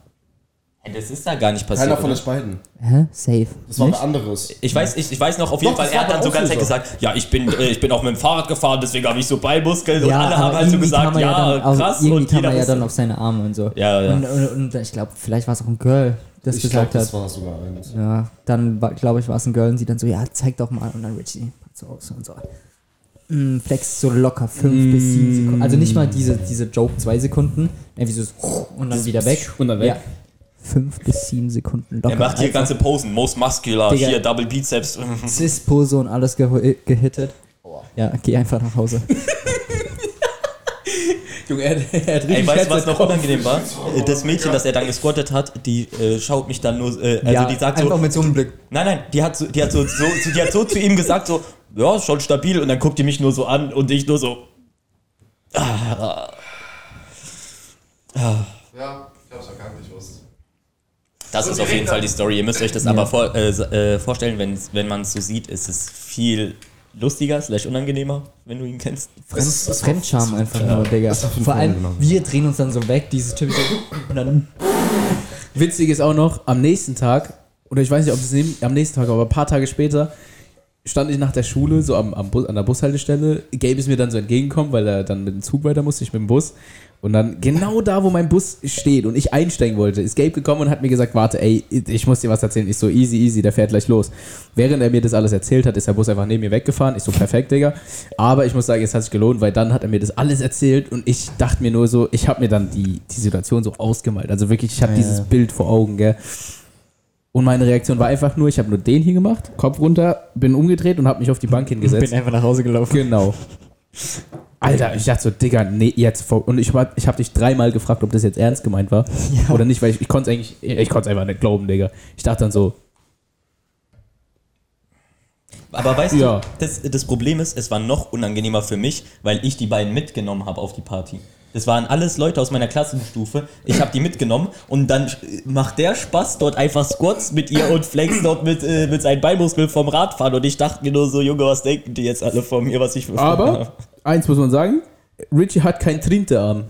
[SPEAKER 1] Hä, Das ist da gar nicht passiert.
[SPEAKER 4] Keiner von
[SPEAKER 1] oder?
[SPEAKER 4] euch beiden.
[SPEAKER 10] Hä? Safe.
[SPEAKER 4] Das war ein
[SPEAKER 10] Nicht?
[SPEAKER 4] anderes.
[SPEAKER 1] ich weiß, ich, ich weiß noch, auf jeden
[SPEAKER 4] Doch,
[SPEAKER 1] Fall,
[SPEAKER 4] das
[SPEAKER 1] er
[SPEAKER 4] war
[SPEAKER 1] hat dann
[SPEAKER 4] der
[SPEAKER 1] so ganz Zeit
[SPEAKER 4] Auslöser.
[SPEAKER 1] gesagt, ja, ich bin, äh, ich bin auch mit dem Fahrrad gefahren, deswegen habe ich so Ballmuskeln und alle haben
[SPEAKER 10] aber
[SPEAKER 1] halt so
[SPEAKER 10] irgendwie kam
[SPEAKER 1] gesagt,
[SPEAKER 10] er
[SPEAKER 1] ja,
[SPEAKER 10] dann, auf-
[SPEAKER 1] krass
[SPEAKER 10] irgendwie
[SPEAKER 1] und
[SPEAKER 10] kam
[SPEAKER 1] jeder
[SPEAKER 10] er ja
[SPEAKER 1] wusste-
[SPEAKER 10] dann auf seine Arme und so.
[SPEAKER 1] Ja, ja.
[SPEAKER 10] Und, und, und ich glaube, vielleicht war es auch ein Girl, das
[SPEAKER 4] Ich glaube,
[SPEAKER 10] gesagt
[SPEAKER 4] das halt
[SPEAKER 10] hat.
[SPEAKER 4] war sogar eins.
[SPEAKER 10] Ja, dann glaube ich, war es ein Girl und sie dann so, ja, zeig doch mal. Und dann Richie packt so aus und so. Mm, flex so locker fünf bis sieben Sekunden. Also nicht mal diese, diese Joke zwei Sekunden. Irgendwie so und dann wieder weg.
[SPEAKER 2] Und dann weg.
[SPEAKER 10] Ja. Fünf bis sieben Sekunden locker.
[SPEAKER 1] Er macht hier
[SPEAKER 10] Einfach
[SPEAKER 1] ganze Posen, most muscular,
[SPEAKER 10] Digga.
[SPEAKER 1] hier Double Bizeps.
[SPEAKER 10] Cis-Pose und alles ge gehittet. Ja, geh einfach nach Hause.
[SPEAKER 2] Junge, er, er hat richtig
[SPEAKER 1] Ey, weißt du, was noch unangenehm war? Das Mädchen, das er dann gesquattet hat, die äh, schaut mich dann nur, äh, also
[SPEAKER 10] ja,
[SPEAKER 1] die sagt
[SPEAKER 10] einfach
[SPEAKER 1] so,
[SPEAKER 10] mit so einem Blick.
[SPEAKER 1] Nein, nein, die hat so, die hat so, so, so, die hat so zu ihm gesagt, so, ja, ist schon stabil. Und dann guckt die mich nur so an und ich nur so.
[SPEAKER 11] Ja, ich hab's ja gar nicht gewusst.
[SPEAKER 1] Das ist auf jeden Fall die Story. Ihr müsst euch das aber vor, äh, s- äh, vorstellen, wenn, wenn man es so sieht, ist es viel lustiger, slash unangenehmer, wenn du ihn kennst.
[SPEAKER 10] Fremd, Fremdscham einfach nur, Digga. Vor allem, wir drehen uns dann so weg, dieses typische. Und dann
[SPEAKER 2] Witzig ist auch noch, am nächsten Tag, oder ich weiß nicht, ob es neben- am nächsten Tag, aber ein paar Tage später, stand ich nach der Schule, so am, am Bus, an der Bushaltestelle. Gabe ist mir dann so entgegengekommen, weil er dann mit dem Zug weiter musste, ich mit dem Bus. Und dann genau da, wo mein Bus steht und ich einsteigen wollte, ist Gabe gekommen und hat mir gesagt, warte, ey, ich muss dir was erzählen. Ich so, easy, easy, der fährt gleich los. Während er mir das alles erzählt hat, ist der Bus einfach neben mir weggefahren. Ich so, perfekt, Digga. Aber ich muss sagen, es hat sich gelohnt, weil dann hat er mir das alles erzählt und ich dachte mir nur so, ich habe mir dann die, die Situation so ausgemalt. Also wirklich, ich habe dieses Bild vor Augen, gell. Und meine Reaktion war einfach nur, ich habe nur den hier gemacht, Kopf runter, bin umgedreht und habe mich auf die Bank hingesetzt.
[SPEAKER 3] Bin einfach nach Hause gelaufen.
[SPEAKER 2] Genau. Alter, ich dachte so, Digga, nee, jetzt. vor- Und ich, war- ich habe dich dreimal gefragt, ob das jetzt ernst gemeint war oder nicht, weil ich, ich konnte es eigentlich, ich konnte einfach nicht glauben, Digga. Ich dachte dann so,
[SPEAKER 1] Aber weißt
[SPEAKER 2] Ja.
[SPEAKER 1] du, das, das Problem ist, es war noch unangenehmer für mich, weil ich die beiden mitgenommen habe auf die Party. Das waren alles Leute aus meiner Klassenstufe. Ich habe die mitgenommen und dann äh, macht der Spaß dort einfach Squats mit ihr und flex dort mit, äh, mit seinen Beinmuskeln vom Radfahren. Und ich dachte mir nur so, Junge, was denken die jetzt alle von mir, was ich für
[SPEAKER 2] aber eins muss man sagen, Richie hat kein Trinte an.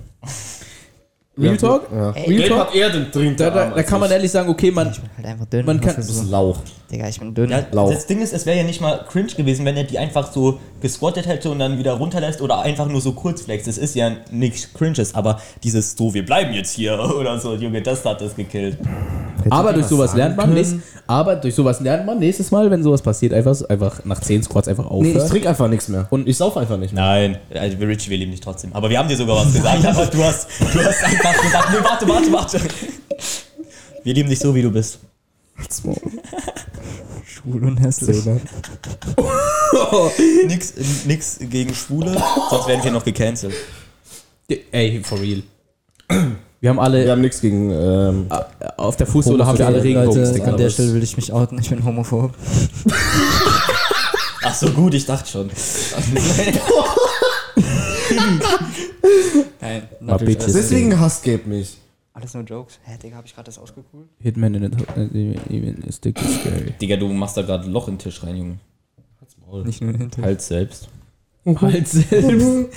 [SPEAKER 2] Real Talk?
[SPEAKER 11] Ja.
[SPEAKER 2] Real
[SPEAKER 4] Wen
[SPEAKER 2] Talk?
[SPEAKER 4] hat er denn dringend?
[SPEAKER 2] Da, da, da kann man ehrlich sagen, okay, man,
[SPEAKER 3] Halt einfach dünn.
[SPEAKER 2] Man kann-
[SPEAKER 3] was ist
[SPEAKER 4] Das ist
[SPEAKER 3] so.
[SPEAKER 4] ein Lauch.
[SPEAKER 3] Digga, ich bin dünn.
[SPEAKER 1] Ja,
[SPEAKER 4] Lauch.
[SPEAKER 1] das Ding ist, es wäre ja nicht mal cringe gewesen, wenn er die einfach so gesquattet hätte und dann wieder runterlässt oder einfach nur so kurz flext. Das ist ja nichts Cringes, aber dieses so, wir bleiben jetzt hier oder so, Junge, das hat das gekillt.
[SPEAKER 2] Aber durch sowas lernt man nächstes, aber durch sowas lernt man nächstes Mal, wenn sowas passiert, einfach, so- einfach nach 10 Squats einfach
[SPEAKER 11] Nee, ich
[SPEAKER 2] aufhören.
[SPEAKER 11] trinke einfach nichts mehr.
[SPEAKER 2] Und-
[SPEAKER 11] ich sauf einfach nicht mehr.
[SPEAKER 1] Nein, also Richie, wir lieben dich trotzdem. Aber wir haben dir sogar was gesagt, aber du hast, du hast einfach gesagt, nee, warte, warte, warte. Wir lieben dich so, wie du bist.
[SPEAKER 3] Schwul und hässlich.
[SPEAKER 1] Nix, nix gegen Schwule, sonst werden wir noch gecancelt.
[SPEAKER 2] Ey, for real. Wir haben alle, äh,
[SPEAKER 11] Wir haben nichts gegen. Ähm,
[SPEAKER 4] Ah,
[SPEAKER 2] auf der Fußsohle haben wir alle
[SPEAKER 10] Leute,
[SPEAKER 2] Regenbogensticker.
[SPEAKER 10] an der Stelle will ich mich outen, ich bin homophob.
[SPEAKER 1] Ach so, gut, ich dachte schon.
[SPEAKER 3] Nein,
[SPEAKER 2] Mal
[SPEAKER 3] natürlich.
[SPEAKER 2] bitte.
[SPEAKER 3] Alles,
[SPEAKER 11] deswegen hasst Gabe mich.
[SPEAKER 3] alles nur Jokes. Hä, Digga, hab ich gerade das ausgekühlt?
[SPEAKER 2] Hitman in äh, the Stick is scary.
[SPEAKER 1] Digga, du machst da gerade ein Loch in den Tisch rein, Junge.
[SPEAKER 3] Nicht nur hinter.
[SPEAKER 1] Halt selbst.
[SPEAKER 2] Halt selbst.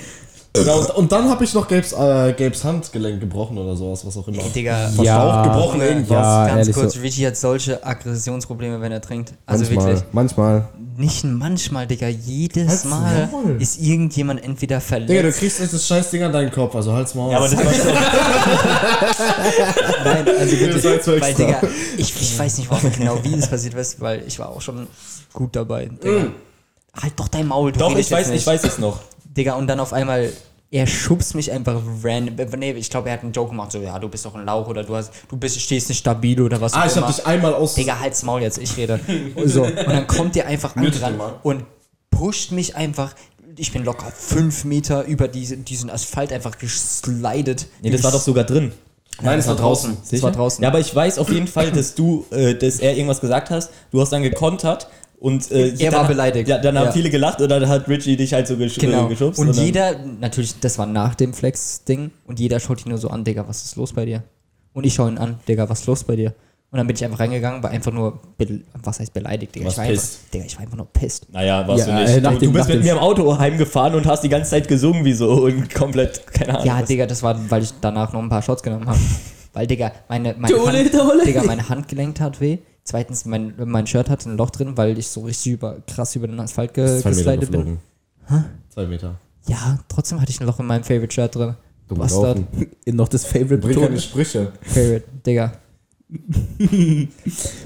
[SPEAKER 4] Genau, und, und dann habe ich noch Gabes, äh, Gabes Handgelenk gebrochen oder sowas, was auch immer.
[SPEAKER 3] Ey, Digga.
[SPEAKER 2] Ja,
[SPEAKER 4] gebrochen, irgendwas.
[SPEAKER 2] ja,
[SPEAKER 3] Ganz
[SPEAKER 2] ehrlich
[SPEAKER 3] kurz,
[SPEAKER 2] so.
[SPEAKER 3] Richie hat solche Aggressionsprobleme, wenn er trinkt. Also
[SPEAKER 11] manchmal.
[SPEAKER 3] wirklich.
[SPEAKER 11] Manchmal.
[SPEAKER 3] Nicht manchmal, Digga. Jedes Mal ist irgendjemand entweder verletzt.
[SPEAKER 4] Digga, du kriegst echt das scheiß Ding an deinen Kopf, also halt's mal aus.
[SPEAKER 1] Ja, aber das war so.
[SPEAKER 3] Nein, also wirklich.
[SPEAKER 4] seid so
[SPEAKER 3] weil,
[SPEAKER 4] extra.
[SPEAKER 3] Digga, ich, ich weiß nicht, warum genau wie es passiert ist, weil ich war auch schon gut
[SPEAKER 4] Mm.
[SPEAKER 3] dabei. Digga. Halt doch dein Maul, du
[SPEAKER 1] Doch,
[SPEAKER 3] redest
[SPEAKER 1] ich
[SPEAKER 3] jetzt
[SPEAKER 1] weiß,
[SPEAKER 3] nicht.
[SPEAKER 1] ich weiß es noch.
[SPEAKER 3] Digga, und dann auf einmal Er schubst mich einfach random. äh, Nee, ich glaube, er hat einen Joke gemacht, so, ja, du bist doch ein Lauch oder du hast, du bist, stehst nicht stabil oder was
[SPEAKER 4] Ah,
[SPEAKER 3] auch
[SPEAKER 4] ich hab
[SPEAKER 3] immer.
[SPEAKER 4] dich einmal aus.
[SPEAKER 3] Digga, halt's Maul jetzt, ich rede. So, und dann kommt der einfach angerannt und pusht mich einfach. Ich bin locker fünf Meter über diese, diesen Asphalt einfach geslidet.
[SPEAKER 1] Nee, das war doch sogar drin.
[SPEAKER 4] Nein, es war draußen.
[SPEAKER 3] Das war draußen.
[SPEAKER 1] Ja, aber ich weiß auf jeden Fall, dass du, äh, dass er irgendwas gesagt hast. Du hast dann gekontert und äh,
[SPEAKER 3] Er war
[SPEAKER 1] dann-
[SPEAKER 3] beleidigt.
[SPEAKER 1] Ja, dann haben
[SPEAKER 3] Ja.
[SPEAKER 1] viele gelacht und dann hat Richie dich halt so gesch
[SPEAKER 3] genau.
[SPEAKER 1] äh, geschubst.
[SPEAKER 3] Und
[SPEAKER 1] dann-
[SPEAKER 3] jeder, natürlich, das war nach dem Flex-Ding und jeder schaut ihn nur so an, Digga, was ist los bei dir? Und ich schaue ihn an, Digga, was ist los bei dir? Und dann bin ich einfach reingegangen, war einfach nur, be- was heißt beleidigt, Digga?
[SPEAKER 1] Was
[SPEAKER 3] Ich war, einfach,
[SPEAKER 1] pisst.
[SPEAKER 3] Digga, ich war einfach nur pissed.
[SPEAKER 1] Naja, warst
[SPEAKER 2] Ja,
[SPEAKER 1] du
[SPEAKER 2] äh,
[SPEAKER 1] nicht.
[SPEAKER 2] nach
[SPEAKER 1] du, du
[SPEAKER 2] dem-
[SPEAKER 1] bist
[SPEAKER 2] nach
[SPEAKER 1] mit
[SPEAKER 2] dem-
[SPEAKER 1] mir im Auto heimgefahren und hast die ganze Zeit gesungen wie so und komplett, keine Ahnung.
[SPEAKER 3] Ja,
[SPEAKER 1] was.
[SPEAKER 3] Digga, das war, weil ich danach noch ein paar Shots genommen habe. Weil, Digga, meine, meine,
[SPEAKER 10] Dole,
[SPEAKER 3] Hand,
[SPEAKER 10] Dole.
[SPEAKER 3] Digga, meine Handgelenk tat weh. Zweitens, mein, mein Shirt hatte ein Loch drin, weil ich so richtig über, krass über den Asphalt ge
[SPEAKER 11] Zwei Meter
[SPEAKER 3] geslidet bin.
[SPEAKER 11] geflogen. Zwei Meter.
[SPEAKER 3] Ja, trotzdem hatte ich ein Loch in meinem Favorite-Shirt drin.
[SPEAKER 11] Dumm
[SPEAKER 3] Bastard.
[SPEAKER 11] gelaufen.
[SPEAKER 2] Noch das Favorite
[SPEAKER 11] Bring keine
[SPEAKER 2] betonen.
[SPEAKER 11] Sprüche.
[SPEAKER 3] Favorite, Digga.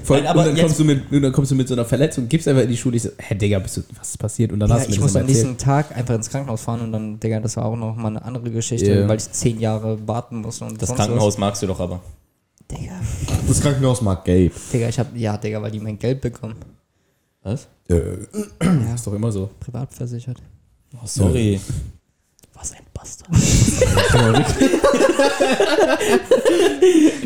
[SPEAKER 2] Voll,
[SPEAKER 1] Nein, aber
[SPEAKER 2] und, dann
[SPEAKER 1] jetzt-
[SPEAKER 2] kommst du mit, und dann kommst du mit so einer Verletzung, gibst einfach in die Schule. Ich so, hä, Digga, bist du, was ist passiert? Und dann
[SPEAKER 3] Digga
[SPEAKER 2] hast du mir
[SPEAKER 3] ich
[SPEAKER 2] das
[SPEAKER 3] muss
[SPEAKER 2] immer
[SPEAKER 3] am
[SPEAKER 2] erzählt.
[SPEAKER 3] nächsten Tag einfach ins Krankenhaus fahren und dann, Digga, das war auch noch mal eine andere Geschichte,
[SPEAKER 2] Ja.
[SPEAKER 3] weil ich zehn Jahre warten muss und
[SPEAKER 1] Das
[SPEAKER 3] sonst
[SPEAKER 1] Krankenhaus magst du doch aber.
[SPEAKER 3] Was. Digga,
[SPEAKER 11] Das Krankenhaus mag Gabe.
[SPEAKER 3] Digga, ich hab, ja, Digga, weil die mein Geld bekommen.
[SPEAKER 11] Äh,
[SPEAKER 2] Ist doch immer so.
[SPEAKER 3] Privat versichert.
[SPEAKER 1] Oh, sorry.
[SPEAKER 3] Was ein Bastard.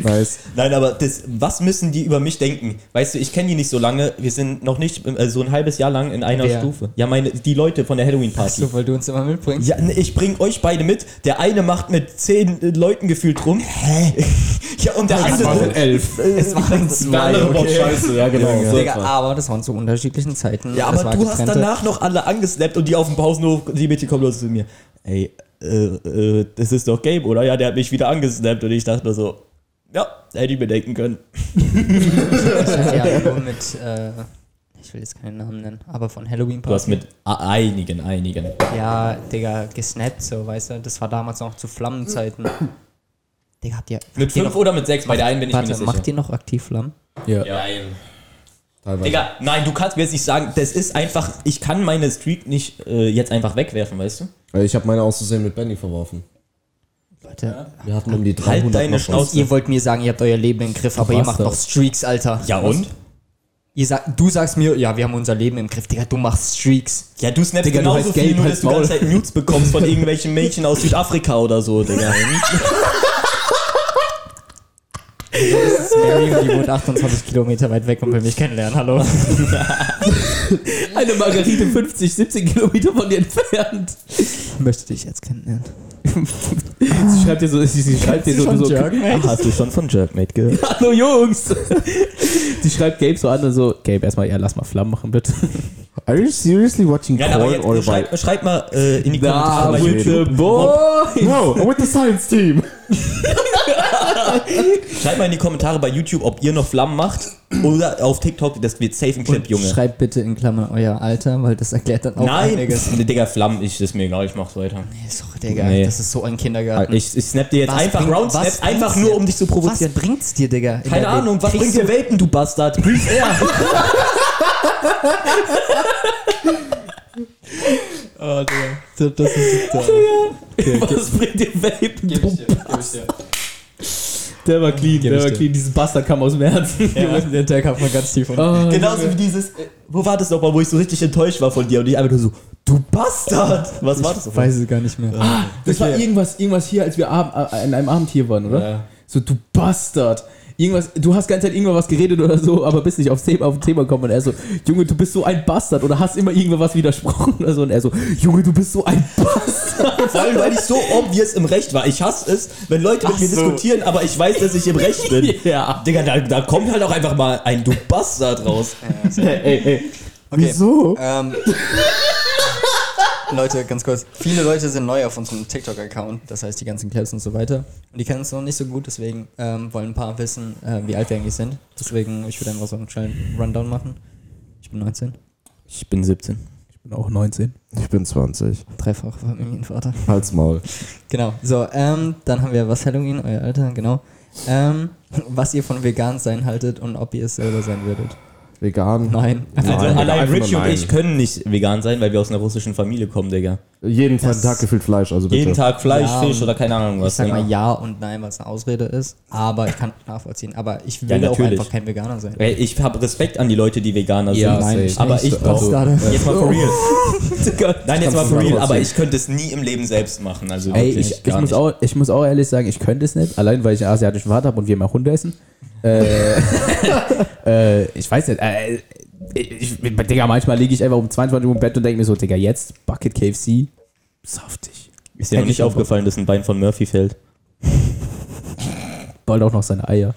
[SPEAKER 11] nice.
[SPEAKER 1] Nein, aber das, was müssen die über mich denken? Weißt du, ich kenne die nicht so lange. Wir sind noch nicht äh, so ein halbes Jahr lang in einer
[SPEAKER 3] Wer?
[SPEAKER 1] Stufe. Ja, meine, die Leute von der Halloween-Party.
[SPEAKER 3] So, weil du uns immer mitbringst.
[SPEAKER 1] Ja, ne, ich bring euch beide mit. Der eine macht mit zehn äh, Leuten gefühlt rum. Hä? Ja, und der andere.
[SPEAKER 11] elf.
[SPEAKER 3] Es waren
[SPEAKER 1] Der
[SPEAKER 3] zwei.
[SPEAKER 1] andere
[SPEAKER 11] Okay. Scheiße, ja genau.
[SPEAKER 1] Ja,
[SPEAKER 11] So
[SPEAKER 3] Digga,
[SPEAKER 11] etwa.
[SPEAKER 3] aber das waren zu unterschiedlichen Zeiten.
[SPEAKER 1] Ja,
[SPEAKER 3] das
[SPEAKER 1] aber
[SPEAKER 3] war
[SPEAKER 1] du hast
[SPEAKER 3] getrennte-
[SPEAKER 1] danach noch alle angesnappt und die auf dem Pausenhof, die Mädchen kommen los zu mir. Ey, äh, äh, das ist doch Game, oder? Ja, der hat mich wieder angesnappt und ich dachte nur so, ja, hätte ich mir denken können.
[SPEAKER 3] Ich hatte ja nur mit, äh, ich will jetzt keinen Namen nennen, aber von Halloween
[SPEAKER 1] Du hast mit a- Ah, einigen, einigen.
[SPEAKER 3] Ja, Digga, gesnappt, so, weißt du, das war damals noch zu Flammenzeiten. Digga, habt ihr.
[SPEAKER 1] Mit
[SPEAKER 3] habt ihr
[SPEAKER 1] fünf
[SPEAKER 3] noch,
[SPEAKER 1] oder mit sechs, bei der einen bin ich mir
[SPEAKER 3] Warte,
[SPEAKER 1] nicht
[SPEAKER 3] macht
[SPEAKER 1] sicher.
[SPEAKER 3] ihr noch aktiv Flammen?
[SPEAKER 11] Nein. Teilweise.
[SPEAKER 1] Digga, nein, du kannst mir jetzt nicht sagen, das ist einfach, ich kann meine Streak nicht äh, jetzt einfach wegwerfen, weißt du?
[SPEAKER 11] Ich habe meine auszusehen mit Benny verworfen.
[SPEAKER 3] Leute,
[SPEAKER 11] Wir hatten um die 300
[SPEAKER 1] Halt deine
[SPEAKER 11] noch was.
[SPEAKER 1] Schnauze.
[SPEAKER 3] ihr wollt mir sagen, ihr habt euer Leben im Griff, aber ihr macht noch Streaks, Alter.
[SPEAKER 1] Ja und?
[SPEAKER 3] Ihr sagt, du sagst mir, ja, wir haben unser Leben im Griff, Digga, du machst Streaks.
[SPEAKER 1] Ja, du halt snappst
[SPEAKER 2] Digga, du
[SPEAKER 1] genauso
[SPEAKER 2] heißt
[SPEAKER 1] viel,
[SPEAKER 2] Gelb,
[SPEAKER 1] nur dass
[SPEAKER 2] halt's
[SPEAKER 1] du die ganze
[SPEAKER 2] Maul.
[SPEAKER 1] Zeit Nudes bekommst von irgendwelchen Mädchen aus Südafrika oder so, Digga.
[SPEAKER 3] Das ist Mary und die wohnt 28 Kilometer weit weg und will mich kennenlernen, hallo.
[SPEAKER 2] Eine Margarite 50, 17 Kilometer von dir entfernt.
[SPEAKER 3] Möchte dich jetzt kennenlernen.
[SPEAKER 2] Sie schreibt dir so, sie, sie schreibt dir so, so
[SPEAKER 1] Hast du schon von Jerkmate gehört?
[SPEAKER 2] Hallo Jungs. Die schreibt Gabe so an und so, Gabe, erstmal, ja, lass mal Flammen machen, bitte.
[SPEAKER 11] Are you seriously watching
[SPEAKER 1] Ja, aber jetzt schreib, schreib mal äh, in die Kommentare bei
[SPEAKER 2] with
[SPEAKER 1] YouTube.
[SPEAKER 2] the boy.
[SPEAKER 11] No, with the science team.
[SPEAKER 1] Schreibt mal in die Kommentare bei YouTube, ob ihr noch Flammen macht oder auf TikTok, das wird safe ein Clip, Junge.
[SPEAKER 3] Schreibt bitte in Klammern euer Alter, weil das erklärt dann auch
[SPEAKER 1] Nein,
[SPEAKER 3] einiges.
[SPEAKER 1] Nee, Digga, Flammen, ich, das ist mir egal, ich mach's weiter.
[SPEAKER 3] Sorry, Digga,
[SPEAKER 1] Nee.
[SPEAKER 3] das ist so ein Kindergarten.
[SPEAKER 1] Ich, ich snap dir jetzt
[SPEAKER 3] Was
[SPEAKER 1] einfach
[SPEAKER 3] bringt-
[SPEAKER 1] Round
[SPEAKER 3] was
[SPEAKER 1] Snap, einfach
[SPEAKER 3] bringt's
[SPEAKER 1] nur,
[SPEAKER 3] dir?
[SPEAKER 1] um dich zu
[SPEAKER 3] Was
[SPEAKER 1] provozieren.
[SPEAKER 3] bringt's dir, Digga? in
[SPEAKER 1] Keine
[SPEAKER 3] der Welt?
[SPEAKER 1] Ahnung, was
[SPEAKER 3] Kriegst
[SPEAKER 1] bringt dir Welpen, du Bastard? Brief er!
[SPEAKER 3] du- Oh, Das ist
[SPEAKER 2] Was bringt dir Vapen, du Bastard? Der war clean, der war clean. Dieses Bastard kam aus dem Herzen.
[SPEAKER 3] ja. Den Tag hat man ganz tief unten.
[SPEAKER 2] Oh,
[SPEAKER 1] Genauso wie dieses, äh, wo war das nochmal, wo ich so richtig enttäuscht war von dir und ich einfach nur so, du Bastard! Was war das? nochmal?
[SPEAKER 3] Weiß es gar nicht mehr.
[SPEAKER 11] Ah,
[SPEAKER 2] Das war irgendwas, irgendwas hier, als wir ab, äh, an einem Abend hier waren, oder? So, du Bastard. Irgendwas, du hast die ganze Zeit irgendwas was geredet oder so, aber bist nicht aufs Thema, auf ein Thema gekommen. Und er so, Junge, du bist so ein Bastard. Oder hast immer irgendwas was widersprochen oder so. Und er so, Junge, du bist so ein Bastard.
[SPEAKER 1] Vor allem, weil ich so obvious im Recht war. Ich hasse es, wenn Leute mit mir diskutieren, aber ich weiß, dass ich im Recht bin.
[SPEAKER 2] ja.
[SPEAKER 1] Digga, da, da kommt halt auch einfach mal ein Du Bastard raus.
[SPEAKER 11] Wieso?
[SPEAKER 3] Ähm, Leute, ganz kurz. Viele Leute sind neu auf unserem TikTok-Account, das heißt die ganzen Clips und so weiter. Und die kennen uns noch nicht so gut, deswegen ähm, wollen ein paar wissen, äh, wie alt wir eigentlich sind. Deswegen, ich würde einfach so einen kleinen Rundown machen. Ich bin 19,
[SPEAKER 1] Ich bin 17.
[SPEAKER 2] Ich bin auch 19.
[SPEAKER 11] Ich bin 20.
[SPEAKER 3] dreifach Familienvater.
[SPEAKER 11] Halt's Maul.
[SPEAKER 3] Genau. So, ähm, dann haben wir was Halloween, euer Alter, genau. Ähm, was ihr von vegan sein haltet und ob ihr es selber sein würdet.
[SPEAKER 11] Vegan?
[SPEAKER 3] Nein.
[SPEAKER 1] Also
[SPEAKER 11] Nein,
[SPEAKER 1] allein
[SPEAKER 11] einfach nur
[SPEAKER 1] Richie und
[SPEAKER 11] nein.
[SPEAKER 1] ich können nicht vegan sein, weil wir aus einer russischen Familie kommen, Digga.
[SPEAKER 11] Jeden zweiten Tag gefüllt Fleisch, also bitte.
[SPEAKER 1] Jeden Tag Fleisch,
[SPEAKER 3] Ja,
[SPEAKER 1] Fisch
[SPEAKER 3] und
[SPEAKER 1] oder keine Ahnung was.
[SPEAKER 3] Ich sag
[SPEAKER 1] ne?
[SPEAKER 3] mal ja und nein, weil es eine Ausrede ist. Aber ich kann nachvollziehen. Aber ich will auch
[SPEAKER 1] natürlich.
[SPEAKER 3] einfach kein Veganer sein.
[SPEAKER 1] Ey, Ich habe Respekt an die Leute, die Veganer
[SPEAKER 2] Ja,
[SPEAKER 1] sind.
[SPEAKER 2] safe.
[SPEAKER 1] aber ich
[SPEAKER 2] Also,
[SPEAKER 1] brauche jetzt mal for real. Nein, jetzt mal for real, aber ich könnte es nie im Leben selbst machen. Also
[SPEAKER 2] Ey,
[SPEAKER 1] wirklich
[SPEAKER 2] ich, ich,
[SPEAKER 1] gar
[SPEAKER 2] muss
[SPEAKER 1] nicht.
[SPEAKER 2] auch, ich muss auch ehrlich sagen, ich könnte es nicht, allein weil ich einen asiatischen Vater habe und wir immer Hunde essen. Äh, äh, ich weiß nicht. Äh, ich, ich, Digga, manchmal liege ich einfach um 22 Uhr im Bett und denke mir so, Digga, jetzt Bucket KFC, saftig.
[SPEAKER 1] Ist dir noch
[SPEAKER 2] hätte
[SPEAKER 1] nicht
[SPEAKER 2] ich auch-
[SPEAKER 1] aufgefallen, dass ein Bein von Murphy fällt?
[SPEAKER 2] Bald auch noch seine Eier.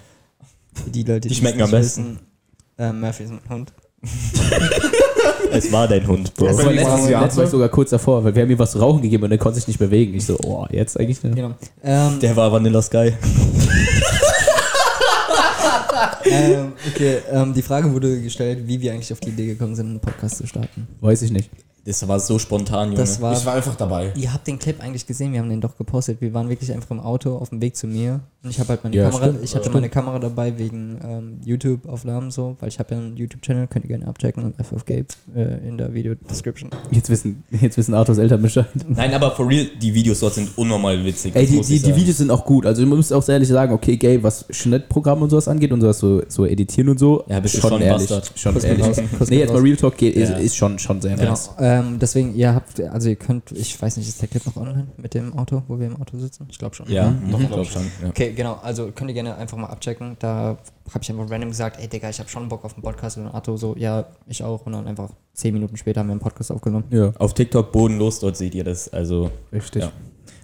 [SPEAKER 3] Für die Leute,
[SPEAKER 1] Die schmecken
[SPEAKER 3] es
[SPEAKER 1] am
[SPEAKER 3] nicht
[SPEAKER 1] besten.
[SPEAKER 3] wissen, Äh, Murphy ist ein Hund.
[SPEAKER 1] Es war dein Hund, Bro.
[SPEAKER 2] Das war
[SPEAKER 11] die
[SPEAKER 2] letztes,
[SPEAKER 11] Asiate?
[SPEAKER 2] letztes Mal sogar kurz davor, weil wir haben ihm was zu rauchen gegeben und er konnte sich nicht bewegen. Ich so, oh, jetzt eigentlich. Ne?
[SPEAKER 3] Genau. Ähm,
[SPEAKER 1] Der war Vanilla Sky.
[SPEAKER 3] ähm, okay, ähm, die Frage wurde gestellt, wie wir eigentlich auf die Idee gekommen sind, einen Podcast zu starten.
[SPEAKER 2] Weiß ich nicht.
[SPEAKER 1] Das war so spontan, Junge.
[SPEAKER 3] Das war,
[SPEAKER 4] Ich war einfach dabei.
[SPEAKER 3] Ihr habt den Clip eigentlich gesehen, wir haben den doch gepostet. Wir waren wirklich einfach im Auto auf dem Weg zu mir. Und ich habe halt meine
[SPEAKER 2] Ja,
[SPEAKER 3] Kamera,
[SPEAKER 2] stimmt.
[SPEAKER 3] ich hatte meine Kamera dabei wegen ähm, YouTube-Aufnahmen so, weil ich habe ja einen YouTube-Channel, könnt ihr gerne abchecken und FFG äh, in der Video-Description.
[SPEAKER 2] Jetzt wissen, jetzt wissen Arthurs Eltern Bescheid.
[SPEAKER 1] Nein, aber for real, die Videos dort sind unnormal witzig.
[SPEAKER 2] Ey,
[SPEAKER 1] das
[SPEAKER 2] die,
[SPEAKER 1] muss
[SPEAKER 2] die,
[SPEAKER 1] ich
[SPEAKER 2] die
[SPEAKER 1] sagen.
[SPEAKER 2] Videos sind auch gut. Also, ich muss auch ehrlich sagen, okay, gay, was Schnittprogramm und sowas angeht und sowas so, so editieren und so.
[SPEAKER 1] Ja, bist du schon
[SPEAKER 2] ehrlich.
[SPEAKER 1] Bastard.
[SPEAKER 2] Schon
[SPEAKER 3] Kuss
[SPEAKER 2] ehrlich.
[SPEAKER 3] geht raus, Kuss
[SPEAKER 2] nee,
[SPEAKER 3] geht
[SPEAKER 2] jetzt mal
[SPEAKER 3] raus.
[SPEAKER 2] Real Talk geht, ist,
[SPEAKER 1] Ja.
[SPEAKER 2] ist schon, schon sehr
[SPEAKER 3] Genau.
[SPEAKER 2] nice.
[SPEAKER 3] Ähm, deswegen, ihr habt, also ihr könnt, ich weiß nicht, ist der Clip noch online mit dem Auto, wo wir im Auto sitzen? Ich glaube schon.
[SPEAKER 1] Ja, mhm. ich glaub schon. Ja.
[SPEAKER 3] Okay, genau. Also könnt ihr gerne einfach mal abchecken. Da habe ich einfach random gesagt, ey Digga, ich habe schon Bock auf einen Podcast. Und Arthur so, ja, ich auch. Und dann einfach zehn Minuten später haben wir einen Podcast aufgenommen.
[SPEAKER 2] Ja,
[SPEAKER 1] Auf TikTok bodenlos, dort seht ihr das. Also,
[SPEAKER 2] richtig.
[SPEAKER 1] Ja.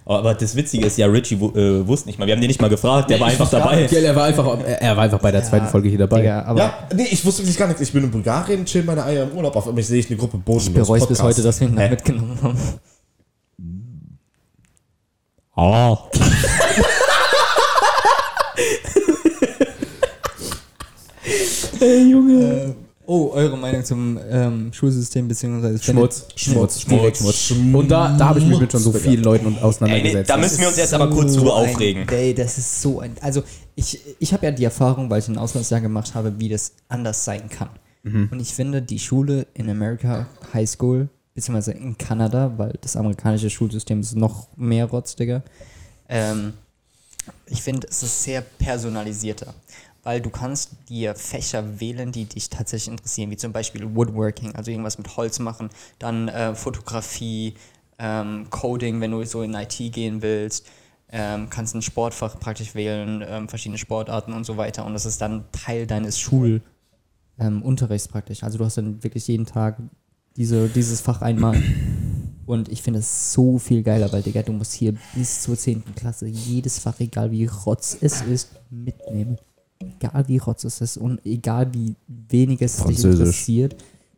[SPEAKER 1] aber das Witzige ist ja, Richie wu- äh, wusste nicht mal. Wir haben den nicht mal gefragt, der war einfach dabei.
[SPEAKER 2] Gell, er war einfach, er er war einfach bei der zweiten Folge hier dabei.
[SPEAKER 3] Digga, aber
[SPEAKER 4] Ja, nee, ich wusste wirklich gar nichts. Ich bin in Bulgarien, chill meine Eier im Urlaub. Auf einmal sehe ich eine Gruppe bodenlos.
[SPEAKER 3] ich bereue es bis
[SPEAKER 4] Podcast.
[SPEAKER 3] heute, dass wir ihn nicht mitgenommen haben.
[SPEAKER 1] Ah.
[SPEAKER 3] Oh, eure Meinung zum ähm, Schulsystem beziehungsweise
[SPEAKER 2] Schmutz, Schmutz, Schmutz, Schmutz,
[SPEAKER 4] Schmutz.
[SPEAKER 2] Und da, da habe ich mich mit schon so
[SPEAKER 4] Digga.
[SPEAKER 2] vielen Leuten und
[SPEAKER 1] Ey, nee,
[SPEAKER 2] auseinandergesetzt.
[SPEAKER 1] da müssen wir uns jetzt aber kurz drüber aufregen.
[SPEAKER 3] Ey, das ist so ein. Also, ich, ich habe ja die Erfahrung, weil ich ein Auslandsjahr gemacht habe, wie das anders sein kann.
[SPEAKER 1] Mhm.
[SPEAKER 3] Und ich finde, die Schule in Amerika, High School, beziehungsweise in Kanada, weil das amerikanische Schulsystem ist noch mehr Rotz, Digga. Ähm, ich finde, es ist sehr personalisierter, weil du kannst dir Fächer wählen, die dich tatsächlich interessieren, wie zum Beispiel Woodworking, also irgendwas mit Holz machen, dann äh, Fotografie, ähm, Coding, wenn du so in IT gehen willst, ähm, kannst ein Sportfach praktisch wählen, ähm, verschiedene Sportarten und so weiter und das ist dann Teil deines Schul ähm, Unterrichts praktisch. Also du hast dann wirklich jeden Tag diese, dieses Fach einmal. Und ich finde es so viel geiler, weil, Digga, du musst hier bis zur 10. Klasse jedes Fach, egal wie rotz es ist, mitnehmen. Egal wie rotz es ist und egal wie wenig es dich
[SPEAKER 11] Französisch.
[SPEAKER 3] interessiert.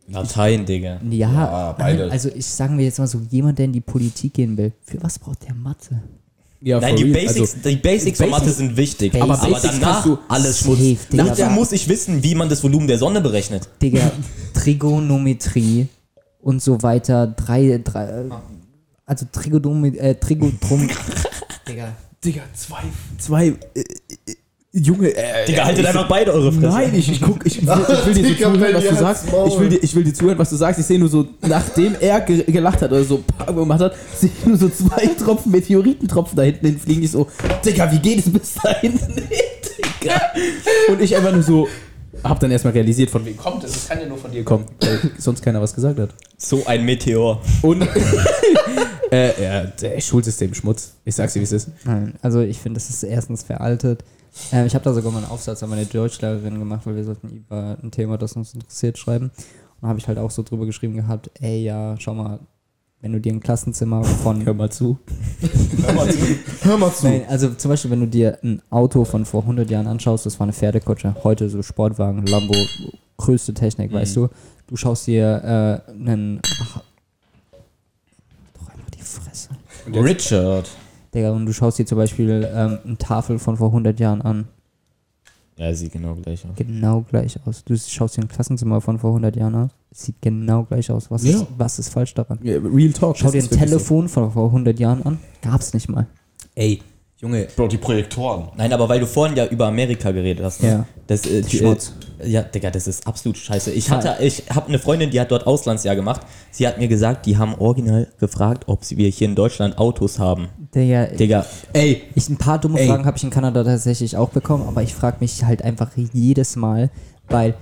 [SPEAKER 1] Latein, Digga.
[SPEAKER 3] Ja,
[SPEAKER 4] Ja, beides.
[SPEAKER 3] also ich sagen wir jetzt mal so, jemand, der in die Politik gehen will, für was braucht der Mathe?
[SPEAKER 2] ja,
[SPEAKER 1] Nein,
[SPEAKER 2] for
[SPEAKER 1] die
[SPEAKER 2] real. Also
[SPEAKER 1] Basics, die Basics von Mathe sind wichtig.
[SPEAKER 3] Basics
[SPEAKER 1] aber, aber danach
[SPEAKER 2] kannst du
[SPEAKER 1] alles Schmutz.
[SPEAKER 3] safe, Digga,
[SPEAKER 1] Nachher
[SPEAKER 3] aber-
[SPEAKER 1] muss ich wissen, wie man das Volumen der Sonne berechnet.
[SPEAKER 3] Digga, Trigonometrie und so weiter, drei, drei äh, also Trigonometrie, äh, Trigodrom... Digga,
[SPEAKER 2] Digga, zwei, zwei, äh, äh, Junge, äh,
[SPEAKER 1] Digga, haltet
[SPEAKER 2] ich-
[SPEAKER 1] einfach beide eure Fresse.
[SPEAKER 2] Nein, ich, ich guck, ich, will- ich will dir so
[SPEAKER 4] Digga,
[SPEAKER 2] zuhören,
[SPEAKER 4] wenn
[SPEAKER 2] was
[SPEAKER 4] ihr
[SPEAKER 2] du
[SPEAKER 4] ans
[SPEAKER 2] sagst.
[SPEAKER 4] Maul.
[SPEAKER 2] Ich will, dir, ich will dir zuhören, was du sagst. Ich sehe nur so, nachdem er ge gelacht hat oder so Pam gemacht hat, sehe ich nur so zwei Tropfen, Meteoritentropfen da hinten hinfliegen. Ich so, Digga, wie geht es bis dahin? Digga. Und ich einfach nur so, hab dann erstmal realisiert, von wem kommt es. Es kann ja nur von dir kommen, weil sonst keiner was gesagt hat.
[SPEAKER 1] So ein Meteor.
[SPEAKER 2] Und, äh, ja, der Schulsystem Schmutz. Ich sag's dir, wie es ist.
[SPEAKER 3] Nein, also ich finde, das ist erstens veraltet. Ähm, ich habe da sogar mal einen Aufsatz an meine Deutschlehrerin gemacht, weil wir sollten über ein Thema, das uns interessiert, schreiben. Und da habe ich halt auch so drüber geschrieben gehabt, ey, ja, schau mal, wenn du dir ein Klassenzimmer von...
[SPEAKER 2] Hör mal zu.
[SPEAKER 4] Hör mal zu.
[SPEAKER 3] Nein, also zum Beispiel, wenn du dir ein Auto von vor 100 Jahren anschaust, das war eine Pferdekutsche, heute so Sportwagen, Lambo, größte Technik, weißt du. Du schaust dir äh, einen... Ach, doch einmal die Fresse.
[SPEAKER 1] Richard.
[SPEAKER 3] Digga, und du schaust dir zum Beispiel ähm, eine Tafel von vor 100 Jahren an.
[SPEAKER 1] Ja, sieht genau gleich aus.
[SPEAKER 3] genau gleich aus. Du schaust dir ein Klassenzimmer von vor 100 Jahren an, sieht genau gleich aus. Was,
[SPEAKER 2] Ja.
[SPEAKER 3] ist, was ist falsch daran?
[SPEAKER 2] Ja, Real Talk.
[SPEAKER 3] Schau
[SPEAKER 2] das
[SPEAKER 3] dir ein
[SPEAKER 2] ist wirklich so.
[SPEAKER 3] Telefon von vor 100 Jahren an, gab's nicht mal.
[SPEAKER 2] Ey,
[SPEAKER 1] Junge,
[SPEAKER 4] Bro, die Projektoren.
[SPEAKER 1] Nein, aber weil du vorhin ja über Amerika geredet hast. Ne?
[SPEAKER 10] Ja.
[SPEAKER 1] Das, äh, die,
[SPEAKER 10] Schmutz.
[SPEAKER 1] Äh, ja, Digga, das ist absolut scheiße. Ich hatte, ich habe eine Freundin, die hat dort Auslandsjahr gemacht. Sie hat mir gesagt, die haben original gefragt, ob sie- wir hier in Deutschland Autos haben.
[SPEAKER 10] Digga,
[SPEAKER 1] Digga,
[SPEAKER 2] Ey,
[SPEAKER 10] ich, ein paar dumme
[SPEAKER 2] Ey.
[SPEAKER 10] Fragen habe ich in Kanada tatsächlich auch bekommen, aber ich frage mich halt einfach jedes Mal, weil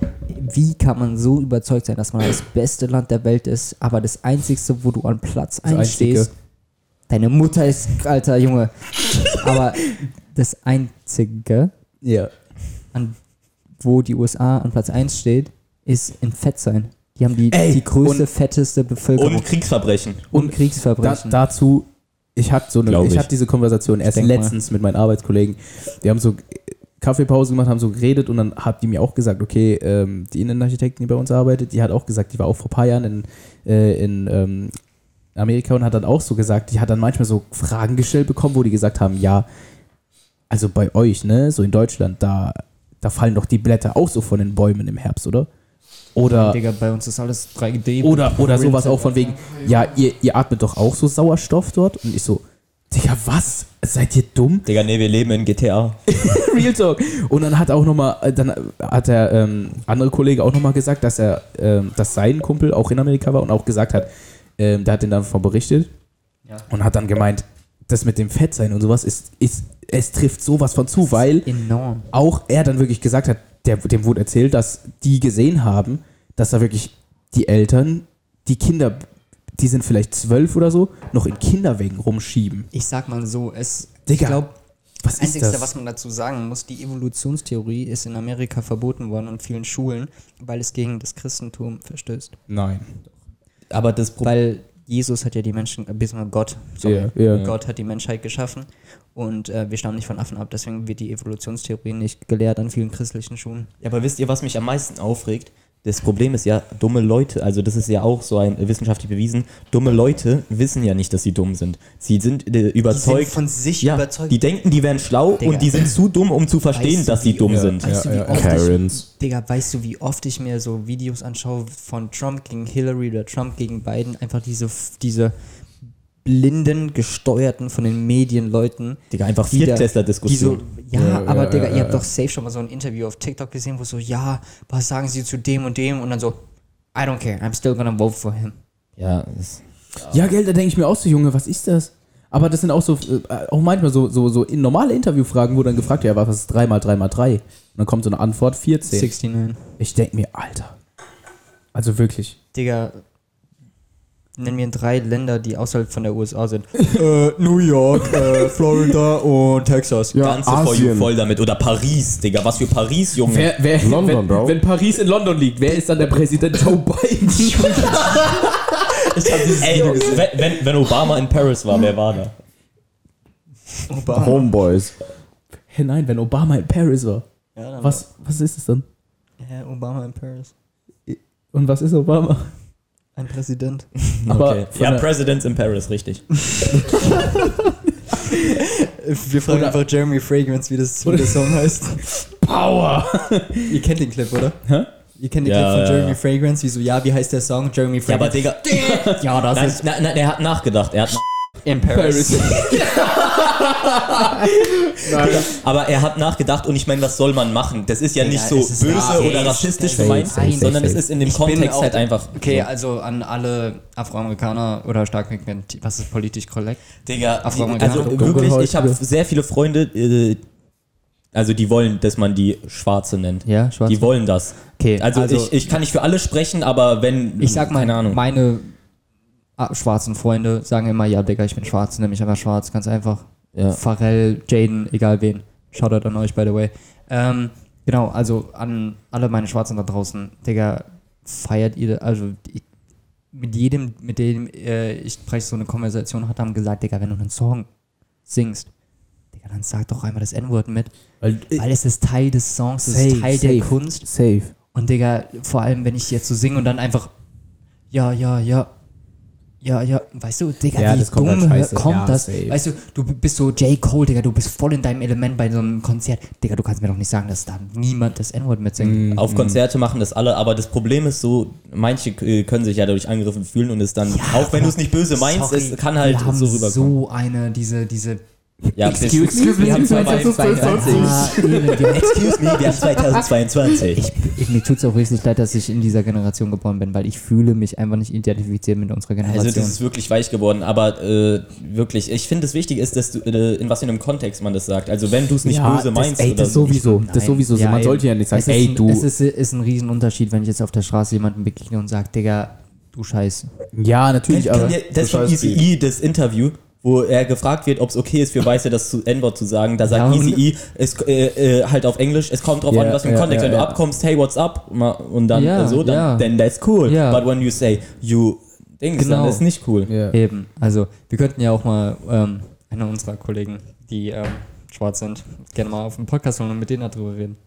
[SPEAKER 10] wie kann man so überzeugt sein, dass man das beste Land der Welt ist, aber das einzigste, wo du an Platz einstehst,
[SPEAKER 2] Einzige.
[SPEAKER 10] deine Mutter ist alter Junge, aber das einzige,
[SPEAKER 2] ja.
[SPEAKER 10] an, wo die USA an Platz 1 steht, ist im Fettsein. Die haben die,
[SPEAKER 2] Ey,
[SPEAKER 10] die größte,
[SPEAKER 2] und-
[SPEAKER 10] fetteste Bevölkerung
[SPEAKER 1] und Kriegsverbrechen.
[SPEAKER 10] und,
[SPEAKER 2] Da,
[SPEAKER 10] Kriegsverbrechen.
[SPEAKER 2] dazu, ich hatte so eine,
[SPEAKER 1] Glaub
[SPEAKER 2] ich,
[SPEAKER 1] ich.
[SPEAKER 2] hatte diese Konversation erst
[SPEAKER 10] denk mal.
[SPEAKER 2] letztens mit meinen Arbeitskollegen. Wir haben so Kaffeepause gemacht, haben so geredet und dann hat die mir auch gesagt, okay, ähm, die Innenarchitektin, die bei uns arbeitet, die hat auch gesagt, die war auch vor ein paar Jahren in, äh, in ähm, Amerika und hat dann auch so gesagt, die hat dann manchmal so Fragen gestellt bekommen, wo die gesagt haben, ja, also bei euch, ne, so in Deutschland, da, da fallen doch die Blätter auch so von den Bäumen im Herbst, oder? Oder
[SPEAKER 3] Digga, bei uns ist alles 3D.
[SPEAKER 2] oder, oder sowas auch von wegen, ja, ihr, ihr atmet doch auch so Sauerstoff dort. Und ich so, Digga, was? Seid ihr dumm?
[SPEAKER 1] Digga, nee, wir leben in GTA.
[SPEAKER 2] Real Talk. Und dann hat auch nochmal, dann hat der ähm, andere Kollege auch nochmal gesagt, dass er, ähm, dass sein Kumpel auch in Amerika war und auch gesagt hat, ähm, der hat den davon berichtet und hat dann gemeint, das mit dem Fettsein und sowas ist, ist, es trifft sowas von zu, weil
[SPEAKER 10] Enorm.
[SPEAKER 2] auch er dann wirklich gesagt hat, der, dem wurde erzählt, dass die gesehen haben, dass da wirklich die Eltern, die Kinder, die sind vielleicht zwölf oder so, noch in Kinderwägen rumschieben.
[SPEAKER 3] Ich sag mal so, es.
[SPEAKER 2] Digga,
[SPEAKER 3] ich glaube,
[SPEAKER 2] was ist
[SPEAKER 3] Einzigste,
[SPEAKER 2] das?
[SPEAKER 3] was man dazu sagen muss, die Evolutionstheorie ist in Amerika verboten worden an vielen Schulen, weil es gegen das Christentum verstößt.
[SPEAKER 2] Nein.
[SPEAKER 1] Aber das Problem.
[SPEAKER 3] Weil Jesus hat ja die Menschen, äh, beziehungsweise Gott, sorry,
[SPEAKER 2] Ja, ja.
[SPEAKER 3] Gott hat die Menschheit geschaffen und äh, wir stammen nicht von Affen ab, deswegen wird die Evolutionstheorie nicht gelehrt an vielen christlichen Schulen.
[SPEAKER 1] Ja, aber wisst ihr, was mich am meisten aufregt? Das Problem ist ja, dumme Leute, also das ist ja auch so ein äh, wissenschaftlich bewiesen, dumme Leute wissen ja nicht, dass sie dumm sind. Sie sind äh, überzeugt.
[SPEAKER 3] von sich
[SPEAKER 1] ja,
[SPEAKER 3] überzeugt.
[SPEAKER 1] Die denken, die wären schlau
[SPEAKER 3] Digga.
[SPEAKER 1] und die sind zu dumm, um zu verstehen,
[SPEAKER 3] Weißt du,
[SPEAKER 1] dass sie
[SPEAKER 3] wie-
[SPEAKER 1] dumm
[SPEAKER 3] Ja,
[SPEAKER 1] sind.
[SPEAKER 3] Weißt du, wie oft
[SPEAKER 11] Karens.
[SPEAKER 3] Ich, Digga, weißt du, wie oft ich mir so Videos anschaue von Trump gegen Hillary oder Trump gegen Biden? Einfach diese, diese blinden, gesteuerten von den Medienleuten.
[SPEAKER 1] Digga, einfach
[SPEAKER 3] die da- die so,
[SPEAKER 1] Viertklässler-Diskussion.
[SPEAKER 3] ja,
[SPEAKER 2] Ja,
[SPEAKER 3] aber
[SPEAKER 2] ja,
[SPEAKER 3] Digga,
[SPEAKER 2] ja,
[SPEAKER 3] ihr
[SPEAKER 2] ja,
[SPEAKER 3] habt
[SPEAKER 2] ja.
[SPEAKER 3] doch safe schon mal so ein Interview auf TikTok gesehen, wo so, ja, was sagen sie zu dem und dem? Und dann so, I don't care, I'm still gonna vote for him.
[SPEAKER 1] Ja, das,
[SPEAKER 2] Ja, gell, da denke ich mir auch so, Junge, was ist das? Aber das sind auch so, äh, auch manchmal so, so, so in normale Interviewfragen, wo dann gefragt wird, ja, was ist 3 mal 3 mal 3? Und dann kommt so eine Antwort 14.
[SPEAKER 3] 69.
[SPEAKER 2] Ich denke mir, Alter. Also wirklich.
[SPEAKER 3] Digga, nenn mir drei Länder, die außerhalb von der USA sind. äh, New York, äh, Florida und Texas.
[SPEAKER 11] Ja,
[SPEAKER 1] ganze For You
[SPEAKER 11] Asien.
[SPEAKER 1] voll damit. Oder Paris, Digga, was für Paris, Junge.
[SPEAKER 2] Wer, wer,
[SPEAKER 11] London,
[SPEAKER 2] wenn,
[SPEAKER 11] Bro.
[SPEAKER 2] wenn Paris in London liegt, wer ist dann der Präsident Joe Biden?
[SPEAKER 1] Ey, wenn, wenn- wenn Obama in Paris war, wer war da?
[SPEAKER 4] Ah.
[SPEAKER 11] Homeboys.
[SPEAKER 2] Hä, nein, wenn Obama in Paris war.
[SPEAKER 3] Ja, dann
[SPEAKER 2] Was, was ist es dann?
[SPEAKER 3] Hä, Obama in Paris.
[SPEAKER 2] Und was ist Obama?
[SPEAKER 3] Ein Präsident.
[SPEAKER 2] Aber
[SPEAKER 1] Okay.
[SPEAKER 2] von
[SPEAKER 1] Ja,
[SPEAKER 2] der-
[SPEAKER 1] Presidents in Paris, richtig.
[SPEAKER 3] Wir fragen
[SPEAKER 2] Oder-
[SPEAKER 3] einfach Jeremy Fragrance, wie das wie der Song heißt.
[SPEAKER 2] Power!
[SPEAKER 3] Ihr kennt den Clip, oder?
[SPEAKER 2] Hä?
[SPEAKER 3] Ihr kennt den
[SPEAKER 1] Ja,
[SPEAKER 3] Clip
[SPEAKER 1] ja,
[SPEAKER 3] von Jeremy
[SPEAKER 1] ja.
[SPEAKER 3] Fragrance, wie so, ja, wie heißt der Song? Jeremy
[SPEAKER 1] Ja, aber
[SPEAKER 3] Fragrance.
[SPEAKER 1] Digga,
[SPEAKER 3] Ja, das
[SPEAKER 1] nein, nein, nein, er hat nachgedacht. Er hat
[SPEAKER 3] in Paris.
[SPEAKER 1] Aber er hat nachgedacht und ich meine, was soll man machen? Das ist ja
[SPEAKER 3] Digga,
[SPEAKER 1] nicht so
[SPEAKER 3] es ist
[SPEAKER 1] böse
[SPEAKER 3] safe,
[SPEAKER 1] oder rassistisch
[SPEAKER 3] safe,
[SPEAKER 1] gemeint,
[SPEAKER 3] safe, safe,
[SPEAKER 1] sondern es
[SPEAKER 2] safe.
[SPEAKER 1] ist in dem
[SPEAKER 3] Ich bin
[SPEAKER 1] Kontext
[SPEAKER 3] auch-
[SPEAKER 1] halt einfach.
[SPEAKER 3] Okay, also an alle Afroamerikaner oder stark pigmentiert, was ist politisch korrekt?
[SPEAKER 1] Digga, die,
[SPEAKER 3] Afroamerikaner.
[SPEAKER 1] also wirklich,
[SPEAKER 2] Dunkelhäutige.
[SPEAKER 1] ich habe sehr viele Freunde, äh, also die wollen, dass man die Schwarze nennt.
[SPEAKER 3] Ja, schwarz.
[SPEAKER 1] Die wollen das.
[SPEAKER 3] Okay,
[SPEAKER 1] Also, ich, ich kann nicht für alle sprechen, aber wenn.
[SPEAKER 3] Ich sag mal,
[SPEAKER 1] keine Ahnung.
[SPEAKER 3] meine ah, schwarzen Freunde sagen immer, ja, Digga, ich bin schwarz, nenn mich einfach schwarz, ganz einfach.
[SPEAKER 1] Ja.
[SPEAKER 3] Pharrell, Jaden, egal wen. Shoutout an euch, by the way. Ähm, genau, also an alle meine Schwarzen da draußen, Digga, feiert ihr, also ich, mit jedem, mit dem äh, ich praktisch so eine Konversation hatte, haben gesagt, Digga, wenn du einen Song singst, Digga, dann sag doch einmal das N-Wort mit,
[SPEAKER 2] Weil, äh,
[SPEAKER 1] Äh.
[SPEAKER 3] weil es ist Teil des Songs, es ist
[SPEAKER 2] Safe,
[SPEAKER 3] Teil der
[SPEAKER 2] safe.
[SPEAKER 3] Kunst.
[SPEAKER 2] safe.
[SPEAKER 3] Und Digga, vor allem, wenn ich jetzt so singe und dann einfach, ja, ja, ja, ja, ja, weißt du, Digga,
[SPEAKER 2] Ja,
[SPEAKER 3] wie
[SPEAKER 2] das
[SPEAKER 3] dumm
[SPEAKER 2] kommt
[SPEAKER 3] kommt,
[SPEAKER 2] halt scheiße.
[SPEAKER 3] kommt
[SPEAKER 2] Ja,
[SPEAKER 3] das?
[SPEAKER 2] safe.
[SPEAKER 3] Weißt du, du bist so J. Cole, Digga, du bist voll in deinem Element bei so einem Konzert. Digga, du kannst mir doch nicht sagen, dass da niemand das N-Wort mitsingt.
[SPEAKER 1] Auf Konzerte machen das alle, aber das Problem ist so, manche äh, können sich ja dadurch angegriffen fühlen und es dann, auch wenn du es nicht böse meinst,
[SPEAKER 3] Sorry,
[SPEAKER 1] es kann halt
[SPEAKER 3] wir haben
[SPEAKER 1] so rüberkommen.
[SPEAKER 3] so eine, diese, diese
[SPEAKER 1] Ja,
[SPEAKER 2] Excuse
[SPEAKER 1] bis-
[SPEAKER 2] me,
[SPEAKER 1] wir haben
[SPEAKER 2] wir haben
[SPEAKER 1] 2022.
[SPEAKER 2] Ah,
[SPEAKER 1] Excuse me, wir haben 2022.
[SPEAKER 3] Ich, ich, mir tut es auch richtig leid, dass ich in dieser Generation geboren bin, weil ich fühle mich einfach nicht identifiziert mit unserer
[SPEAKER 1] Also
[SPEAKER 3] Generation.
[SPEAKER 1] das ist wirklich weich geworden, aber äh, wirklich, ich finde das Wichtige ist, dass du, äh, in was für einem Kontext man das sagt. Also wenn du es nicht
[SPEAKER 2] Ja,
[SPEAKER 1] böse meinst
[SPEAKER 2] das, ey,
[SPEAKER 1] oder
[SPEAKER 2] das sowieso, das sowieso. so.
[SPEAKER 3] Ja,
[SPEAKER 2] man
[SPEAKER 3] ey,
[SPEAKER 2] sollte ja nicht sagen,
[SPEAKER 3] es ist
[SPEAKER 2] ey
[SPEAKER 3] ein,
[SPEAKER 2] du,
[SPEAKER 3] Es ist, ist ein Riesenunterschied, wenn ich jetzt auf der Straße jemanden begegne und sage, Digga, du Scheiß.
[SPEAKER 2] ja natürlich,
[SPEAKER 1] Kennt
[SPEAKER 2] aber
[SPEAKER 1] ihr das von
[SPEAKER 4] scheiß
[SPEAKER 1] Easy E, das Interview, wo er gefragt wird, ob es okay ist für Weiße, das zu N-Wort zu sagen. Da sagt
[SPEAKER 3] Ja, und-
[SPEAKER 1] Easy E es, äh, äh, halt auf Englisch, es kommt drauf
[SPEAKER 2] Ja,
[SPEAKER 1] an, was für ein
[SPEAKER 2] ja,
[SPEAKER 1] Kontext.
[SPEAKER 2] ja,
[SPEAKER 1] wenn du
[SPEAKER 2] ja.
[SPEAKER 1] abkommst, hey, what's up? Ma- Und dann
[SPEAKER 3] Ja,
[SPEAKER 1] äh, so, dann
[SPEAKER 3] ja.
[SPEAKER 1] then that's cool.
[SPEAKER 3] Ja.
[SPEAKER 1] But when you say you things,
[SPEAKER 3] Genau.
[SPEAKER 1] dann ist nicht cool.
[SPEAKER 2] ja.
[SPEAKER 3] Eben. Also, wir könnten ja auch mal ähm, einer unserer Kollegen, die ähm, schwarz sind, gerne mal auf den Podcast holen und mit denen darüber reden.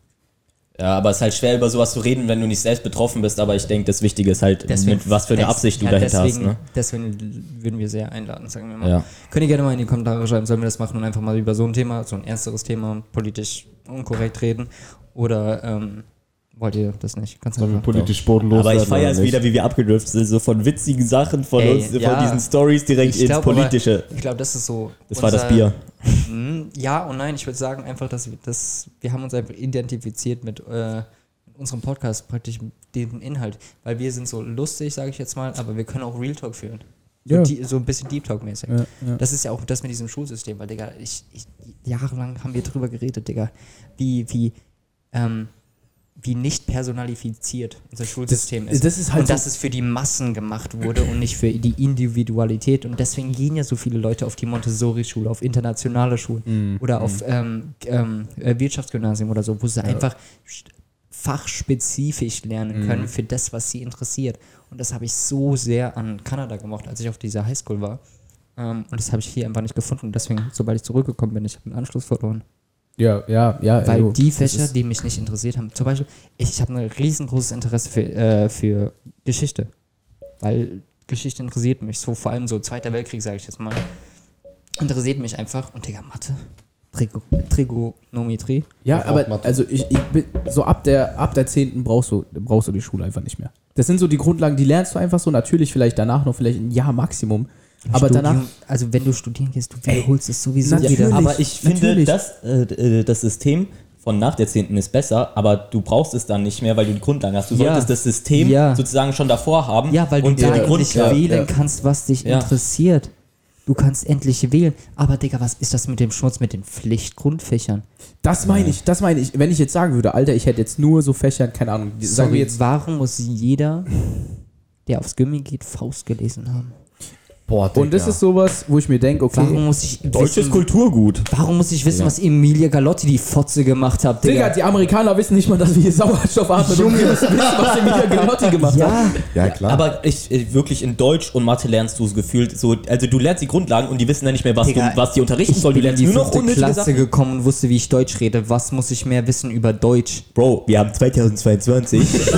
[SPEAKER 1] Ja, aber es ist halt schwer, über sowas zu reden, wenn du nicht selbst betroffen bist. Aber ich denke, das Wichtige ist halt, mit was für eine
[SPEAKER 3] des-
[SPEAKER 1] Absicht du
[SPEAKER 3] ja,
[SPEAKER 1] dahinter
[SPEAKER 3] deswegen,
[SPEAKER 1] hast.
[SPEAKER 3] Deswegen würden wir sehr einladen, sagen wir
[SPEAKER 1] Ne?
[SPEAKER 3] mal.
[SPEAKER 1] Ja.
[SPEAKER 3] Könnt ihr gerne mal in die Kommentare schreiben, sollen wir das machen und einfach mal über so ein Thema, so ein ernsteres Thema, politisch unkorrekt reden? Oder ähm, wollt ihr das nicht?
[SPEAKER 1] Also
[SPEAKER 3] Ganz
[SPEAKER 11] Sollen wir
[SPEAKER 3] einfach.
[SPEAKER 11] politisch bodenlos
[SPEAKER 1] Aber ich
[SPEAKER 11] werden
[SPEAKER 1] feiere
[SPEAKER 11] oder
[SPEAKER 1] es
[SPEAKER 11] nicht?
[SPEAKER 1] wieder, wie wir abgedriftet sind, so von witzigen Sachen von
[SPEAKER 3] Ey,
[SPEAKER 1] uns,
[SPEAKER 3] ja.
[SPEAKER 1] von diesen Stories direkt
[SPEAKER 3] Ich
[SPEAKER 1] ins
[SPEAKER 3] glaub aber-
[SPEAKER 1] Politische.
[SPEAKER 3] Ich glaube, das ist so.
[SPEAKER 1] Das war das
[SPEAKER 3] unser-
[SPEAKER 1] Bier.
[SPEAKER 3] Hm, Ja und nein, ich würde sagen einfach, dass wir, dass wir haben uns einfach identifiziert mit äh, unserem Podcast, praktisch dem Inhalt. Weil wir sind so lustig, sage ich jetzt mal, aber wir können auch Real Talk führen. So,
[SPEAKER 2] Ja.
[SPEAKER 3] die, so ein bisschen Deep Talk-mäßig.
[SPEAKER 2] Ja, ja.
[SPEAKER 3] Das ist ja auch das mit diesem Schulsystem, weil, Digga, ich, ich, jahrelang haben wir drüber geredet, Digga, wie, wie, ähm, wie nicht personalifiziert unser Schulsystem
[SPEAKER 2] Das-
[SPEAKER 3] ist.
[SPEAKER 2] das ist halt
[SPEAKER 3] und
[SPEAKER 2] so-
[SPEAKER 3] dass es für die Massen gemacht wurde und nicht für die Individualität. Und deswegen gehen ja so viele Leute auf die Montessori-Schule, auf internationale Schulen oder auf ähm, ähm, äh, Wirtschaftsgymnasium oder so, wo sie einfach st- fachspezifisch lernen können für das, was sie interessiert. Und das habe ich so sehr an Kanada gemocht, als ich auf dieser Highschool war. Ähm, und das habe ich hier einfach nicht gefunden. Deswegen, sobald ich zurückgekommen bin, ich habe den Anschluss verloren.
[SPEAKER 2] ja, ja, ja.
[SPEAKER 3] Weil
[SPEAKER 2] jo,
[SPEAKER 3] die
[SPEAKER 2] Also, das
[SPEAKER 3] Fächer,
[SPEAKER 2] ist-
[SPEAKER 3] die mich nicht interessiert haben, zum Beispiel, ich, ich habe ein riesengroßes Interesse für, äh, für Geschichte. Weil Geschichte interessiert mich. So, vor allem so Zweiter Weltkrieg, sage ich jetzt mal. Interessiert mich einfach. Und Digga, Mathe. Trigo Trigonometrie.
[SPEAKER 2] Ja,
[SPEAKER 4] Auch
[SPEAKER 2] aber
[SPEAKER 4] Mathe.
[SPEAKER 2] also ich, ich bin, so ab der ab der 10. brauchst du brauchst du die Schule einfach nicht mehr. Das sind so die Grundlagen, die lernst du einfach so natürlich vielleicht danach noch vielleicht ein Jahr Maximum, aber
[SPEAKER 3] Studium,
[SPEAKER 2] danach
[SPEAKER 3] Also, wenn du studieren gehst, du wiederholst es sowieso
[SPEAKER 2] natürlich.
[SPEAKER 3] wieder.
[SPEAKER 1] Aber ich finde,
[SPEAKER 2] natürlich.
[SPEAKER 1] dass, äh, äh, das System von nach der 10. ist besser, aber du brauchst es dann nicht mehr, weil du die Grundlagen hast. Du
[SPEAKER 3] Ja.
[SPEAKER 1] solltest das System
[SPEAKER 3] Ja.
[SPEAKER 1] sozusagen schon davor haben
[SPEAKER 3] Ja, weil du
[SPEAKER 1] und dir
[SPEAKER 3] da
[SPEAKER 1] die
[SPEAKER 3] endlich
[SPEAKER 1] Grundlagen.
[SPEAKER 3] wählen kannst, was dich
[SPEAKER 1] Ja.
[SPEAKER 3] interessiert. Du kannst endlich wählen. Aber Digga, was ist das mit dem Schmutz, mit den Pflichtgrundfächern?
[SPEAKER 2] das meine ich, das meine ich, wenn ich jetzt sagen würde, Alter, ich hätte jetzt nur so Fächer, keine Ahnung, die- sagen
[SPEAKER 3] Sorry,
[SPEAKER 2] wir jetzt
[SPEAKER 3] warum muss jeder, der aufs Gimmi geht, Faust gelesen haben?
[SPEAKER 4] Boah, Digga.
[SPEAKER 2] und das ist sowas, wo ich mir denke, okay,
[SPEAKER 3] Warum muss ich wissen,
[SPEAKER 1] Kulturgut.
[SPEAKER 3] warum muss ich wissen was Emilia Galotti die Fotze gemacht hat,
[SPEAKER 2] Digga,
[SPEAKER 3] Digga?
[SPEAKER 2] die Amerikaner wissen nicht mal, dass wir hier Sauerstoff atmen und wir müssen wissen, was Emilia Galotti gemacht hat.
[SPEAKER 3] ja,
[SPEAKER 11] Ja, klar.
[SPEAKER 1] Aber ich, äh, wirklich in Deutsch und Mathe lernst du es gefühlt so, also du lernst die Grundlagen und die wissen dann nicht mehr, was,
[SPEAKER 3] Digga,
[SPEAKER 1] du, was die unterrichten
[SPEAKER 3] ich
[SPEAKER 1] sollen. Du
[SPEAKER 3] bin in
[SPEAKER 1] lernst
[SPEAKER 3] die
[SPEAKER 1] nur noch
[SPEAKER 3] fünfte
[SPEAKER 1] unnötige
[SPEAKER 3] Klasse
[SPEAKER 1] Sachen.
[SPEAKER 3] gekommen und wusste, wie ich Deutsch rede. Was muss ich mehr wissen über Deutsch?
[SPEAKER 1] Bro, wir haben 2022.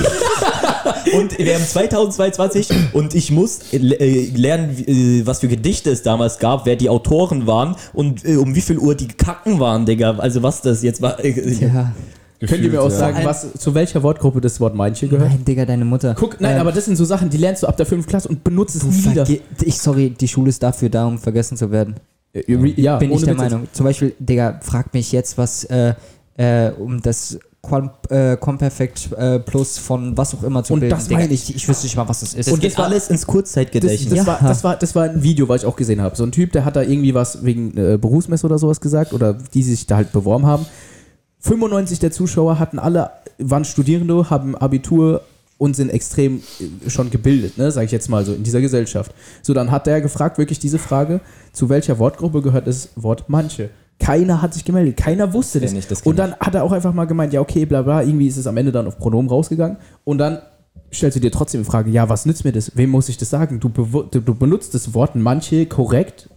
[SPEAKER 1] und wir haben 2022 und ich muss äh, äh, lernen, wie- äh, was für Gedichte es damals gab, wer die Autoren waren und äh, um wie viel Uhr die Kacken waren, Digga. Also was das jetzt war. Äh,
[SPEAKER 3] Ja,
[SPEAKER 2] Könnt ihr mir auch
[SPEAKER 11] Gefühlt, ja.
[SPEAKER 2] sagen, was, zu welcher Wortgruppe das Wort Meinchen gehört?
[SPEAKER 3] nein, Digga, deine Mutter.
[SPEAKER 2] Guck, nein,
[SPEAKER 3] Ähm,
[SPEAKER 2] aber das sind so Sachen, die lernst du ab der 5. Klasse und benutzt es
[SPEAKER 3] du
[SPEAKER 2] nie wieder.
[SPEAKER 3] verge- ich sorry, die Schule ist dafür da, um vergessen zu werden.
[SPEAKER 2] Äh, re- Ja,
[SPEAKER 3] bin ich
[SPEAKER 2] ohne
[SPEAKER 3] der
[SPEAKER 2] Witz.
[SPEAKER 3] Meinung. Zum Beispiel, Digga, frag mich jetzt, was äh, äh, um das Quamp, äh, Quamperfekt äh, Plus von was auch immer zu
[SPEAKER 2] Und
[SPEAKER 3] bilden.
[SPEAKER 2] das
[SPEAKER 3] Digga,
[SPEAKER 2] meine
[SPEAKER 3] ich. Ich wüsste nicht mal, was das ist.
[SPEAKER 1] das geht alles ins
[SPEAKER 2] Das,
[SPEAKER 1] Kurzzeitgedächtnis.
[SPEAKER 2] das,
[SPEAKER 3] Ja.
[SPEAKER 2] war, das, war, das war ein Video, was ich auch gesehen habe. So ein Typ, der hat da irgendwie was wegen äh, Berufsmesse oder sowas gesagt oder die sich da halt beworben haben. 95 der Zuschauer hatten alle, waren Studierende, haben Abitur und sind extrem äh, schon gebildet, ne, sag ich jetzt mal so, in dieser Gesellschaft. So, dann hat der gefragt, wirklich diese Frage, zu welcher Wortgruppe gehört das Wort manche? Keiner hat sich gemeldet, keiner wusste das.
[SPEAKER 1] Kenn ich, das genau. kenn
[SPEAKER 2] und dann hat er auch einfach mal gemeint, ja, okay, bla bla, irgendwie ist es am Ende dann auf Pronomen rausgegangen und dann stellst du dir trotzdem die Frage, ja, was nützt mir das? Wem muss ich das sagen? Du, bewu- du, du benutzt das Wort manche korrekt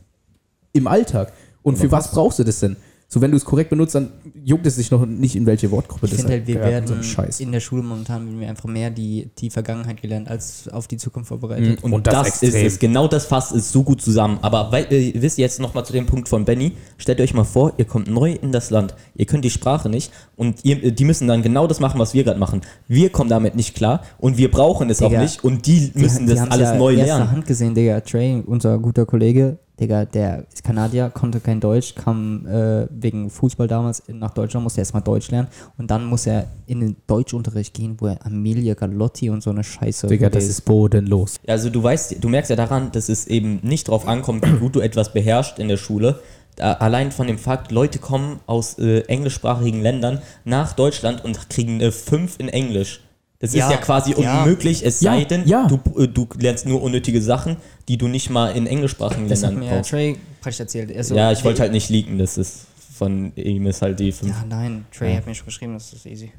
[SPEAKER 2] im Alltag. Und für was brauchst du das denn? So, wenn du es korrekt benutzt, dann juckt es dich noch nicht, in welche Wortgruppe
[SPEAKER 3] Ich
[SPEAKER 2] das
[SPEAKER 3] finde halt, wir
[SPEAKER 2] gehört und
[SPEAKER 3] werden
[SPEAKER 2] so ein Scheiß.
[SPEAKER 3] in der Schule momentan werden wir einfach mehr die, die Vergangenheit gelernt, als auf die Zukunft vorbereitet.
[SPEAKER 1] Und,
[SPEAKER 2] Und das
[SPEAKER 1] das, ist
[SPEAKER 2] extrem.
[SPEAKER 1] es. Genau das fasst es so gut zusammen. Aber weil, äh, ihr wisst jetzt nochmal zu dem Punkt von Benny. Stellt euch mal vor, ihr kommt neu in das Land. Ihr könnt die Sprache nicht. Und ihr, äh, die müssen dann genau das machen, was wir gerade machen. Wir kommen damit nicht klar. Und wir brauchen es auch
[SPEAKER 3] Digga.
[SPEAKER 1] nicht. Und die müssen
[SPEAKER 3] die
[SPEAKER 1] das
[SPEAKER 3] haben's
[SPEAKER 1] alles
[SPEAKER 3] ja
[SPEAKER 1] neu
[SPEAKER 3] erster
[SPEAKER 1] lernen.
[SPEAKER 3] Hand gesehen, Digga. Trey, unser guter Kollege, Digga, der ist Kanadier, konnte kein Deutsch, kam äh, wegen Fußball damals in- nach Deutschland, musste erstmal Deutsch lernen und dann muss er in den Deutschunterricht gehen, wo er Amelia Galotti und so eine Scheiße.
[SPEAKER 2] Digga, das
[SPEAKER 3] gelesen-
[SPEAKER 2] ist bodenlos.
[SPEAKER 1] Ja, Also du weißt, du merkst ja daran, dass es eben nicht drauf ankommt, wie gut du etwas beherrschst in der Schule. Da, allein von dem Fakt, Leute kommen aus äh, englischsprachigen Ländern nach Deutschland und kriegen eine 5 in Englisch. Das
[SPEAKER 3] Ja,
[SPEAKER 1] ist ja quasi
[SPEAKER 3] ja.
[SPEAKER 1] unmöglich, es
[SPEAKER 2] Ja,
[SPEAKER 1] sei denn,
[SPEAKER 2] ja.
[SPEAKER 1] du, äh, du lernst nur unnötige Sachen, die du nicht mal in englischsprachigen
[SPEAKER 3] Das hat
[SPEAKER 1] Ländern
[SPEAKER 3] mir ja
[SPEAKER 1] brauchst.
[SPEAKER 3] Trey praktisch erzählt. Er so,
[SPEAKER 1] Ja, ich
[SPEAKER 3] hey,
[SPEAKER 1] wollte halt nicht leaken, das ist von ihm ist halt die 5.
[SPEAKER 3] Ja, nein, Trey hat mir schon geschrieben, das ist easy.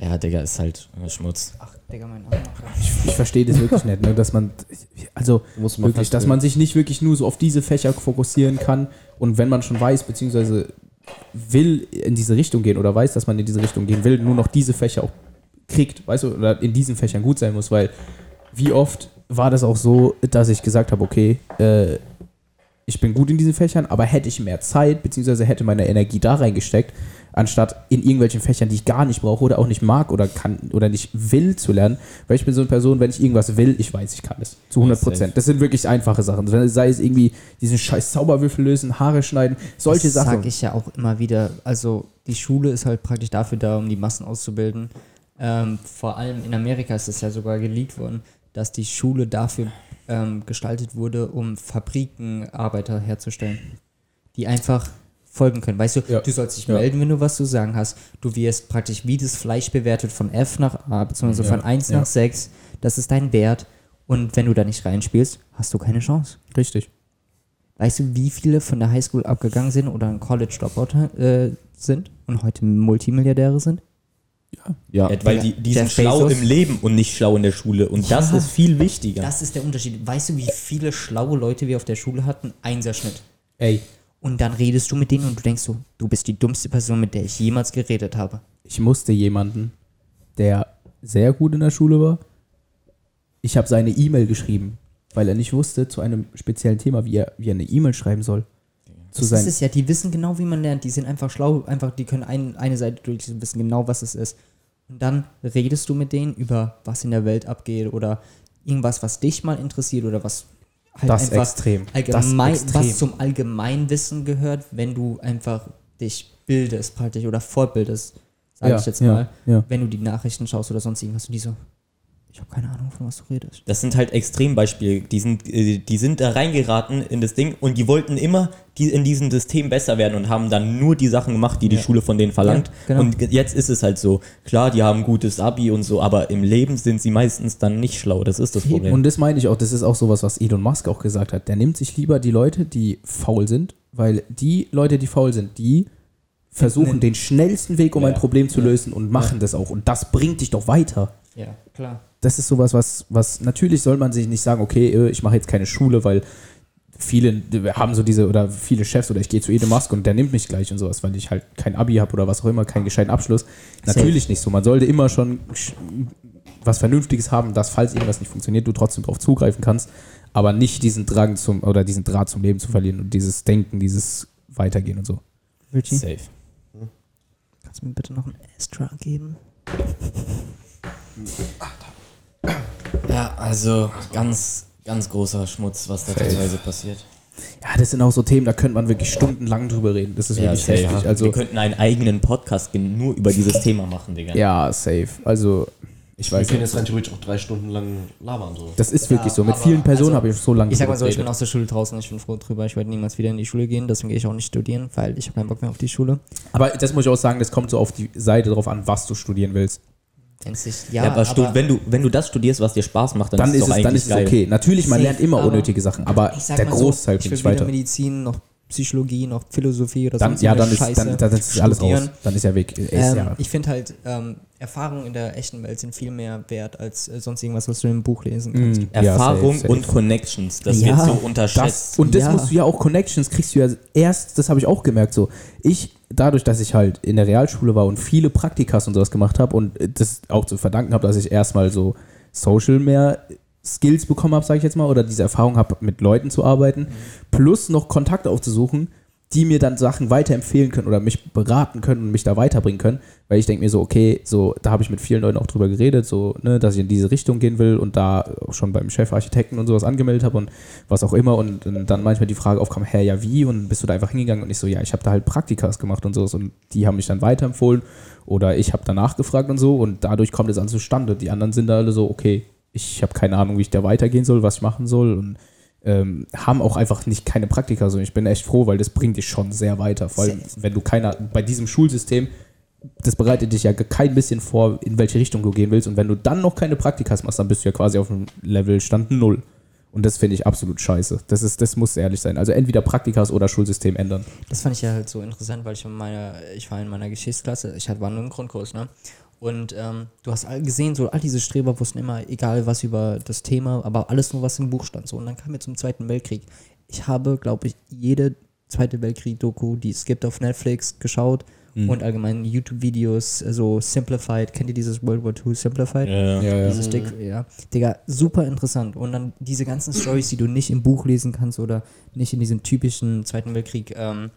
[SPEAKER 1] Ja. Digga, ist halt äh, Schmutz.
[SPEAKER 3] Ach, Digga, mein Arm.
[SPEAKER 2] Ich verstehe das wirklich nicht, ne? dass man, also
[SPEAKER 4] Muss man
[SPEAKER 2] wirklich, dass
[SPEAKER 4] feststellen.
[SPEAKER 2] man sich nicht wirklich nur so auf diese Fächer fokussieren kann und wenn man schon weiß, beziehungsweise will in diese Richtung gehen oder weiß, dass man in diese Richtung gehen will, nur noch diese Fächer auch kriegt, weißt du, oder in diesen Fächern gut sein muss, weil wie oft war das auch so, dass ich gesagt habe, okay, äh, ich bin gut in diesen Fächern, aber hätte ich mehr Zeit, beziehungsweise hätte meine Energie da reingesteckt, anstatt in irgendwelchen Fächern, die ich gar nicht brauche oder auch nicht mag oder kann oder nicht will zu lernen, weil ich bin so eine Person, wenn ich irgendwas will, ich weiß, ich kann es. Zu 100 Prozent. Das sind wirklich einfache Sachen. Sei es irgendwie diesen scheiß Zauberwürfel lösen, Haare schneiden, solche
[SPEAKER 3] das
[SPEAKER 2] Sachen.
[SPEAKER 3] sag ich ja auch immer wieder. Also die Schule ist halt praktisch dafür da, um die Massen auszubilden. Ähm, vor allem in Amerika ist es ja sogar geleakt worden, dass die Schule dafür ähm, gestaltet wurde, um Fabrikenarbeiter herzustellen, die einfach folgen können. Weißt du,
[SPEAKER 2] Ja.
[SPEAKER 3] du sollst dich
[SPEAKER 2] Ja.
[SPEAKER 3] melden, wenn du was zu sagen hast. Du wirst praktisch wie das Fleisch bewertet von F nach A, beziehungsweise
[SPEAKER 2] Ja.
[SPEAKER 3] von 1
[SPEAKER 2] Ja.
[SPEAKER 3] nach 6. Das ist dein Wert. Und wenn du da nicht reinspielst, hast du keine Chance.
[SPEAKER 2] Richtig.
[SPEAKER 3] Weißt du, wie viele von der Highschool abgegangen sind oder ein College Dropout äh, sind und heute Multimilliardäre sind?
[SPEAKER 11] Ja.
[SPEAKER 1] Ja, weil die, die sind
[SPEAKER 3] Jeff
[SPEAKER 1] schlau
[SPEAKER 3] Bezos.
[SPEAKER 1] im Leben und nicht schlau in der Schule. Und das
[SPEAKER 3] Ja.
[SPEAKER 1] ist viel wichtiger.
[SPEAKER 3] Das ist der Unterschied. Weißt du, wie viele schlaue Leute wir auf der Schule hatten? Einserschnitt.
[SPEAKER 2] Ey,
[SPEAKER 3] Und dann redest du mit denen und du denkst so, du bist die dummste Person, mit der ich jemals geredet habe.
[SPEAKER 2] ich musste jemanden, der sehr gut in der Schule war, ich habe seine E-Mail geschrieben, weil er nicht wusste zu einem speziellen Thema, wie er, wie er eine E-Mail schreiben soll. Zu
[SPEAKER 3] Das ist
[SPEAKER 2] sein.
[SPEAKER 3] es ja, die wissen genau, wie man lernt. Die sind einfach schlau, einfach, die können ein, eine Seite durch, die wissen genau, was es ist. Und dann redest du mit denen über, was in der Welt abgeht oder irgendwas, was dich mal interessiert oder was halt
[SPEAKER 2] Das extrem. Das
[SPEAKER 3] allgemein,
[SPEAKER 2] extrem.
[SPEAKER 3] was zum Allgemeinwissen gehört, wenn du einfach dich bildest praktisch oder fortbildest, sage
[SPEAKER 2] Ja,
[SPEAKER 3] ich jetzt
[SPEAKER 2] ja,
[SPEAKER 3] mal.
[SPEAKER 2] ja.
[SPEAKER 3] Wenn du die Nachrichten schaust oder sonst irgendwas und die so, ich habe keine Ahnung, von was du redest.
[SPEAKER 1] Das sind halt Extrembeispiele. Die sind, äh, die sind da reingeraten in das Ding und die wollten immer die in diesem System besser werden und haben dann nur die Sachen gemacht, die die Schule von denen verlangt.
[SPEAKER 3] Ja, genau.
[SPEAKER 1] Und ge- jetzt ist es halt so. Klar, die haben gutes Abi und so, aber im Leben sind sie meistens dann nicht schlau. Das ist das Problem.
[SPEAKER 2] Und das meine ich auch, das ist auch sowas, was Elon Musk auch gesagt hat. Der nimmt sich lieber die Leute, die faul sind, weil die Leute, die faul sind, die versuchen den schnellsten Weg, um ein Problem zu lösen und machen das auch. Und das bringt dich doch weiter.
[SPEAKER 3] Ja, klar.
[SPEAKER 2] Das ist sowas, was, was natürlich soll man sich nicht sagen, okay, äh, ich mache jetzt keine Schule, weil viele haben so diese oder viele Chefs oder ich gehe zu Elon Musk und der nimmt mich gleich und sowas, weil ich halt kein Abi habe oder was auch immer, keinen gescheiten Abschluss. Natürlich nicht so. Man sollte immer schon sch- was Vernünftiges haben, dass falls irgendwas nicht funktioniert, du trotzdem darauf zugreifen kannst, aber nicht diesen Drang zum oder diesen Draht zum Leben zu verlieren und dieses Denken, dieses Weitergehen und so.
[SPEAKER 3] Richie,
[SPEAKER 1] Safe.
[SPEAKER 3] kannst du mir bitte noch einen Extra geben?
[SPEAKER 1] Ja, also ganz, ganz großer Schmutz, was da teilweise passiert.
[SPEAKER 2] Ja, das sind auch so Themen, da könnte man wirklich stundenlang drüber reden. Das ist
[SPEAKER 1] Ja,
[SPEAKER 2] wirklich
[SPEAKER 1] safe.
[SPEAKER 2] heftig. Also,
[SPEAKER 1] Wir könnten einen eigenen Podcast gen- nur über dieses Thema machen, Digga.
[SPEAKER 2] Ja, safe. Also, ich
[SPEAKER 4] Wir
[SPEAKER 2] weiß
[SPEAKER 4] können
[SPEAKER 2] nicht.
[SPEAKER 4] jetzt rein theoretisch auch drei Stunden lang labern. So.
[SPEAKER 2] Das ist wirklich
[SPEAKER 3] Ja,
[SPEAKER 2] so. Mit
[SPEAKER 3] aber
[SPEAKER 2] vielen Personen
[SPEAKER 3] also,
[SPEAKER 2] habe ich so lange
[SPEAKER 3] Ich sag mal so,
[SPEAKER 2] drüber
[SPEAKER 3] ich bin
[SPEAKER 2] geredet.
[SPEAKER 3] aus der Schule draußen, ich bin froh drüber, ich werde niemals wieder in die Schule gehen, deswegen gehe ich auch nicht studieren, weil ich habe keinen Bock mehr auf die Schule.
[SPEAKER 2] Aber das muss ich auch sagen, das kommt so auf die Seite drauf an, was du studieren willst.
[SPEAKER 3] Wenn's sich, ja,
[SPEAKER 1] Ja, aber, stu- wenn, du, wenn du das studierst, was dir Spaß macht, dann,
[SPEAKER 2] Dann ist
[SPEAKER 1] doch
[SPEAKER 2] es, dann ist es
[SPEAKER 1] geil.
[SPEAKER 2] okay. Natürlich, man
[SPEAKER 3] Safe,
[SPEAKER 2] lernt immer
[SPEAKER 3] aber
[SPEAKER 2] unnötige Sachen, aber
[SPEAKER 3] ich sag
[SPEAKER 2] der
[SPEAKER 3] mal
[SPEAKER 2] Großteil
[SPEAKER 3] so, ich
[SPEAKER 2] bringt
[SPEAKER 3] will
[SPEAKER 2] dich
[SPEAKER 3] weder
[SPEAKER 2] weiter.
[SPEAKER 3] Medizin noch Psychologie noch Philosophie oder
[SPEAKER 2] Dann,
[SPEAKER 3] sonst
[SPEAKER 2] ja, dann
[SPEAKER 3] irgendeine
[SPEAKER 2] ist, dann, dann ist alles raus.
[SPEAKER 3] Studieren.
[SPEAKER 2] Dann ist ja weg. Ist
[SPEAKER 3] Ähm,
[SPEAKER 2] ja.
[SPEAKER 3] Ich finde halt, ähm, Erfahrungen in der echten Welt sind viel mehr wert als äh, sonst irgendwas, was du im Buch lesen kannst.
[SPEAKER 2] Mm, ja,
[SPEAKER 1] Erfahrung
[SPEAKER 2] safe, safe.
[SPEAKER 1] und Connections, das
[SPEAKER 3] Ja,
[SPEAKER 1] wird so unterschätzt.
[SPEAKER 2] Das, und das
[SPEAKER 3] Ja.
[SPEAKER 2] musst du ja auch, Connections kriegst du ja erst, das habe ich auch gemerkt, so. Ich, dadurch, dass ich halt in der Realschule war und viele Praktikas und sowas gemacht habe und äh, das auch zu verdanken habe, dass ich erstmal so Social mehr Skills bekommen habe, sage ich jetzt mal, oder diese Erfahrung habe, mit Leuten zu arbeiten, plus noch Kontakte aufzusuchen, die mir dann Sachen weiterempfehlen können oder mich beraten können und mich da weiterbringen können, weil ich denke mir so, okay, so da habe ich mit vielen Leuten auch drüber geredet, so, ne, dass ich in diese Richtung gehen will und da auch schon beim Chefarchitekten und sowas angemeldet habe und was auch immer und, dann manchmal die Frage aufkam, hä, ja wie und bist du da einfach hingegangen und ich so, ja, ich habe da halt Praktikas gemacht und sowas und die haben mich dann weiterempfohlen oder ich habe danach gefragt und so und dadurch kommt es dann zustande. Die anderen sind da alle so, okay, ich habe keine Ahnung, wie ich da weitergehen soll, was ich machen soll und ähm, haben auch einfach nicht keine Praktika. Also ich bin echt froh, weil das bringt dich schon sehr weiter. Vor allem, wenn du keiner, bei diesem Schulsystem, das bereitet dich ja kein bisschen vor, in welche Richtung du gehen willst. Und wenn du dann noch keine Praktikas machst, dann bist du ja quasi auf dem Levelstand Null. Und das finde ich absolut scheiße. Das, ist, das muss ehrlich sein. Also entweder Praktikas oder Schulsystem ändern.
[SPEAKER 3] Das fand ich ja halt so interessant, weil ich in meiner, ich war in meiner Geschichtsklasse, ich hatte war nur im Grundkurs, ne? Und ähm, du hast all gesehen, so all diese Streber wussten immer, egal was über das Thema, aber alles nur, was im Buch stand. So. Und dann kam jetzt zum Zweiten Weltkrieg. Ich habe, glaube ich, jede Zweite Weltkrieg-Doku, die es gibt auf Netflix, geschaut
[SPEAKER 2] Mhm.
[SPEAKER 3] und allgemein YouTube-Videos, äh, so Simplified. Kennt ihr dieses World War II Simplified?
[SPEAKER 1] Ja, ja.
[SPEAKER 2] Ähm,
[SPEAKER 3] Dieses Dick, ja. Digga, super interessant. Und dann diese ganzen Stories, die du nicht im Buch lesen kannst oder nicht in diesen typischen Zweiten Weltkrieg ähm,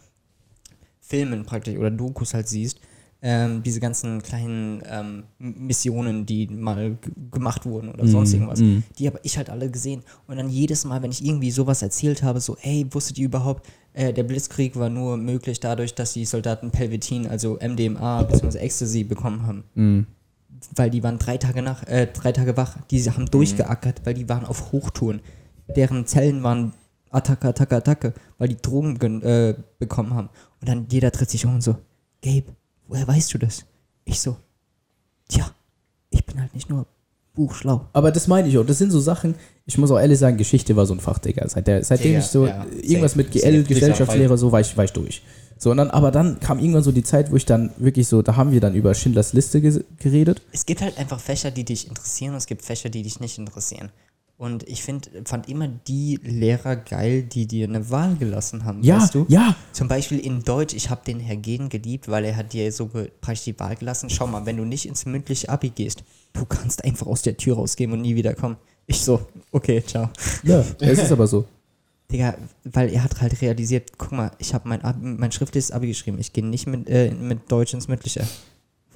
[SPEAKER 3] Filmen praktisch oder Dokus halt siehst. Ähm, diese ganzen kleinen ähm, Missionen, die mal g- gemacht wurden oder sonst irgendwas. Die habe ich halt alle gesehen. Und dann jedes Mal, wenn ich irgendwie sowas erzählt habe, so, ey, wusstet ihr überhaupt, äh, der Blitzkrieg war nur möglich dadurch, dass die Soldaten Pelvitin, also MDMA bzw. Ecstasy bekommen haben weil die waren drei Tage nach, äh, drei Tage wach. Die haben durchgeackert, weil die waren auf Hochtouren. Deren Zellen waren Attacke, Attacke, Attacke, weil die Drogen gen- äh, bekommen haben. Und dann jeder tritt sich um und so, Gabe, woher weißt du das? Ich so, tja, ich bin halt nicht nur buchschlau.
[SPEAKER 2] Aber das meine ich auch. Das sind so Sachen, ich muss auch ehrlich sagen, Geschichte war so ein Fach, Digga. Seit der, seitdem
[SPEAKER 3] Ja,
[SPEAKER 2] ich so
[SPEAKER 3] ja.
[SPEAKER 2] irgendwas
[SPEAKER 3] Safe,
[SPEAKER 2] mit GL,
[SPEAKER 3] safe.
[SPEAKER 2] Gesellschaftslehre, so war ich, war ich durch. So, und dann, aber dann kam irgendwann so die Zeit, wo ich dann wirklich so, da haben wir dann über Schindlers Liste ges- geredet.
[SPEAKER 3] Es gibt halt einfach Fächer, die dich interessieren und es gibt Fächer, die dich nicht interessieren. Und ich find, fand immer die Lehrer geil, die dir eine Wahl gelassen haben,
[SPEAKER 2] Ja,
[SPEAKER 3] weißt du?
[SPEAKER 2] ja.
[SPEAKER 3] Zum Beispiel in Deutsch, ich habe den Herr Gehn geliebt, weil er hat dir so ge- praktisch die Wahl gelassen. Schau mal, wenn du nicht ins mündliche Abi gehst, du kannst einfach aus der Tür rausgehen und nie wiederkommen. Ich so, okay, ciao.
[SPEAKER 2] Ja, es ist aber so.
[SPEAKER 3] Digga, weil er hat halt realisiert, guck mal, ich habe mein, Abi- mein schriftliches Abi geschrieben, ich gehe nicht mit, äh, mit Deutsch ins mündliche.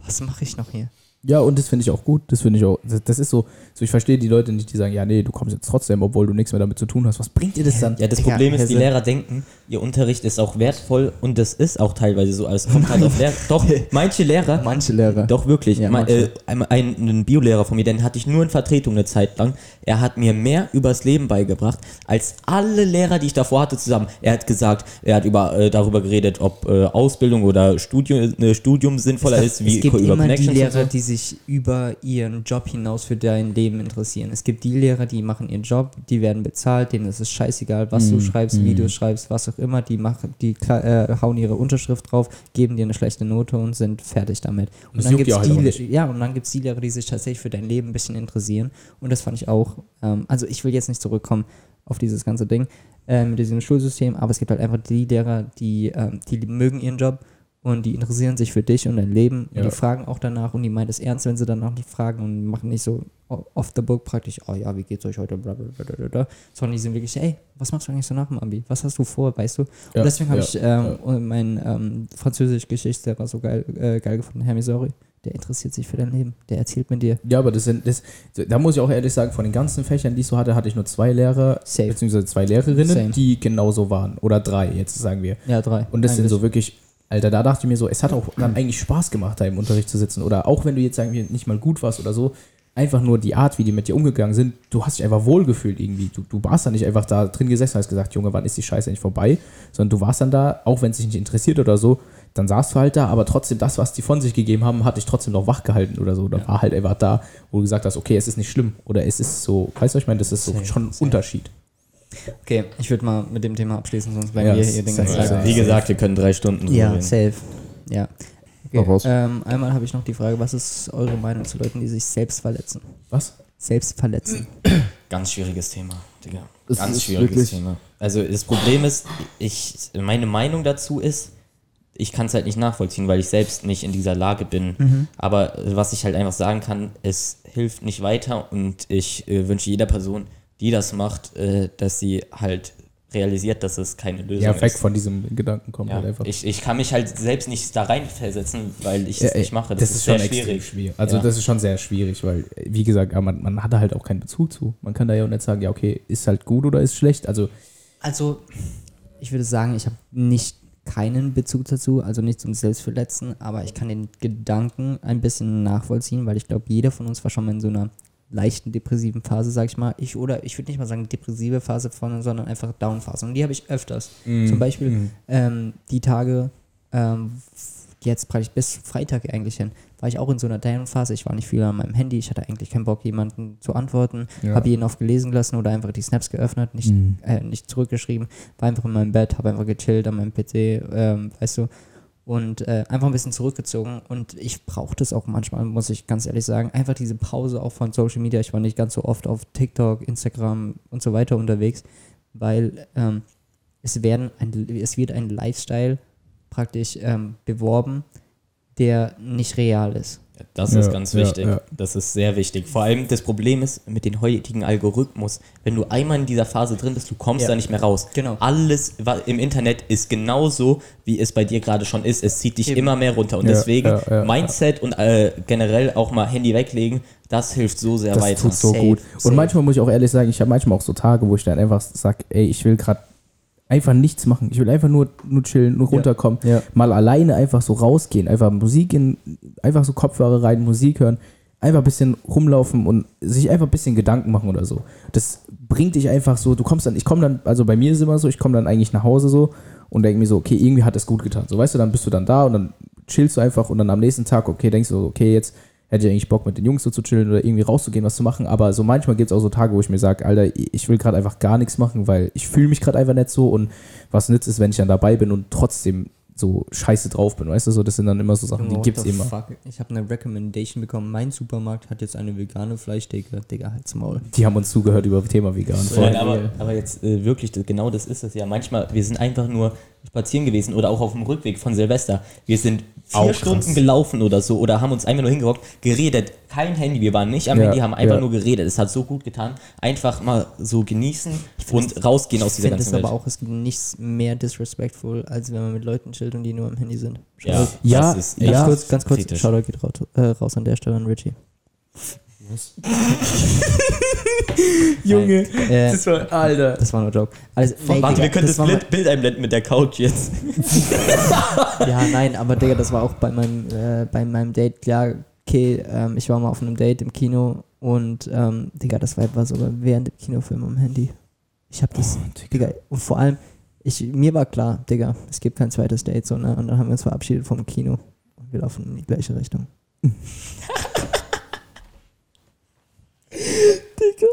[SPEAKER 3] Was mache ich noch hier?
[SPEAKER 2] Ja, und das finde ich auch gut. Das finde ich auch, das, das ist so, so, ich verstehe die Leute nicht, die sagen, ja, nee, du kommst jetzt trotzdem, obwohl du nichts mehr damit zu tun hast. Was bringt dir das dann?
[SPEAKER 1] Ja, das
[SPEAKER 3] Digga,
[SPEAKER 1] Problem ist, die
[SPEAKER 3] Hesse.
[SPEAKER 1] Lehrer denken, ihr Unterricht ist auch wertvoll und das ist auch teilweise so. Also es kommt halt auf Lehrer. Doch, manche Lehrer,
[SPEAKER 3] Manche Lehrer.
[SPEAKER 1] Doch, wirklich.
[SPEAKER 3] Ja,
[SPEAKER 1] mein, äh,
[SPEAKER 3] manche.
[SPEAKER 1] ein, ein, ein Biolehrer von mir, den hatte ich nur in Vertretung eine Zeit lang. Er hat mir mehr übers Leben beigebracht, als alle Lehrer, die ich davor hatte, zusammen. Er hat gesagt, er hat über, äh, darüber geredet, ob äh, Ausbildung oder Studium, äh, Studium sinnvoller
[SPEAKER 3] Es
[SPEAKER 1] ist,
[SPEAKER 3] gab-
[SPEAKER 1] wie
[SPEAKER 3] es gibt
[SPEAKER 1] ko- über
[SPEAKER 3] immer die
[SPEAKER 1] Connections und
[SPEAKER 3] Lehrer,
[SPEAKER 1] so.
[SPEAKER 3] die sich über ihren Job hinaus für dein Leben interessieren. Es gibt die Lehrer, die machen ihren Job, die werden bezahlt, denen ist es scheißegal, was
[SPEAKER 1] Mhm,
[SPEAKER 3] du schreibst, wie du schreibst, was auch immer. Die machen, die kla- äh, hauen ihre Unterschrift drauf, geben dir eine schlechte Note und sind fertig damit. Und
[SPEAKER 2] Das
[SPEAKER 3] dann
[SPEAKER 2] juckt die
[SPEAKER 3] gibt's
[SPEAKER 2] auch
[SPEAKER 3] die,
[SPEAKER 2] halt auch
[SPEAKER 3] Le- ja, und dann gibt's die Lehrer, die sich tatsächlich für dein Leben ein bisschen interessieren. Und das fand ich auch. Ähm, also ich will jetzt nicht zurückkommen auf dieses ganze Ding äh, mit diesem Schulsystem, aber es gibt halt einfach die Lehrer, die, ähm, die mögen ihren Job und die interessieren sich für dich und dein Leben und
[SPEAKER 2] Ja.
[SPEAKER 3] die fragen auch danach und die meint es ernst, wenn sie danach nicht fragen und machen nicht so o- off the book praktisch, oh ja, wie geht's euch heute, bla bla bla bla, bla bla, sondern die sind wirklich, ey, was machst du eigentlich so nach dem Abi? Was hast du vor, weißt du? Und
[SPEAKER 2] Ja,
[SPEAKER 3] deswegen habe
[SPEAKER 2] ja,
[SPEAKER 3] ich ähm, meinen ähm, Französisch-Geschichtslehrer so geil, äh, geil gefunden, Herr Missouri. Der interessiert sich für dein Leben, der erzählt mit dir.
[SPEAKER 2] Ja, aber das sind, das, da muss ich auch ehrlich sagen, von den ganzen Fächern, die ich so hatte, hatte ich nur zwei Lehrer,
[SPEAKER 3] Safe.
[SPEAKER 2] beziehungsweise zwei Lehrerinnen,
[SPEAKER 3] Same.
[SPEAKER 2] die genauso waren. Oder drei, jetzt sagen wir.
[SPEAKER 3] Ja, drei.
[SPEAKER 2] Und das sind
[SPEAKER 3] Eigentlich.
[SPEAKER 2] so wirklich, Alter, da dachte ich mir so, es hat auch dann eigentlich Spaß gemacht, da im Unterricht zu sitzen. Oder auch wenn du jetzt, sagen wir, nicht mal gut warst oder so, einfach nur die Art, wie die mit dir umgegangen sind, du hast dich einfach wohlgefühlt irgendwie. Du, du warst da nicht einfach da drin gesessen und hast gesagt, Junge, wann ist die Scheiße endlich vorbei? Sondern du warst dann da, auch wenn es dich nicht interessiert oder so, dann saßt du halt da, aber trotzdem das, was die von sich gegeben haben, hat dich trotzdem noch wach gehalten oder so. Da war halt einfach da, wo du gesagt hast, okay, es ist nicht schlimm. Oder es ist so, weißt du, was ich meine, das ist so
[SPEAKER 3] Safe,
[SPEAKER 2] schon ein
[SPEAKER 3] safe.
[SPEAKER 2] Unterschied.
[SPEAKER 3] Okay, ich würde mal mit dem Thema abschließen, sonst bleiben
[SPEAKER 2] Ja,
[SPEAKER 3] wir
[SPEAKER 2] das
[SPEAKER 3] hier den
[SPEAKER 2] ist
[SPEAKER 3] ganzen
[SPEAKER 2] safe,
[SPEAKER 3] Tag.
[SPEAKER 2] safe.
[SPEAKER 1] Also, Wie gesagt, wir können drei Stunden drüber
[SPEAKER 3] Ja,
[SPEAKER 1] reden.
[SPEAKER 3] safe. Ja.
[SPEAKER 11] Mach raus.
[SPEAKER 3] Ähm, einmal habe ich noch die Frage, was ist eure Meinung zu Leuten, die sich selbst verletzen?
[SPEAKER 2] Was?
[SPEAKER 3] Selbst verletzen.
[SPEAKER 1] Ganz schwieriges Thema, Digga.
[SPEAKER 11] Es
[SPEAKER 1] Ganz
[SPEAKER 11] ist
[SPEAKER 1] schwieriges
[SPEAKER 11] wirklich-
[SPEAKER 1] Thema. Also das Problem ist, ich, meine Meinung dazu ist, ich kann es halt nicht nachvollziehen, weil ich selbst nicht in dieser Lage bin.
[SPEAKER 2] Mhm.
[SPEAKER 1] Aber äh, was ich halt einfach sagen kann, es hilft nicht weiter und ich äh, wünsche jeder Person, die das macht, äh, dass sie halt realisiert, dass es keine Lösung
[SPEAKER 2] Ja, weg
[SPEAKER 1] ist.
[SPEAKER 2] von diesem Gedanken kommt
[SPEAKER 1] Ja,
[SPEAKER 2] halt einfach.
[SPEAKER 1] ich, ich kann mich halt selbst nicht da reinversetzen, weil ich es
[SPEAKER 2] Ja, ey,
[SPEAKER 1] nicht mache.
[SPEAKER 2] Äh, Das, ist, schon extrem schwierig. Also
[SPEAKER 1] Ja.
[SPEAKER 2] das ist schon sehr schwierig, weil, wie gesagt, aber man, man hat da halt auch keinen Bezug zu. Man kann da ja auch nicht sagen, ja, okay, ist halt gut oder ist schlecht. Also
[SPEAKER 3] Also, ich würde sagen, ich habe nicht keinen Bezug dazu, also nicht zum Selbstverletzen, aber ich kann den Gedanken ein bisschen nachvollziehen, weil ich glaube, jeder von uns war schon mal in so einer leichten depressiven Phase, sag ich mal. Ich oder ich würde nicht mal sagen depressive Phase von, sondern einfach Down-Phase. Und die habe ich öfters. Zum Beispiel ähm, die Tage, ähm, jetzt praktisch bis Freitag eigentlich hin, war ich auch in so einer Down-Phase. Ich war nicht viel an meinem Handy, ich hatte eigentlich keinen Bock, jemanden zu antworten.
[SPEAKER 2] Ja.
[SPEAKER 3] Habe jeden auf gelesen lassen oder einfach die Snaps geöffnet, nicht, äh, nicht zurückgeschrieben. War einfach in meinem Bett, habe einfach gechillt an meinem PC, ähm, weißt du. Und äh, einfach ein bisschen zurückgezogen. Und ich brauchte es auch manchmal, muss ich ganz ehrlich sagen. Einfach diese Pause auch von Social Media. Ich war nicht ganz so oft auf TikTok, Instagram und so weiter unterwegs, weil ähm, es, werden ein, es wird ein Lifestyle praktisch ähm, beworben, der nicht real ist.
[SPEAKER 1] Das
[SPEAKER 2] Ja,
[SPEAKER 1] ist ganz
[SPEAKER 2] ja,
[SPEAKER 1] wichtig.
[SPEAKER 2] ja.
[SPEAKER 1] Das ist sehr wichtig. Vor allem das Problem ist mit dem heutigen Algorithmus. Wenn du einmal in dieser Phase drin bist, du kommst
[SPEAKER 3] Ja.
[SPEAKER 1] da nicht mehr raus.
[SPEAKER 3] Genau.
[SPEAKER 1] Alles wa- im Internet ist genauso, wie es bei dir gerade schon ist. Es zieht dich
[SPEAKER 3] Eben.
[SPEAKER 1] immer mehr runter. Und
[SPEAKER 2] Ja,
[SPEAKER 1] deswegen
[SPEAKER 2] ja, ja,
[SPEAKER 1] Mindset und äh, generell auch mal Handy weglegen, das hilft so sehr
[SPEAKER 2] das
[SPEAKER 1] weiter.
[SPEAKER 2] tut so
[SPEAKER 3] Safe,
[SPEAKER 2] gut.
[SPEAKER 3] safe.
[SPEAKER 2] Und manchmal muss ich auch ehrlich sagen, ich habe manchmal auch so Tage, wo ich dann einfach sage, ey, ich will gerade einfach nichts machen. Ich will einfach nur, nur chillen, nur runterkommen.
[SPEAKER 10] Ja.
[SPEAKER 2] Mal alleine einfach so rausgehen, einfach Musik in, einfach so Kopfhörer rein, Musik hören, einfach ein bisschen rumlaufen und sich einfach ein bisschen Gedanken machen oder so. Das bringt dich einfach so, du kommst dann, ich komme dann, also bei mir ist immer so, ich komme dann eigentlich nach Hause so und denke mir so, okay, irgendwie hat es gut getan. So, weißt du, dann bist du dann da und dann chillst du einfach und dann am nächsten Tag, okay, denkst du, so, okay, jetzt hätte ich eigentlich Bock mit den Jungs so zu chillen oder irgendwie rauszugehen, was zu machen, aber so manchmal gibt es auch so Tage, wo ich mir sage, Alter, ich will gerade einfach gar nichts machen, weil ich fühle mich gerade einfach nicht so und was nützt es, wenn ich dann dabei bin und trotzdem so scheiße drauf bin, weißt du, so das sind dann immer so Sachen, die
[SPEAKER 3] What
[SPEAKER 2] gibt's
[SPEAKER 3] the
[SPEAKER 2] immer.
[SPEAKER 3] fuck? Ich habe eine Recommendation bekommen. Mein Supermarkt hat jetzt eine vegane Fleischtheke. Digga, halt's Maul.
[SPEAKER 2] Die haben uns zugehört über das Thema vegan.
[SPEAKER 1] Nein, aber, aber jetzt äh, wirklich, das, genau das ist es ja. Manchmal, wir sind einfach nur spazieren gewesen oder auch auf dem Rückweg von Silvester. Wir sind vier Stunden gelaufen oder so oder haben uns einfach nur hingehockt, geredet. Kein Handy, wir waren nicht am
[SPEAKER 2] Ja,
[SPEAKER 1] Handy, haben einfach
[SPEAKER 2] ja.
[SPEAKER 1] nur geredet. Es hat so gut getan. Einfach mal so genießen und rausgehen aus
[SPEAKER 3] Ich
[SPEAKER 1] dieser
[SPEAKER 3] finde
[SPEAKER 1] ganzen
[SPEAKER 3] es
[SPEAKER 1] Welt.
[SPEAKER 3] aber auch, es gibt nichts mehr disrespectful, als wenn man mit Leuten chillt und die nur am Handy sind.
[SPEAKER 1] ja,
[SPEAKER 2] Ja,
[SPEAKER 1] das ist
[SPEAKER 2] ja.
[SPEAKER 3] Ganz
[SPEAKER 1] echt
[SPEAKER 3] kurz, ganz kurz,
[SPEAKER 1] kritisch.
[SPEAKER 3] Shoutout geht raus, äh, raus an der Stelle an Richie.
[SPEAKER 2] Junge,
[SPEAKER 3] Äh,
[SPEAKER 2] das war, Alter.
[SPEAKER 3] das war nur Joke. Alles, nee,
[SPEAKER 1] Warte,
[SPEAKER 3] Digga,
[SPEAKER 1] wir können das,
[SPEAKER 3] war
[SPEAKER 1] Bild, Bild einblenden mit der Couch jetzt.
[SPEAKER 3] mein, Ja, nein, aber Digga, das war auch bei meinem, äh, bei meinem Date, klar, okay, ähm, ich war mal auf einem Date im Kino und, ähm, Digga, das Vibe war sogar während dem Kinofilm am Handy. Ich habe das, Digga, und vor allem, ich, mir war klar, Digga, es gibt kein zweites Date, so, ne? Und dann haben wir uns verabschiedet vom Kino und wir laufen in die gleiche Richtung. Digga.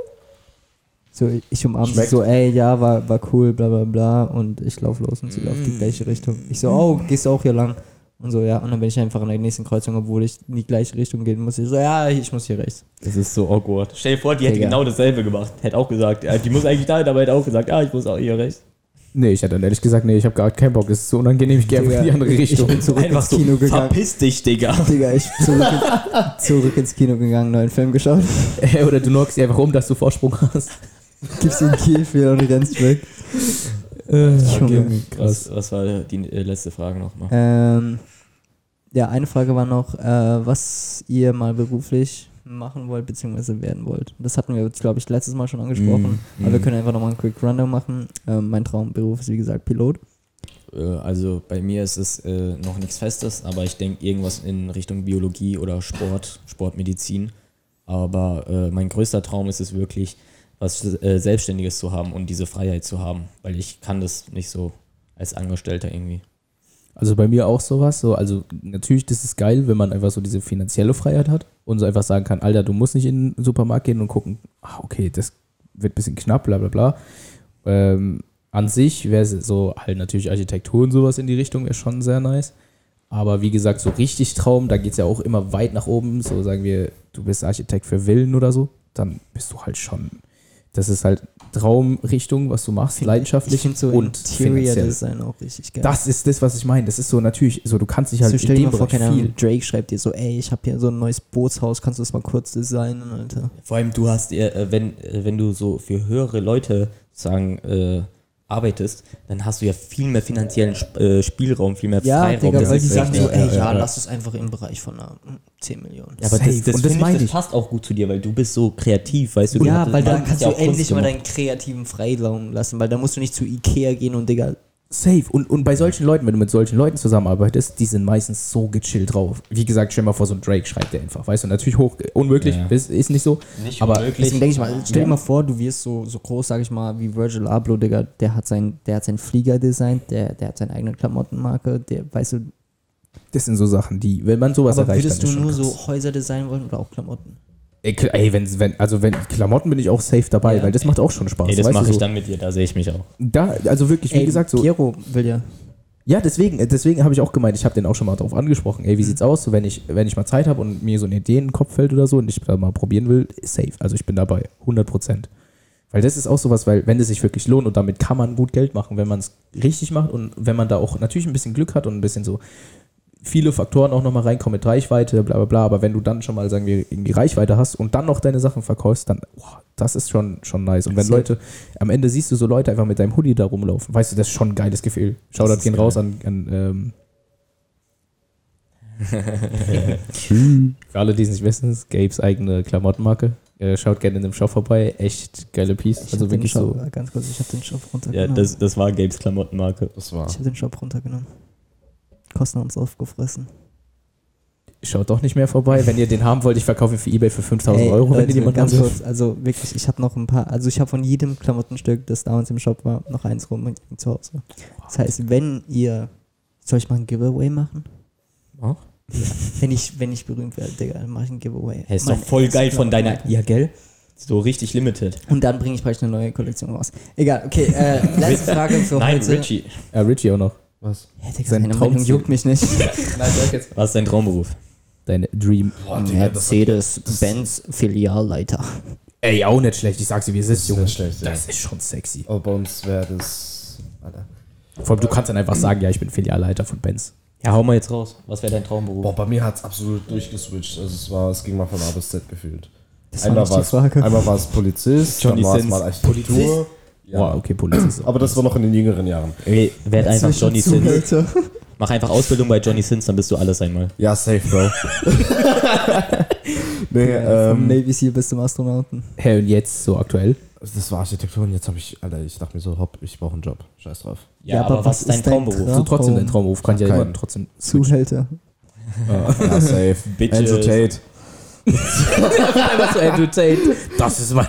[SPEAKER 3] So, ich umarme sie
[SPEAKER 4] Schmeckt.
[SPEAKER 3] so, ey, ja, war, war cool, bla bla bla. Und ich lauf los und sie läuft die gleiche Richtung. Ich so, oh, gehst du auch hier lang? Und so, ja. Und dann bin ich einfach an der nächsten Kreuzung, obwohl ich in die gleiche Richtung gehen muss. Ich so, ja, ich muss hier rechts.
[SPEAKER 1] Das ist so awkward. Stell dir vor, die hätte
[SPEAKER 3] Digga.
[SPEAKER 1] genau dasselbe gemacht. Hätte auch gesagt, ja, die muss eigentlich da, dabei hätte auch gesagt, ah, ich muss auch hier rechts.
[SPEAKER 2] Nee, ich hatte dann ehrlich gesagt, nee, ich habe gar keinen Bock, das ist so unangenehm, ich gehe einfach in die andere Richtung.
[SPEAKER 3] Ich bin zurück
[SPEAKER 1] Einfach
[SPEAKER 3] ins
[SPEAKER 1] so,
[SPEAKER 3] Kino gegangen.
[SPEAKER 1] verpiss dich, Digga.
[SPEAKER 3] Digga, ich bin zurück, in, zurück ins Kino gegangen, neuen Film geschaut.
[SPEAKER 2] Oder du knockst dir einfach um, dass du Vorsprung hast.
[SPEAKER 3] Gibst ihm Kielfehl und rennst weg.
[SPEAKER 2] Äh,
[SPEAKER 3] Junge.
[SPEAKER 1] Krass. Was, was war die äh, letzte Frage nochmal?
[SPEAKER 3] Ähm, ja, eine Frage war noch, äh, was ihr mal beruflich machen wollt, beziehungsweise werden wollt. Das hatten wir jetzt, glaube ich, letztes Mal schon angesprochen.
[SPEAKER 1] Mm,
[SPEAKER 2] Mhm,
[SPEAKER 3] aber wir
[SPEAKER 1] mm.
[SPEAKER 3] können einfach nochmal einen Quick Rundown machen. Ähm, mein Traumberuf ist, wie gesagt, Pilot.
[SPEAKER 1] Äh, Also bei mir ist es äh, noch nichts Festes, aber ich denke irgendwas in Richtung Biologie oder Sport, Sportmedizin. Aber äh, mein größter Traum ist es wirklich, was äh, Selbstständiges zu haben und diese Freiheit zu haben, weil ich kann das nicht so als Angestellter irgendwie.
[SPEAKER 2] Also bei mir auch sowas. So, also natürlich, das ist geil, wenn man einfach so diese finanzielle Freiheit hat und so einfach sagen kann, Alter, du musst nicht in den Supermarkt gehen und gucken, ah, okay, das wird ein bisschen knapp, bla bla bla. Ähm, an sich wäre so halt natürlich Architektur und sowas in die Richtung wäre schon sehr nice. Aber wie gesagt, so richtig Traum, da geht es ja auch immer weit nach oben. So sagen wir, du bist Architekt für Villen oder so, dann bist du halt schon. Das ist halt Traumrichtung, was du machst, leidenschaftlich
[SPEAKER 3] ich finde so
[SPEAKER 2] und
[SPEAKER 3] Interior
[SPEAKER 2] finanziell.
[SPEAKER 3] Design auch richtig geil.
[SPEAKER 2] Das ist das, was ich meine. Das ist so natürlich, so du kannst dich halt
[SPEAKER 3] so
[SPEAKER 2] in
[SPEAKER 3] stell dir
[SPEAKER 2] dem
[SPEAKER 3] mal vor,
[SPEAKER 2] Bereich
[SPEAKER 3] keine
[SPEAKER 2] viel.
[SPEAKER 3] Ahnung, Drake schreibt dir so, ey, ich habe hier so ein neues Bootshaus, kannst du das mal kurz designen, Alter?
[SPEAKER 1] Vor allem du hast, äh, äh, wenn, äh, wenn du so für höhere Leute sagen, äh, arbeitest, dann hast du ja viel mehr finanziellen Sp- äh, Spielraum, viel mehr
[SPEAKER 3] Ja,
[SPEAKER 1] Freiraum.
[SPEAKER 3] Digga,
[SPEAKER 1] das
[SPEAKER 3] weil
[SPEAKER 1] ist
[SPEAKER 3] die
[SPEAKER 1] vielleicht
[SPEAKER 3] sagen
[SPEAKER 1] nicht-
[SPEAKER 12] So, ey, ja,
[SPEAKER 2] ja, ja.
[SPEAKER 12] lass es einfach im Bereich von einer mm, 10 Millionen.
[SPEAKER 1] ja, aber
[SPEAKER 2] safe.
[SPEAKER 1] das, das,
[SPEAKER 2] Und das
[SPEAKER 1] finde ich,
[SPEAKER 2] meine
[SPEAKER 1] das
[SPEAKER 2] ich.
[SPEAKER 1] passt auch gut zu dir, weil du bist so kreativ, weißt du.
[SPEAKER 12] Ja,
[SPEAKER 1] du-
[SPEAKER 12] weil
[SPEAKER 1] man
[SPEAKER 12] da
[SPEAKER 1] hat
[SPEAKER 12] kannst
[SPEAKER 1] ja
[SPEAKER 12] du
[SPEAKER 1] auch Kunst
[SPEAKER 12] endlich mal
[SPEAKER 1] gemacht.
[SPEAKER 12] deinen kreativen Freiraum lassen, weil da musst du nicht zu Ikea gehen und Digga.
[SPEAKER 2] Safe. Und, und bei solchen Leuten, wenn du mit solchen Leuten zusammenarbeitest, die sind meistens so gechillt drauf. Wie gesagt, stell dir mal vor, so ein Drake schreibt der einfach, weißt du, natürlich hoch, unmöglich, Ist, ist nicht so. Nicht aber
[SPEAKER 3] Deswegen denke ich mal, stell dir mal vor, du wirst so, so groß, sag ich mal, wie Virgil Abloh, Digga. Der hat sein, der hat sein Flieger designt, der, der hat seine eigene Klamottenmarke, der, weißt du,
[SPEAKER 2] das sind so Sachen, die, wenn man sowas
[SPEAKER 12] Aber
[SPEAKER 2] erreicht,
[SPEAKER 12] würdest du
[SPEAKER 2] dann ist schon
[SPEAKER 12] nur
[SPEAKER 2] krass.
[SPEAKER 12] so Häuser designen wollen oder auch Klamotten?
[SPEAKER 2] Ey, kl- ey wenn, wenn, also wenn Klamotten bin ich auch safe dabei, weil das macht auch schon Spaß.
[SPEAKER 1] Ey, das
[SPEAKER 2] weißt du,
[SPEAKER 1] mache ich
[SPEAKER 2] so.
[SPEAKER 1] dann mit dir, da sehe ich mich auch.
[SPEAKER 2] Da, also wirklich, wie gesagt, so.
[SPEAKER 3] Piero will ja.
[SPEAKER 2] Ja, deswegen, äh, deswegen habe ich auch gemeint, ich habe den auch schon mal drauf angesprochen. Ey, wie sieht's aus? So, wenn ich, wenn ich mal Zeit habe und mir so eine Idee in den Kopf fällt oder so und ich da mal probieren will, safe. Also ich bin dabei, 100 Prozent. Weil das ist auch sowas, weil wenn es sich wirklich lohnt und damit kann man gut Geld machen, wenn man es richtig macht und wenn man da auch natürlich ein bisschen Glück hat und ein bisschen so viele Faktoren auch nochmal reinkommen mit Reichweite, bla bla bla, aber wenn du dann schon mal, sagen wir, irgendwie Reichweite hast und dann noch deine Sachen verkaufst, dann, boah, das ist schon, schon nice. Und wenn Leute, am Ende siehst du so Leute einfach mit deinem Hoodie da rumlaufen, weißt du, das ist schon ein geiles Gefühl. Shoutout gehen raus an, an ähm, für alle, die es nicht wissen, ist Gabes eigene Klamottenmarke. Äh, schaut gerne in dem Shop vorbei, echt geile Piece.
[SPEAKER 3] Ich
[SPEAKER 2] also
[SPEAKER 3] hab den
[SPEAKER 2] wirklich
[SPEAKER 3] Shop,
[SPEAKER 12] äh,
[SPEAKER 2] so.
[SPEAKER 3] Ganz kurz, ich hab den Shop
[SPEAKER 1] Ja,
[SPEAKER 3] runtergenommen.
[SPEAKER 1] das, das war Gabes Klamottenmarke.
[SPEAKER 4] Das war.
[SPEAKER 3] ich hab den Shop runtergenommen. Kosten haben uns aufgefressen.
[SPEAKER 2] Schaut doch nicht mehr vorbei. Wenn ihr den haben wollt, ich verkaufe ihn für Ebay für 5000
[SPEAKER 3] Ey,
[SPEAKER 2] Euro, wenn
[SPEAKER 3] Leute,
[SPEAKER 2] ihr jemanden
[SPEAKER 3] ganz
[SPEAKER 2] haben wollt.
[SPEAKER 3] kurz, also wirklich, ich habe noch ein paar, also ich habe von jedem Klamottenstück, das damals im Shop war, noch eins rum zu Hause. Das heißt, wenn ihr, soll ich mal ein Giveaway machen?
[SPEAKER 1] Mach.
[SPEAKER 3] Wenn ich, wenn ich berühmt werde, Digga, dann mache ich ein Giveaway.
[SPEAKER 1] Hey, ist doch
[SPEAKER 3] Meine
[SPEAKER 1] voll
[SPEAKER 3] erste
[SPEAKER 1] geil von deiner.
[SPEAKER 3] Klamottenmarke.
[SPEAKER 1] Ja, gell? So richtig limited.
[SPEAKER 3] Und dann bringe ich praktisch eine neue Kollektion raus. Egal, okay, äh, letzte Frage für
[SPEAKER 1] Nein,
[SPEAKER 3] heute.
[SPEAKER 1] Richie.
[SPEAKER 2] Äh, Richie auch noch.
[SPEAKER 4] Was?
[SPEAKER 3] Ja, Digga,
[SPEAKER 2] Sein
[SPEAKER 3] meine
[SPEAKER 2] Traumziel.
[SPEAKER 3] Meinung juckt mich nicht.
[SPEAKER 1] Was ist dein Traumberuf?
[SPEAKER 2] Deine Dream.
[SPEAKER 12] Mercedes-Benz-Filialleiter.
[SPEAKER 2] Ey, auch nicht schlecht. Ich sag's dir, wie es ist, Junge.
[SPEAKER 4] nicht schlecht, ja.
[SPEAKER 2] Das ist schon sexy.
[SPEAKER 4] Aber bei uns wäre das. Alter.
[SPEAKER 2] Vor allem, du kannst dann einfach sagen, ja, ich bin Filialleiter von Benz.
[SPEAKER 1] Ja, hau mal jetzt raus. Was wäre dein Traumberuf?
[SPEAKER 4] Boah, bei mir hat es absolut durchgeswitcht. Also es, war, es ging mal von A bis Z gefühlt.
[SPEAKER 3] war nicht die
[SPEAKER 4] war's-
[SPEAKER 3] Frage.
[SPEAKER 4] einmal war es Polizist,
[SPEAKER 1] Johnny
[SPEAKER 4] dann war es
[SPEAKER 1] Sins.
[SPEAKER 4] mal Architektur. Ja.
[SPEAKER 2] Boah, okay, Polizist.
[SPEAKER 4] Aber das war noch in den jüngeren Jahren.
[SPEAKER 1] Ey, werd einfach Johnny Sins.
[SPEAKER 3] Zuhälter.
[SPEAKER 1] Mach einfach Ausbildung bei Johnny Sins, dann bist du alles einmal.
[SPEAKER 4] Ja, safe, Bro. nee,
[SPEAKER 3] Vom
[SPEAKER 4] ähm,
[SPEAKER 3] Navy Seal bis zum Astronauten.
[SPEAKER 2] Hey, und jetzt so aktuell?
[SPEAKER 4] das war Architektur und jetzt habe ich, Alter, ich dachte mir so, hopp, ich brauche einen Job. Scheiß drauf.
[SPEAKER 1] Ja, aber, was ist dein Traumberuf?
[SPEAKER 3] Traum?
[SPEAKER 2] So trotzdem dein Traumberuf. Kann ich ja
[SPEAKER 4] Kein-
[SPEAKER 2] immer trotzdem.
[SPEAKER 3] Zuhälter.
[SPEAKER 4] Ja, safe.
[SPEAKER 1] Bitches.
[SPEAKER 4] Andrew Tate.
[SPEAKER 2] Einfach so entertained. Das ist mein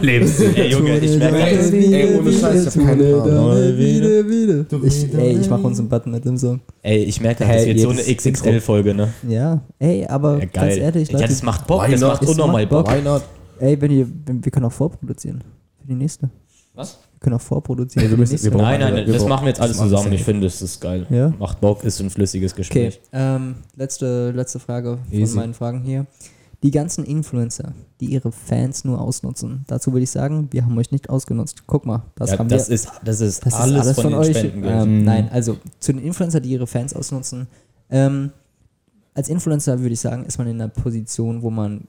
[SPEAKER 2] Lebenssinn.
[SPEAKER 1] Ey, Junge, ich merke
[SPEAKER 4] Ey, ey, ohne Scheiß, ich hab keinen
[SPEAKER 1] Plan.
[SPEAKER 3] Wieder, wieder, wieder. Ich, ey, ich mache unseren Button mit dem Song.
[SPEAKER 1] Ey, ich merke,
[SPEAKER 2] Hä,
[SPEAKER 1] das wird so eine
[SPEAKER 2] jedes
[SPEAKER 1] XXL-Folge, ne?
[SPEAKER 3] Ja, ey, aber
[SPEAKER 1] Ja,
[SPEAKER 3] ganz ehrlich,
[SPEAKER 1] ja,
[SPEAKER 3] Leute,
[SPEAKER 1] das macht Bock,
[SPEAKER 4] Why
[SPEAKER 1] das
[SPEAKER 4] not?
[SPEAKER 1] macht
[SPEAKER 3] Das
[SPEAKER 1] unnormal
[SPEAKER 3] macht
[SPEAKER 1] Bock.
[SPEAKER 3] Bock.
[SPEAKER 4] Why not?
[SPEAKER 3] ey, wenn ihr, wenn, wir können auch vorproduzieren für die nächste.
[SPEAKER 1] Was?
[SPEAKER 3] Wir können auch vorproduzieren.
[SPEAKER 2] Nee, wir
[SPEAKER 3] für die
[SPEAKER 2] müssen-
[SPEAKER 3] nächste.
[SPEAKER 2] wir brauchen-
[SPEAKER 1] Nein, nein,
[SPEAKER 2] Wir
[SPEAKER 1] das
[SPEAKER 2] brauchen-
[SPEAKER 1] machen wir jetzt alles
[SPEAKER 2] das machen wir
[SPEAKER 1] zusammen.
[SPEAKER 2] safe.
[SPEAKER 1] Ich finde, es ist geil.
[SPEAKER 3] Ja?
[SPEAKER 1] Macht Bock, ist ein flüssiges Gespräch.
[SPEAKER 3] okay, ähm, letzte, letzte Frage
[SPEAKER 2] Easy.
[SPEAKER 3] von meinen Fragen hier. Die ganzen Influencer, die ihre Fans nur ausnutzen. Dazu würde ich sagen, wir haben euch nicht ausgenutzt. Guck mal, das
[SPEAKER 1] ja,
[SPEAKER 3] haben
[SPEAKER 1] das,
[SPEAKER 3] wir.
[SPEAKER 1] ist, das ist
[SPEAKER 3] das
[SPEAKER 1] alles, von, den Mhm.
[SPEAKER 3] euch.
[SPEAKER 1] Spendengeld.
[SPEAKER 3] Ähm, Nein, also zu den Influencer, die ihre Fans ausnutzen. Ähm, als Influencer würde ich sagen, ist man in einer Position, wo man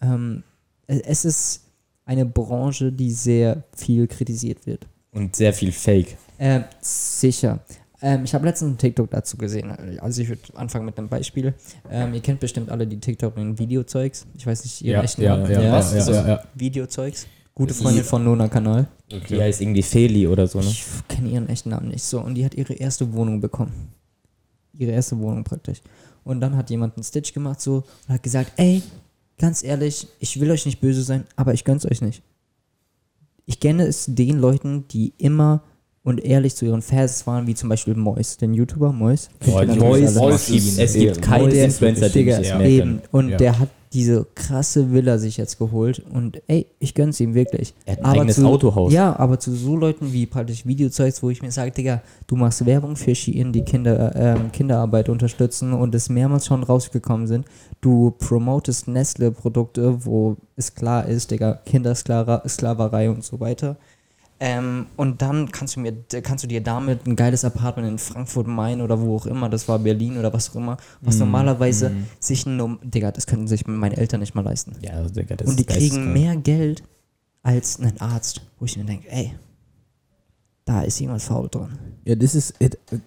[SPEAKER 3] ähm, es ist eine Branche, die sehr viel kritisiert wird.
[SPEAKER 1] Und sehr viel Fake.
[SPEAKER 3] Ähm, sicher. Ähm, ich habe letztens einen TikTok dazu gesehen. Also ich würde anfangen mit einem Beispiel. Ähm, ihr kennt bestimmt alle die TikTok und Videozeugs. Ich weiß nicht, ihr
[SPEAKER 2] Ja,
[SPEAKER 3] echten
[SPEAKER 2] ja,
[SPEAKER 3] Namen.
[SPEAKER 2] ja, ja,
[SPEAKER 3] was?
[SPEAKER 2] ja,
[SPEAKER 3] Also
[SPEAKER 2] ja, ja.
[SPEAKER 3] Videozeugs. Gute
[SPEAKER 1] Ist-
[SPEAKER 3] Freundin von Nona Kanal.
[SPEAKER 1] Die heißt irgendwie Feli oder so, ne?
[SPEAKER 3] Ich kenne ihren echten Namen nicht. So, und die hat ihre erste Wohnung bekommen. Ihre erste Wohnung praktisch. Und dann hat jemand einen Stitch gemacht so und hat gesagt, ey, ganz ehrlich, ich will euch nicht böse sein, aber ich gönn's euch nicht. Ich kenne es den Leuten, die immer und ehrlich zu ihren Fans waren, wie zum Beispiel Mois, den YouTuber Mois.
[SPEAKER 1] Boah,
[SPEAKER 3] Kennt ihr
[SPEAKER 1] Mois-
[SPEAKER 3] natürlich alle.
[SPEAKER 1] Mois ist- es gibt keinen
[SPEAKER 3] Mois-
[SPEAKER 1] Influencer, den ich
[SPEAKER 3] Digga,
[SPEAKER 1] nicht mehr
[SPEAKER 3] eben.
[SPEAKER 1] kenne.
[SPEAKER 3] Und
[SPEAKER 2] Ja.
[SPEAKER 3] der hat diese krasse Villa sich jetzt geholt und ey, ich gönn's ihm wirklich.
[SPEAKER 1] Er hat ein eigenes Autohaus.
[SPEAKER 3] Ja, aber zu so Leuten wie praktisch Videozeugs, wo ich mir sage, Digga, du machst Werbung für Shein, die Kinder, ähm, Kinderarbeit unterstützen und es mehrmals schon rausgekommen sind. Du promotest Nestle-Produkte, wo es klar ist, Digga, Kindersklaverei Sklaverei und so weiter. Ähm, und dann kannst du, mir, kannst du dir damit ein geiles Apartment in Frankfurt, Main oder wo auch immer, das war Berlin oder was auch immer, was normalerweise sich ein, Norm- Digga, das könnten sich meine Eltern nicht mal leisten.
[SPEAKER 1] Ja, Digga, das
[SPEAKER 3] Und die
[SPEAKER 1] ist geisteskrank.
[SPEAKER 3] kriegen mehr Geld als ein Arzt, wo ich mir denke, ey, Da ist jemand faul dran.
[SPEAKER 2] Ja, das ist,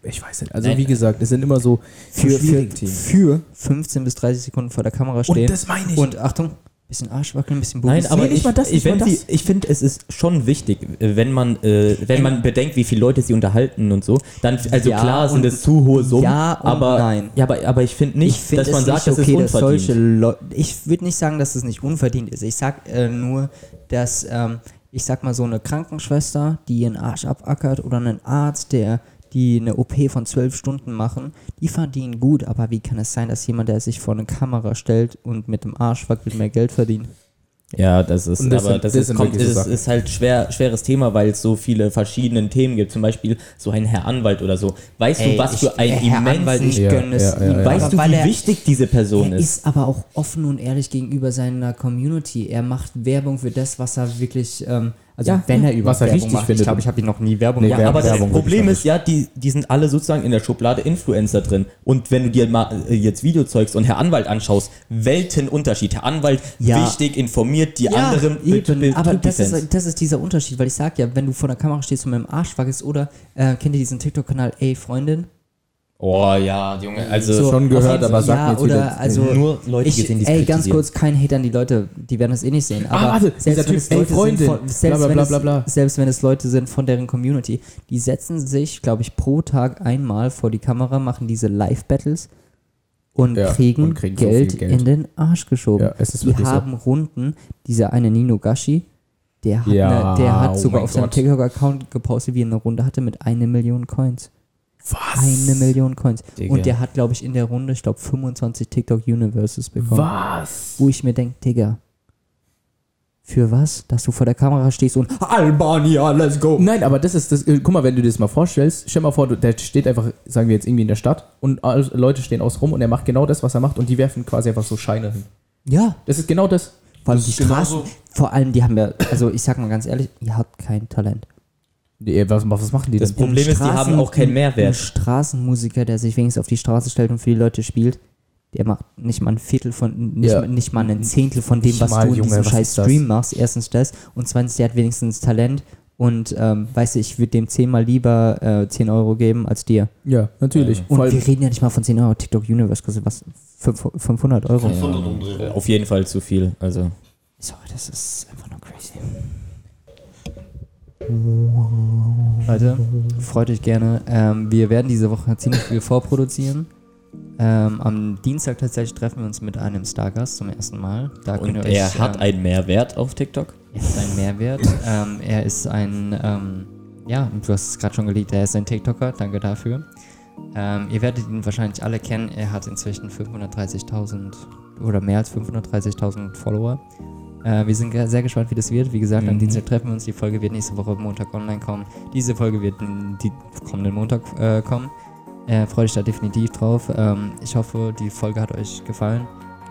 [SPEAKER 2] ich weiß nicht. Also wie gesagt, es sind immer so
[SPEAKER 3] Für, für,
[SPEAKER 2] schwierige Themen.
[SPEAKER 3] für 15 bis 30 Sekunden vor der Kamera stehen.
[SPEAKER 2] meine
[SPEAKER 3] Und Achtung, bisschen Arsch wackeln, bisschen
[SPEAKER 1] Nein,
[SPEAKER 3] Bubis.
[SPEAKER 1] aber
[SPEAKER 2] Nee, nicht
[SPEAKER 1] ich,
[SPEAKER 2] mal das,
[SPEAKER 1] ich,
[SPEAKER 2] nicht
[SPEAKER 1] wenn
[SPEAKER 2] mal
[SPEAKER 1] sie,
[SPEAKER 2] das.
[SPEAKER 1] ich finde, es ist schon wichtig, äh, wenn man, äh, wenn man bedenkt, wie viele Leute sie unterhalten und so, dann, also
[SPEAKER 3] Ja
[SPEAKER 1] klar sind
[SPEAKER 3] und-
[SPEAKER 1] es zu hohe Summen,
[SPEAKER 3] Ja und
[SPEAKER 1] aber,
[SPEAKER 3] nein.
[SPEAKER 1] Ja, aber, aber ich finde nicht,
[SPEAKER 3] ich finde
[SPEAKER 1] dass man
[SPEAKER 3] es
[SPEAKER 1] sagt,
[SPEAKER 3] nicht
[SPEAKER 1] das
[SPEAKER 3] okay,
[SPEAKER 1] ist
[SPEAKER 3] dass solche
[SPEAKER 1] unverdient.
[SPEAKER 3] Leute. Ich würde nicht sagen, dass es nicht unverdient ist. Ich sag äh, nur, dass ähm, ich sag mal so eine Krankenschwester, die ihren Arsch abackert, oder einen Arzt, der die eine OP von zwölf Stunden machen, die verdienen gut, aber wie kann es sein, dass jemand, der sich vor eine Kamera stellt und mit dem Arsch wackelt, mehr Geld verdient?
[SPEAKER 1] ja, das ist,
[SPEAKER 2] Und das
[SPEAKER 1] aber
[SPEAKER 2] sind-
[SPEAKER 1] das,
[SPEAKER 2] das
[SPEAKER 1] ist,
[SPEAKER 2] sind
[SPEAKER 1] kommt,
[SPEAKER 2] wirklich so
[SPEAKER 1] ist,
[SPEAKER 2] Sachen.
[SPEAKER 1] ist halt schwer, schweres Thema, weil es so viele verschiedene Themen gibt. Zum Beispiel so ein Herr Anwalt oder so. Weißt du, was für ein
[SPEAKER 3] Herr Anwalt,
[SPEAKER 1] immensen...
[SPEAKER 3] ich
[SPEAKER 2] Ja,
[SPEAKER 3] gönne es
[SPEAKER 2] ja, ja,
[SPEAKER 3] ihm,
[SPEAKER 2] ja.
[SPEAKER 1] Weißt
[SPEAKER 3] aber
[SPEAKER 1] du,
[SPEAKER 3] weil
[SPEAKER 1] wie
[SPEAKER 3] er-
[SPEAKER 1] wichtig diese Person
[SPEAKER 3] Er
[SPEAKER 1] ist?
[SPEAKER 3] ist aber auch offen und ehrlich gegenüber seiner Community. Er macht Werbung für das, was er wirklich, ähm, also
[SPEAKER 2] Ja,
[SPEAKER 3] wenn
[SPEAKER 2] ja.
[SPEAKER 3] er über
[SPEAKER 2] Was er
[SPEAKER 3] Werbung
[SPEAKER 2] richtig
[SPEAKER 3] macht.
[SPEAKER 2] findet.
[SPEAKER 3] Ich glaube, ich habe ihn noch nie Werbung
[SPEAKER 2] Nee,
[SPEAKER 3] gemacht.
[SPEAKER 1] Ja, aber das
[SPEAKER 2] Werbung
[SPEAKER 1] Problem
[SPEAKER 2] wirklich
[SPEAKER 1] ist ja, die, die sind alle sozusagen in der Schublade Influencer drin. Und wenn du dir mal äh, jetzt Videozeugs und Herr Anwalt anschaust, Weltenunterschied. Herr Anwalt,
[SPEAKER 3] Ja.
[SPEAKER 1] wichtig, informiert, die
[SPEAKER 3] Ja,
[SPEAKER 1] anderen
[SPEAKER 3] eben,
[SPEAKER 1] bet-
[SPEAKER 3] aber
[SPEAKER 1] betrübt
[SPEAKER 3] das
[SPEAKER 1] die Fans.
[SPEAKER 3] ist, das ist dieser Unterschied, weil ich sag ja, wenn du vor der Kamera stehst und mit dem Arsch wackelst oder äh, kennt ihr diesen TikTok-Kanal Ey Freundin?
[SPEAKER 1] Oh ja, Junge, also
[SPEAKER 3] So,
[SPEAKER 2] schon
[SPEAKER 3] auf
[SPEAKER 2] gehört,
[SPEAKER 3] jeden
[SPEAKER 2] aber
[SPEAKER 3] Fall,
[SPEAKER 2] sagt
[SPEAKER 3] ja,
[SPEAKER 2] mir jetzt wieder
[SPEAKER 3] oder
[SPEAKER 2] nichts.
[SPEAKER 3] also
[SPEAKER 1] nur Leute
[SPEAKER 3] ich,
[SPEAKER 1] gesehen, die
[SPEAKER 3] ey, ganz
[SPEAKER 1] kritisieren.
[SPEAKER 3] kurz, kein Hate an die Leute, die werden das eh nicht sehen. Aber
[SPEAKER 2] Ah, warte,
[SPEAKER 3] selbst,
[SPEAKER 2] dieser
[SPEAKER 3] wenn
[SPEAKER 2] Typ,
[SPEAKER 3] es
[SPEAKER 2] ey,
[SPEAKER 3] Leute sind
[SPEAKER 2] Freundin,
[SPEAKER 3] von, selbst,
[SPEAKER 2] bla, bla,
[SPEAKER 3] wenn
[SPEAKER 2] bla,
[SPEAKER 3] es,
[SPEAKER 2] bla, bla.
[SPEAKER 3] selbst wenn es Leute sind von deren Community, die setzen sich, glaube ich, pro Tag einmal vor die Kamera, machen diese Live-Battles und,
[SPEAKER 2] Ja,
[SPEAKER 3] kriegen
[SPEAKER 2] und kriegen so
[SPEAKER 3] Geld,
[SPEAKER 2] viel Geld.
[SPEAKER 3] in den Arsch geschoben.
[SPEAKER 2] Ja, es ist
[SPEAKER 3] die
[SPEAKER 2] wirklich so.
[SPEAKER 3] haben Runden, dieser eine Nino Gashi, der hat,
[SPEAKER 2] Ja,
[SPEAKER 3] ne, der hat
[SPEAKER 2] oh
[SPEAKER 3] sogar
[SPEAKER 2] mein
[SPEAKER 3] auf seinem
[SPEAKER 2] Gott.
[SPEAKER 3] TikTok-Account gepostet, wie er eine Runde hatte mit einer Million Coins.
[SPEAKER 2] Was?
[SPEAKER 3] Eine Million Coins.
[SPEAKER 1] Digga.
[SPEAKER 3] Und der hat, glaube ich, in der Runde, ich glaube, 25 TikTok-Universes bekommen.
[SPEAKER 2] Was?
[SPEAKER 3] Wo ich mir denke, Digga, für was? Dass du vor der Kamera stehst und Albania, let's go.
[SPEAKER 2] Nein, aber das ist das. äh, Guck mal, wenn du dir das mal vorstellst, stell mal vor, du, der steht einfach, sagen wir jetzt irgendwie in der Stadt und all- Leute stehen außen rum und er macht genau das, was er macht und die werfen quasi einfach so Scheine hin.
[SPEAKER 3] Ja,
[SPEAKER 2] Das ist genau das.
[SPEAKER 3] vor allem die Straßen, vor allem die haben ja, also ich sag mal ganz ehrlich, ihr habt kein Talent.
[SPEAKER 2] Nee, was, was machen die
[SPEAKER 1] das
[SPEAKER 2] denn?
[SPEAKER 1] Problem ist, die haben auch keinen
[SPEAKER 3] Ein
[SPEAKER 1] Mehrwert.
[SPEAKER 3] Straßenmusiker, der sich wenigstens auf die Straße stellt und für die Leute spielt, der macht nicht mal ein Viertel von, nicht,
[SPEAKER 2] Ja.
[SPEAKER 3] mal, nicht mal ein Zehntel von dem,
[SPEAKER 2] Nicht
[SPEAKER 3] was
[SPEAKER 2] mal,
[SPEAKER 3] du in
[SPEAKER 2] Junge,
[SPEAKER 3] diesem
[SPEAKER 2] was
[SPEAKER 3] scheiß
[SPEAKER 2] ist das?
[SPEAKER 3] Stream machst. Erstens das. Und zweitens, der hat wenigstens Talent. Und ähm, weißt du, ich würde dem zehnmal lieber äh, 10 Euro geben als dir.
[SPEAKER 2] Ja, natürlich.
[SPEAKER 3] Und
[SPEAKER 2] Vor allem-
[SPEAKER 3] wir reden ja nicht mal von 10 Euro. TikTok Universe kostet was? Fünf- 500 Euro.
[SPEAKER 1] Auf jeden Fall zu viel. Also.
[SPEAKER 3] Sorry, das ist einfach nur crazy. Leute, freut euch gerne. Ähm, wir werden diese Woche ziemlich viel vorproduzieren. Ähm, am Dienstag tatsächlich treffen wir uns mit einem Stargast zum ersten Mal. Da
[SPEAKER 1] Und
[SPEAKER 3] könnt ihr
[SPEAKER 1] er
[SPEAKER 3] euch,
[SPEAKER 1] hat
[SPEAKER 3] ähm,
[SPEAKER 1] einen Mehrwert auf TikTok.
[SPEAKER 3] er hat einen Mehrwert. ähm, er ist ein, ähm, ja, du hast es gerade schon gelegt, er ist ein TikToker, danke dafür. Ähm, ihr werdet ihn wahrscheinlich alle kennen, er hat inzwischen 530.000 oder mehr als 530.000 Follower. Äh, wir sind ge- sehr gespannt, wie das wird. Wie gesagt, am
[SPEAKER 1] Mhm.
[SPEAKER 3] Dienstag treffen wir uns. Die Folge wird nächste Woche Montag online kommen. Diese Folge wird n- die kommenden Montag äh, kommen. Äh, Freue ich da definitiv drauf. Ähm, ich hoffe, die Folge hat euch gefallen.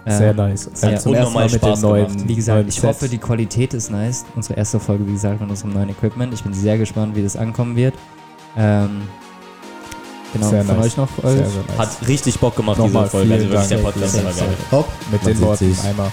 [SPEAKER 2] Sehr
[SPEAKER 3] Ähm,
[SPEAKER 2] nice.
[SPEAKER 3] ja.
[SPEAKER 2] Zum ersten
[SPEAKER 1] Unnormal
[SPEAKER 2] Mal mit dem
[SPEAKER 1] Spaß
[SPEAKER 2] neuen.
[SPEAKER 1] gemacht.
[SPEAKER 3] wie gesagt,
[SPEAKER 2] neuen
[SPEAKER 3] ich
[SPEAKER 2] Set.
[SPEAKER 3] hoffe, die Qualität ist nice. Unsere erste Folge, wie gesagt, mit unserem neuen Equipment. Ich bin sehr gespannt, wie das ankommen wird. Ähm, genau,
[SPEAKER 2] Sehr
[SPEAKER 3] von
[SPEAKER 2] nice.
[SPEAKER 3] euch noch.
[SPEAKER 2] Sehr,
[SPEAKER 3] eure-
[SPEAKER 2] sehr nice.
[SPEAKER 1] Hat richtig Bock gemacht,
[SPEAKER 2] Nochmal
[SPEAKER 1] diese Folge. Also
[SPEAKER 2] vielen
[SPEAKER 1] wirklich, der
[SPEAKER 2] Dank.
[SPEAKER 1] Podcast
[SPEAKER 3] Sehr,
[SPEAKER 1] war
[SPEAKER 3] sehr
[SPEAKER 1] geil.
[SPEAKER 2] Top. Mit
[SPEAKER 11] Man
[SPEAKER 2] den
[SPEAKER 11] sieht
[SPEAKER 2] Worten
[SPEAKER 11] sich.
[SPEAKER 2] einmal.